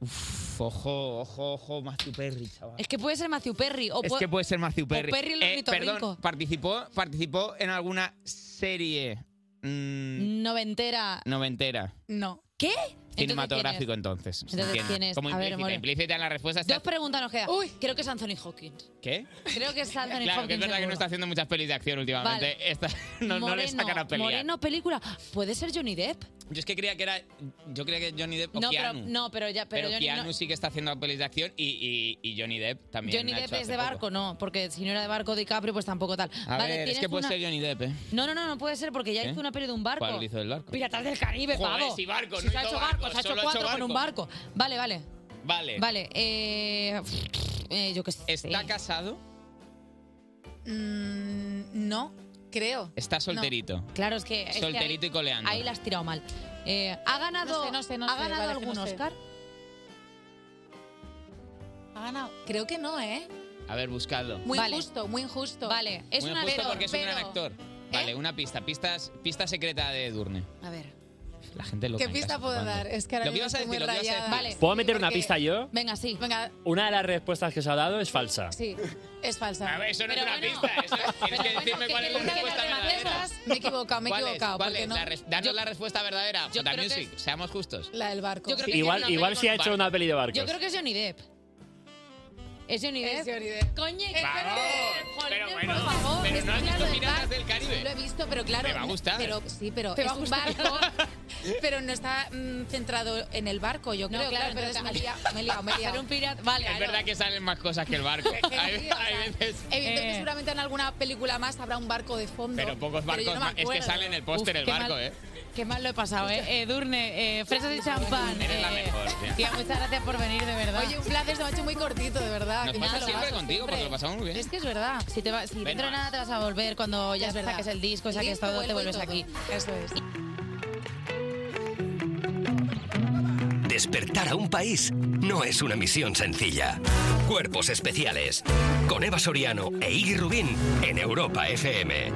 Uf, ojo, ojo, ojo, Matthew Perry, chaval.
Es que puede ser Matthew Perry. O
Es
pu-
que puede ser Matthew Perry.
O Perry el
Eh,
ornitorrinco.
perdón, participó, participó en alguna serie mm,
Noventera.
noventera.
No. ¿Qué?
Cinematográfico entonces.
Entonces,
entiendo.
¿quién es?
Como
A ver,
implícita,
More.
implícita en la respuesta está-
Dos preguntas nos quedan. Uy, creo que es Anthony Hawkins.
¿Qué?
Creo que es Anthony
Claro, que es
Hawkins.
verdad que no
seguro.
está haciendo muchas pelis de acción últimamente. Esta- no, no le sacan a pelear.
Moreno, película. ¿Puede ser Johnny Depp?
Yo es que creía que era. Yo creía que Johnny Depp o
No, pero,
Keanu.
no, pero ya, pero,
pero
Johnny,
Keanu
no-
sí que está haciendo pelis de acción y, y- y Johnny Depp también.
Johnny
ha
Depp
hecho
es
hace
de
poco.
barco, no, porque si no era de barco DiCaprio, pues tampoco tal.
A
vale,
ver, es
tienes
que puede
una-
ser Johnny Depp, ¿eh?
No, no, no, no puede ser porque ya
¿Qué?
hizo una peli de un barco.
¿Cuál hizo el barco?
Piratas del Caribe,
Joder,
pavo.
si barco,
Si
no
se ha
hizo
hecho
barco,
barco, se ha hecho
solo ha
cuatro
hecho
con un
barco.
barco. Vale, vale.
Vale.
Vale, eh, eh, yo qué sé.
¿Está casado?
Mm, no, creo.
Está solterito.
Claro, es que. es que
Solterito
ahí-
y coleando.
Ahí la has tirado mal. Eh, ¿Ha ganado,
No sé, no sé, no
¿ha
sé,
ganado
vale, que
algún
no sé.
Oscar?
Ha ganado. Creo que no, ¿eh?
A ver, buscadlo.
Muy injusto, muy injusto. Vale,
es
Muy
una-
justo
pero-
porque es un gran
pero- ¿eh?
actor. Vale, una pista. Pistas, pista secreta de Durne.
A ver.
La gente lo
¿Qué pista puedo dar? Es que ahora
Lo que
mismo
ibas a
estoy
decir,
muy
lo que ibas a
rayada.
decir.
Vale.
¿Puedo meter una pista yo?
Venga, sí.
Venga,
Una de las respuestas que os ha dado es falsa.
sí. Es falsa.
A ver, eso no es una pista. Eso, tienes que decirme cuál es la respuesta verdadera.
Me he equivocado, me he
¿Cuál es?
equivocado.
¿Cuál
porque
es?
no-
La res- danos la respuesta verdadera. Jota Music, seamos justos.
La del barco.
Yo creo que
Igual,
tiene una
igual
peli
si ha
con
hecho
barco.
una peli de barcos.
Yo creo que es Johnny Depp. ¿Es Johnny Depp? Coño, que-
Pero bueno, pero no has visto Piratas del Caribe.
Lo he visto, pero claro.
Te va a gustar.
Pero, sí, pero
Te
es
va a
un
gustar.
barco. pero no está mm, centrado en el barco, yo
No,
creo.
claro,
Claro, entonces
entonces-
me he liado, me he liado, me he liado.
Hacer un pirata- vale,
es verdad que salen más cosas que el barco. hay, hay veces.
Evidentemente, seguramente en alguna película más habrá un barco de fondo.
Pero pocos
pero
barcos
yo no me
más. Es que
acuerdo.
sale en el póster
Uf,
el
qué
barco,
mal.
¿eh?
Qué mal lo he pasado, ¿eh? Eh, Durne, eh, fresas y champán.
Eres la
eh,
mejor, tía.
tía, muchas gracias por venir, de verdad.
Oye, un placer, se me ha hecho muy cortito, de verdad.
Nos
Que
pasa
nada, lo
siempre
paso
contigo
siempre.
porque lo ¿eh? pasamos muy bien.
Es que es verdad. Si, te va, si dentro de
más.
nada te vas a volver cuando ya
Es verdad.
saques el disco,
El
saques
disco,
todo, te
vuelvo y
vuelves aquí.
Eso es.
Despertar a un país no es una misión sencilla. Cuerpos especiales. Con Eva Soriano e Iggy Rubín en Europa FM.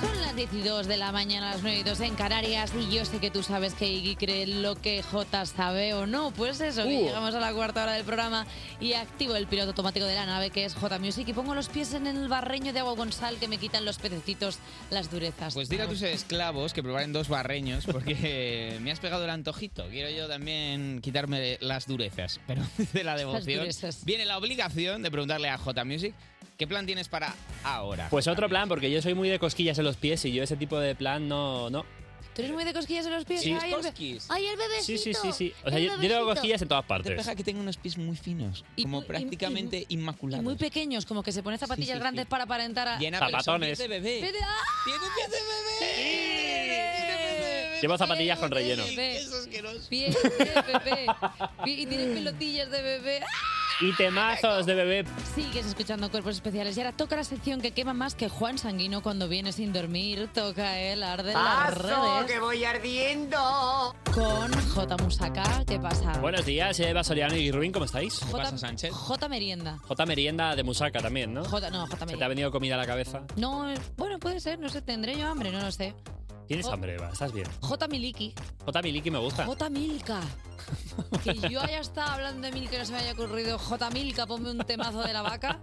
Son las 10 10 y 2 de la mañana a las 9 y 2 en Canarias. Y yo sé que tú sabes que Iggy cree lo que J sabe o no. Pues eso, que
Uh.
llegamos a la cuarta hora del programa y activo el piloto automático de la nave que es J Music y pongo los pies en el barreño de agua con sal que me quitan los pececitos las durezas.
Pues dile a tus esclavos que preparen dos barreños porque me has pegado el antojito. Quiero yo también quitarme las durezas, pero de la devoción
durezas.
viene la obligación de preguntarle a J Music qué plan tienes para ahora.
Pues otro plan, porque yo soy muy de cosquillas en los pies y yo ese tipo de plan no. no.
¿Tú eres muy de cosquillas en los pies?
Sí.
Ay, el, be-
Cosquis.
ay, el bebé.
Sí, sí, sí, sí. O sea, yo, yo tengo cosquillas en todas
Te
partes.
pega que tengo unos pies muy finos, como prácticamente
Y
inmaculados.
muy pequeños, como que se pone zapatillas
Sí, sí, sí.
grandes para aparentar a...
Llena, pero son pies de bebé.
Pero- ¡Ah!
Llevo zapatillas con relleno.
Bebé.
Pies
de bebé. Y tiene pelotillas de bebé. ¡Ah!
Y temazos de bebé.
Sigues escuchando Cuerpos Especiales y ahora toca la sección que quema más que Juan Sanguino cuando viene sin dormir. Toca el arde en las
¡Paso,
redes.
que voy ardiendo!
Con J Musaka, ¿qué pasa?
Buenos días, Eva Soriano y Rubín, ¿cómo estáis?
¿Qué pasa,
Sánchez?
J Merienda.
J merienda de musaca también, ¿no?
J, no, J
¿Se te ha
Merienda.
venido comida a la cabeza?
No, eh, bueno, puede ser, no sé, tendré yo hambre, no lo sé.
¿Tienes
Oh.
hambre, Eva? ¿Estás bien?
J Miliki.
J Miliki me gusta.
J Milka. Que yo haya estado hablando de Milka y no se me haya ocurrido. J Milka, ponme un temazo de la vaca.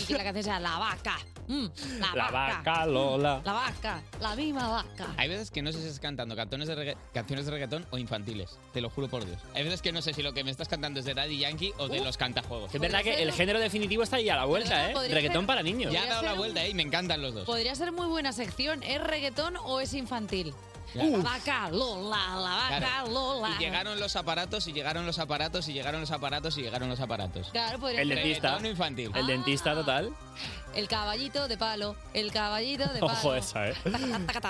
Y que la canción sea la vaca. Mm, la,
La
vaca.
vaca, Lola.
La vaca. La misma vaca.
Hay veces que no sé si estás cantando cantones de regga- canciones de reggaetón o infantiles, te lo juro por Dios. Hay veces que no sé si lo que me estás cantando es de Daddy Yankee o de los cantajuegos.
Que Es verdad que el género definitivo está ahí a la vuelta, ¿eh?
podría
Reggaetón
ser-
para niños.
podría Ya ha dado la ser un-
vuelta, ¿eh? Y me encantan los dos.
Podría ser muy buena sección. ¿Es reggaetón o es infantil?
Claro.
La vaca Lola, la vaca
Claro.
Lola.
Y llegaron los aparatos, y llegaron los aparatos, y llegaron los aparatos, y llegaron los aparatos.
Claro, podría
El
ser Ah.
dentista.
Reggaetón infantil.
El dentista total.
El caballito de palo. El caballito de palo.
Ojo esa, ¿eh?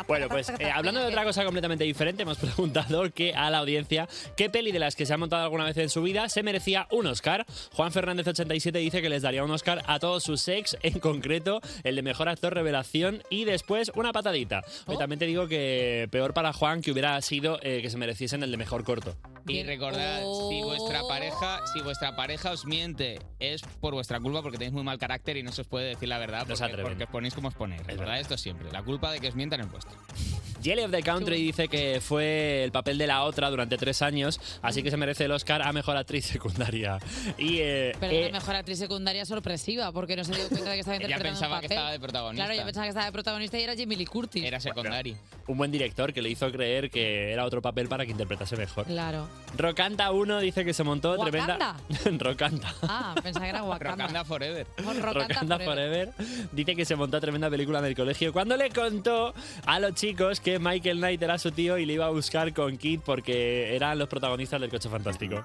Bueno, pues eh, hablando de otra cosa completamente diferente, hemos preguntado que a la audiencia qué peli de las que se ha montado alguna vez en su vida se merecía un Oscar. Juan Fernández 87 dice que les daría un Oscar a todos sus ex, en concreto el de mejor actor revelación y después una patadita.
Oh.
Pero también te digo que peor para Juan que hubiera sido eh, que se mereciesen el de mejor corto.
Y recordad, si vuestra pareja, si vuestra pareja os miente, es por vuestra culpa porque tenéis muy mal carácter y no se os puede decir la verdad porque, porque os ponéis como os ponéis. Recordad esto siempre. La culpa de que os mientan es vuestra.
Jelly of the Country dice que fue el papel de la otra durante tres años, así que se merece el Oscar a mejor actriz secundaria. Y eh,
Pero
eh,
la mejor actriz secundaria sorpresiva, porque no se dio cuenta de que estaba
Ella
interpretando
pensaba
un
que
papel.
estaba de protagonista.
Claro, yo pensaba que estaba de protagonista y era Jimmy Lee Curtis.
Era secundario.
Un buen director que le hizo creer que era otro papel para que interpretase mejor.
Claro.
Rocanta 1 dice que se montó
¿Wakanda?
tremenda. Rocanta.
Ah, pensaba que era Wakanda.
Rocanda Forever.
Rocanda Forever dice que se montó tremenda película en el colegio cuando le contó a los chicos que Michael Knight era su tío y le iba a buscar con Kid porque eran los protagonistas del coche fantástico.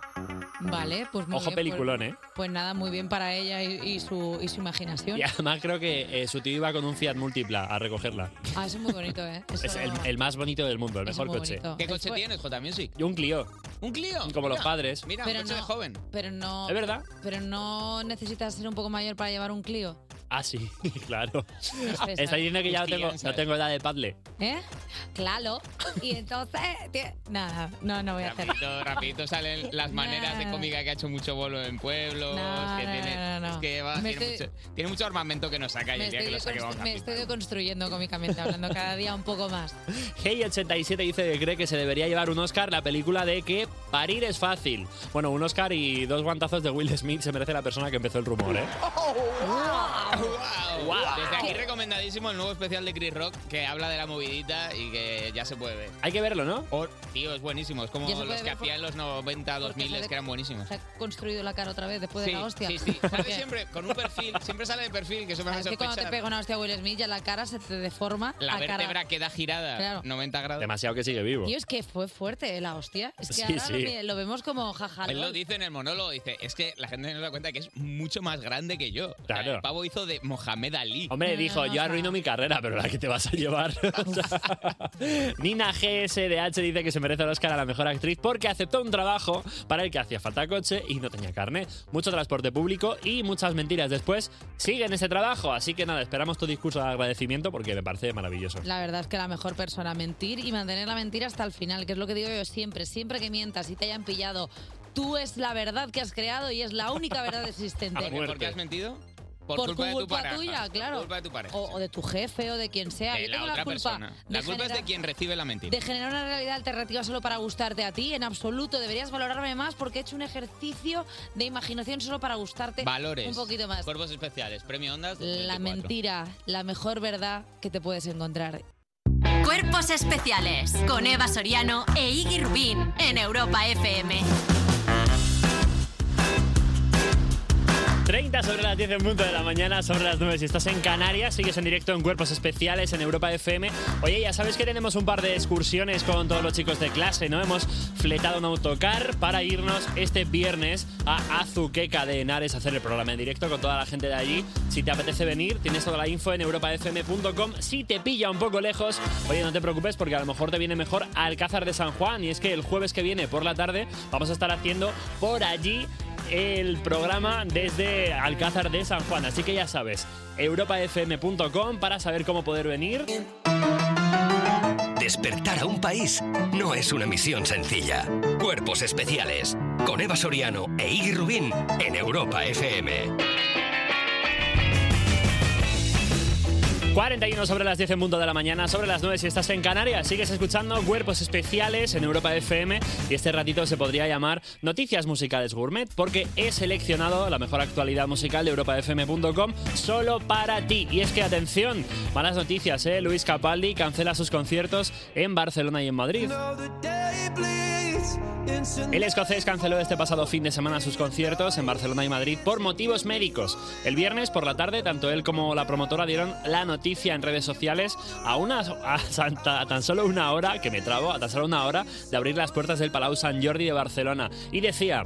Vale, pues muy
Ojo
bien,
peliculón,
pues,
¿eh?
Pues nada, muy bien para ella y, y su, y su imaginación.
Y además creo que eh, su tío iba con un Fiat Múltipla a recogerla.
Ah, eso es muy bonito, ¿eh? Eso-
Es el, el más bonito del mundo, el
Eso
mejor
muy
coche.
bonito.
¿Qué coche tienes, J Music?
Y un Clio.
¿Un Clio?
Como los
Mira,
padres.
Mira,
Pero
un coche
no-
de joven.
Pero no...
Es verdad.
Pero no necesitas ser un poco mayor para llevar un Clio,
Ah, sí, claro.
sé,
Está
¿sabes?
diciendo que ya no
Mis
tengo,
crianzas.
no tengo edad de padle.
¿eh? Claro. Y entonces... ti- Nada, no, no voy a hacer.
Rapidito, rapidito salen las maneras de cómica que ha hecho mucho bolo en pueblos.
No,
que
no,
tiene,
no, no, no.
Es que va,
Me
tiene,
estoy-
mucho, tiene mucho armamento que nos saca y
Me
el día
estoy,
que lo saque vamos
deconstru-
a
me estoy deconstruyendo cómicamente, hablando cada día un poco más.
Hey87 dice que cree que se debería llevar un Oscar la película de que parir es fácil. Bueno, un Oscar y dos guantazos de Will Smith se merece la persona que empezó el rumor, ¿eh?
Oh.
哦
Wow. Desde aquí recomendadísimo el nuevo especial de Chris Rock que habla de la movidita y que ya se puede ver.
Hay que verlo, ¿no?
Tío, es buenísimo. Es como
Ya se
los
puede
que
ver por-
hacía en los 90, 2000
se ve-
que eran buenísimos.
Se ha construido la cara otra vez después
Sí,
de la hostia.
sí, sí. Sale
Porque-
siempre con un perfil, siempre sale de perfil, que eso me hace
Es que cuando te
sospechar.
pega una hostia a Will Smith ya la cara se te deforma
La
a
vértebra
cara.
queda girada
Claro.
90 grados.
Demasiado que sigue vivo.
Tío, es que fue fuerte eh, la hostia. Es que
Sí,
ahora
sí.
Lo, mi- lo vemos como jaja.
Él
lol.
lo dice en el monólogo, dice, es que la gente no se da cuenta que es mucho más grande que yo. Claro. el pavo hizo de Mohamed Ali.
Hombre, dijo, yo arruino mi carrera, pero la que te vas a llevar. O sea, Nina GSDH dice que se merece el Oscar a la mejor actriz porque aceptó un trabajo para el que hacía falta coche y no tenía carne. Mucho transporte público y muchas mentiras después siguen ese trabajo. Así que nada, esperamos tu discurso de agradecimiento porque me parece maravilloso.
La verdad es que la mejor persona, mentir y mantener la mentira hasta el final, que es lo que digo yo siempre. Siempre que mientas y te hayan pillado, tú es la verdad que has creado y es la única verdad existente.
¿Por qué- ¿Por qué has mentido? Por, culpa, de tu pareja.
tuya, claro.
Por culpa de tu pareja.
O, o de tu jefe o de quien sea.
De
Yo
la
tengo
otra
la culpa.
persona. La
de
culpa es de
generar-
quien recibe la mentira.
de generar una realidad alternativa solo para gustarte a ti, en absoluto. Deberías valorarme más porque he hecho un ejercicio de imaginación solo para gustarte
Valores.
un poquito más.
Cuerpos especiales. Premio Ondas.
La
2024.
mentira, la mejor verdad que te puedes encontrar.
Cuerpos especiales con Eva Soriano e Iggy Rubín en Europa FM.
30 sobre las 10 en punto de la mañana, sobre las 9. Si estás en Canarias, sigues en directo en Cuerpos Especiales en Europa FM. Oye, ya sabes que tenemos un par de excursiones con todos los chicos de clase, ¿no? Hemos fletado un autocar para irnos este viernes a Azuqueca de Henares a hacer el programa en directo con toda la gente de allí. Si te apetece venir, tienes toda la info en europafm.com. Si te pilla un poco lejos, oye, no te preocupes porque a lo mejor te viene mejor Alcázar de San Juan. Y es que el jueves que viene por la tarde vamos a estar haciendo por allí el programa desde Alcázar de San Juan. Así que ya sabes, europafm.com para saber cómo poder venir.
Despertar a un país no es una misión sencilla. Cuerpos especiales con Eva Soriano e Iggy Rubín en Europa FM.
41 sobre las 10 en punto de la mañana, sobre las 9 si estás en Canarias. Sigues escuchando Cuerpos Especiales en Europa FM y este ratito se podría llamar Noticias Musicales Gourmet porque he seleccionado la mejor actualidad musical de europafm.com solo para ti. Y es que, atención, malas noticias, ¿eh? Luis Capaldi cancela sus conciertos en Barcelona y en Madrid. El escocés canceló este pasado fin de semana sus conciertos en Barcelona y Madrid por motivos médicos. El viernes por la tarde, tanto él como la promotora dieron la noticia en redes sociales a, una, a san- ta- a tan solo una hora, que me trabo, a tan solo una hora de abrir las puertas del Palau Sant Jordi de Barcelona. Y decía...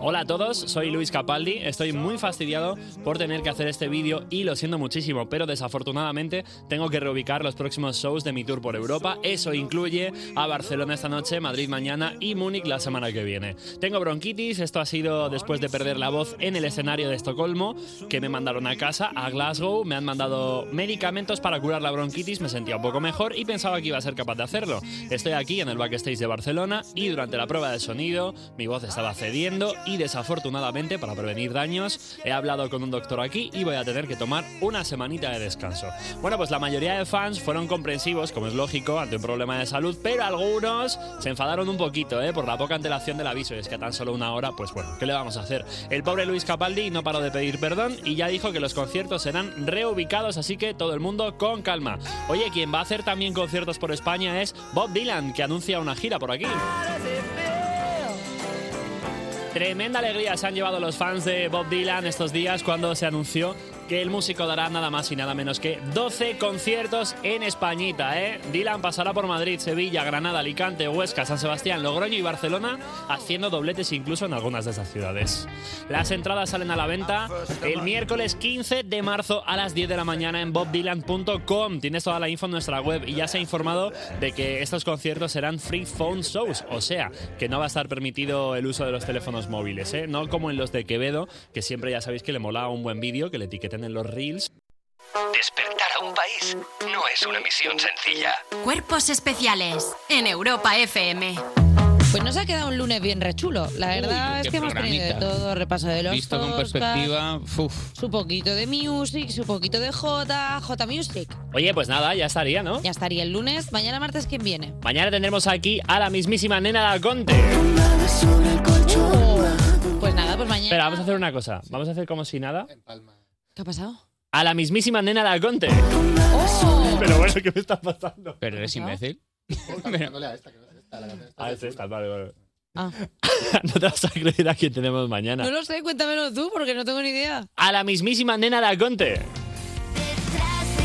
Hola a todos, soy Luis Capaldi, estoy muy fastidiado por tener que hacer este vídeo y lo siento muchísimo, pero desafortunadamente tengo que reubicar los próximos shows de mi tour por Europa, eso incluye a Barcelona esta noche, Madrid mañana y Múnich la semana que viene. Tengo bronquitis, esto ha sido después de perder la voz en el escenario de Estocolmo, que me mandaron a casa, a Glasgow, me han mandado medicamentos para curar la bronquitis, me sentía un poco mejor y pensaba que iba a ser capaz de hacerlo. Estoy aquí en el backstage de Barcelona y durante la prueba de sonido mi voz estaba cediendo y desafortunadamente para prevenir daños he hablado con un doctor aquí y voy a tener que tomar una semanita de descanso. Bueno, pues la mayoría de fans fueron comprensivos, como es lógico, ante un problema de salud, pero algunos se enfadaron un poquito ¿eh? por la poca antelación del aviso. Y es que a tan solo una hora, pues bueno, ¿qué le vamos a hacer? El pobre Luis Capaldi no paró de pedir perdón y ya dijo que los conciertos serán reubicados, así que todo el mundo con calma. Oye, quien va a hacer también conciertos por España es Bob Dylan, que anuncia una gira por aquí. Tremenda alegría se han llevado los fans de Bob Dylan estos días cuando se anunció que el músico dará nada más y nada menos que 12 conciertos en Españita. ¿eh? Dylan pasará por Madrid, Sevilla, Granada, Alicante, Huesca, San Sebastián, Logroño y Barcelona, haciendo dobletes incluso en algunas de esas ciudades. Las entradas salen a la venta el miércoles 15 de marzo a las 10 de la mañana en bobdylan.com. Tienes toda la info en nuestra web y ya se ha informado de que estos conciertos serán free phone shows, o sea, que no va a estar permitido el uso de los teléfonos móviles, ¿eh? no como en los de Quevedo, que siempre ya sabéis que le mola un buen vídeo, que le etiqueten en los reels.
Despertar a un país no es una misión sencilla.
Cuerpos especiales en Europa FM.
Pues nos ha quedado un lunes bien rechulo. La verdad
Uy,
es
qué
que hemos tenido de
programita.
todo, repaso de los
Visto con
podcasts,
perspectiva, uf.
Su poquito de music, su poquito de J, J Music.
Oye, pues nada, ya estaría, ¿no?
Ya estaría el lunes, mañana martes quién viene.
Mañana tendremos aquí a la mismísima Nena del Conte.
Oh. Pues nada, pues mañana.
Espera, vamos a hacer una cosa. Vamos a hacer como si nada.
¿Qué ha pasado?
A la mismísima Nena del Conte. Pero bueno, ¿qué me está pasando?
Pero eres imbécil.
Ah, es esta, vale, vale.
Ah.
no te vas a creer a quién tenemos mañana.
No lo sé, cuéntamelo tú porque no tengo ni idea.
A la mismísima Nena del Conte.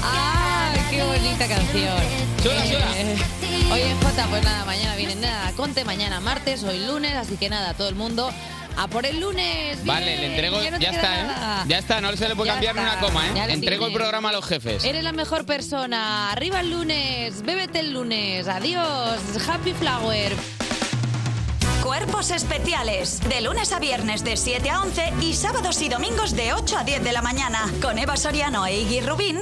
¡Ah, qué bonita canción! Eh, Oye, Jota, pues nada, mañana viene nada. Conte, mañana martes, hoy lunes, así que nada, todo el mundo a por el lunes.
Vale,
bien.
le entrego.
no te
Ya
queda
está,
nada.
¿eh? Ya está, no se le puede
Ya
cambiar ni
está,
una coma,
ya lo
¿eh? Entrego el
tiene.
programa a los jefes.
Eres la mejor persona. Arriba el lunes, bébete el lunes. Adiós. Happy Flower.
Cuerpos especiales, de lunes a viernes de 7 a 11 y sábados y domingos de 8 a 10 de la mañana, con Eva Soriano e Iggy Rubín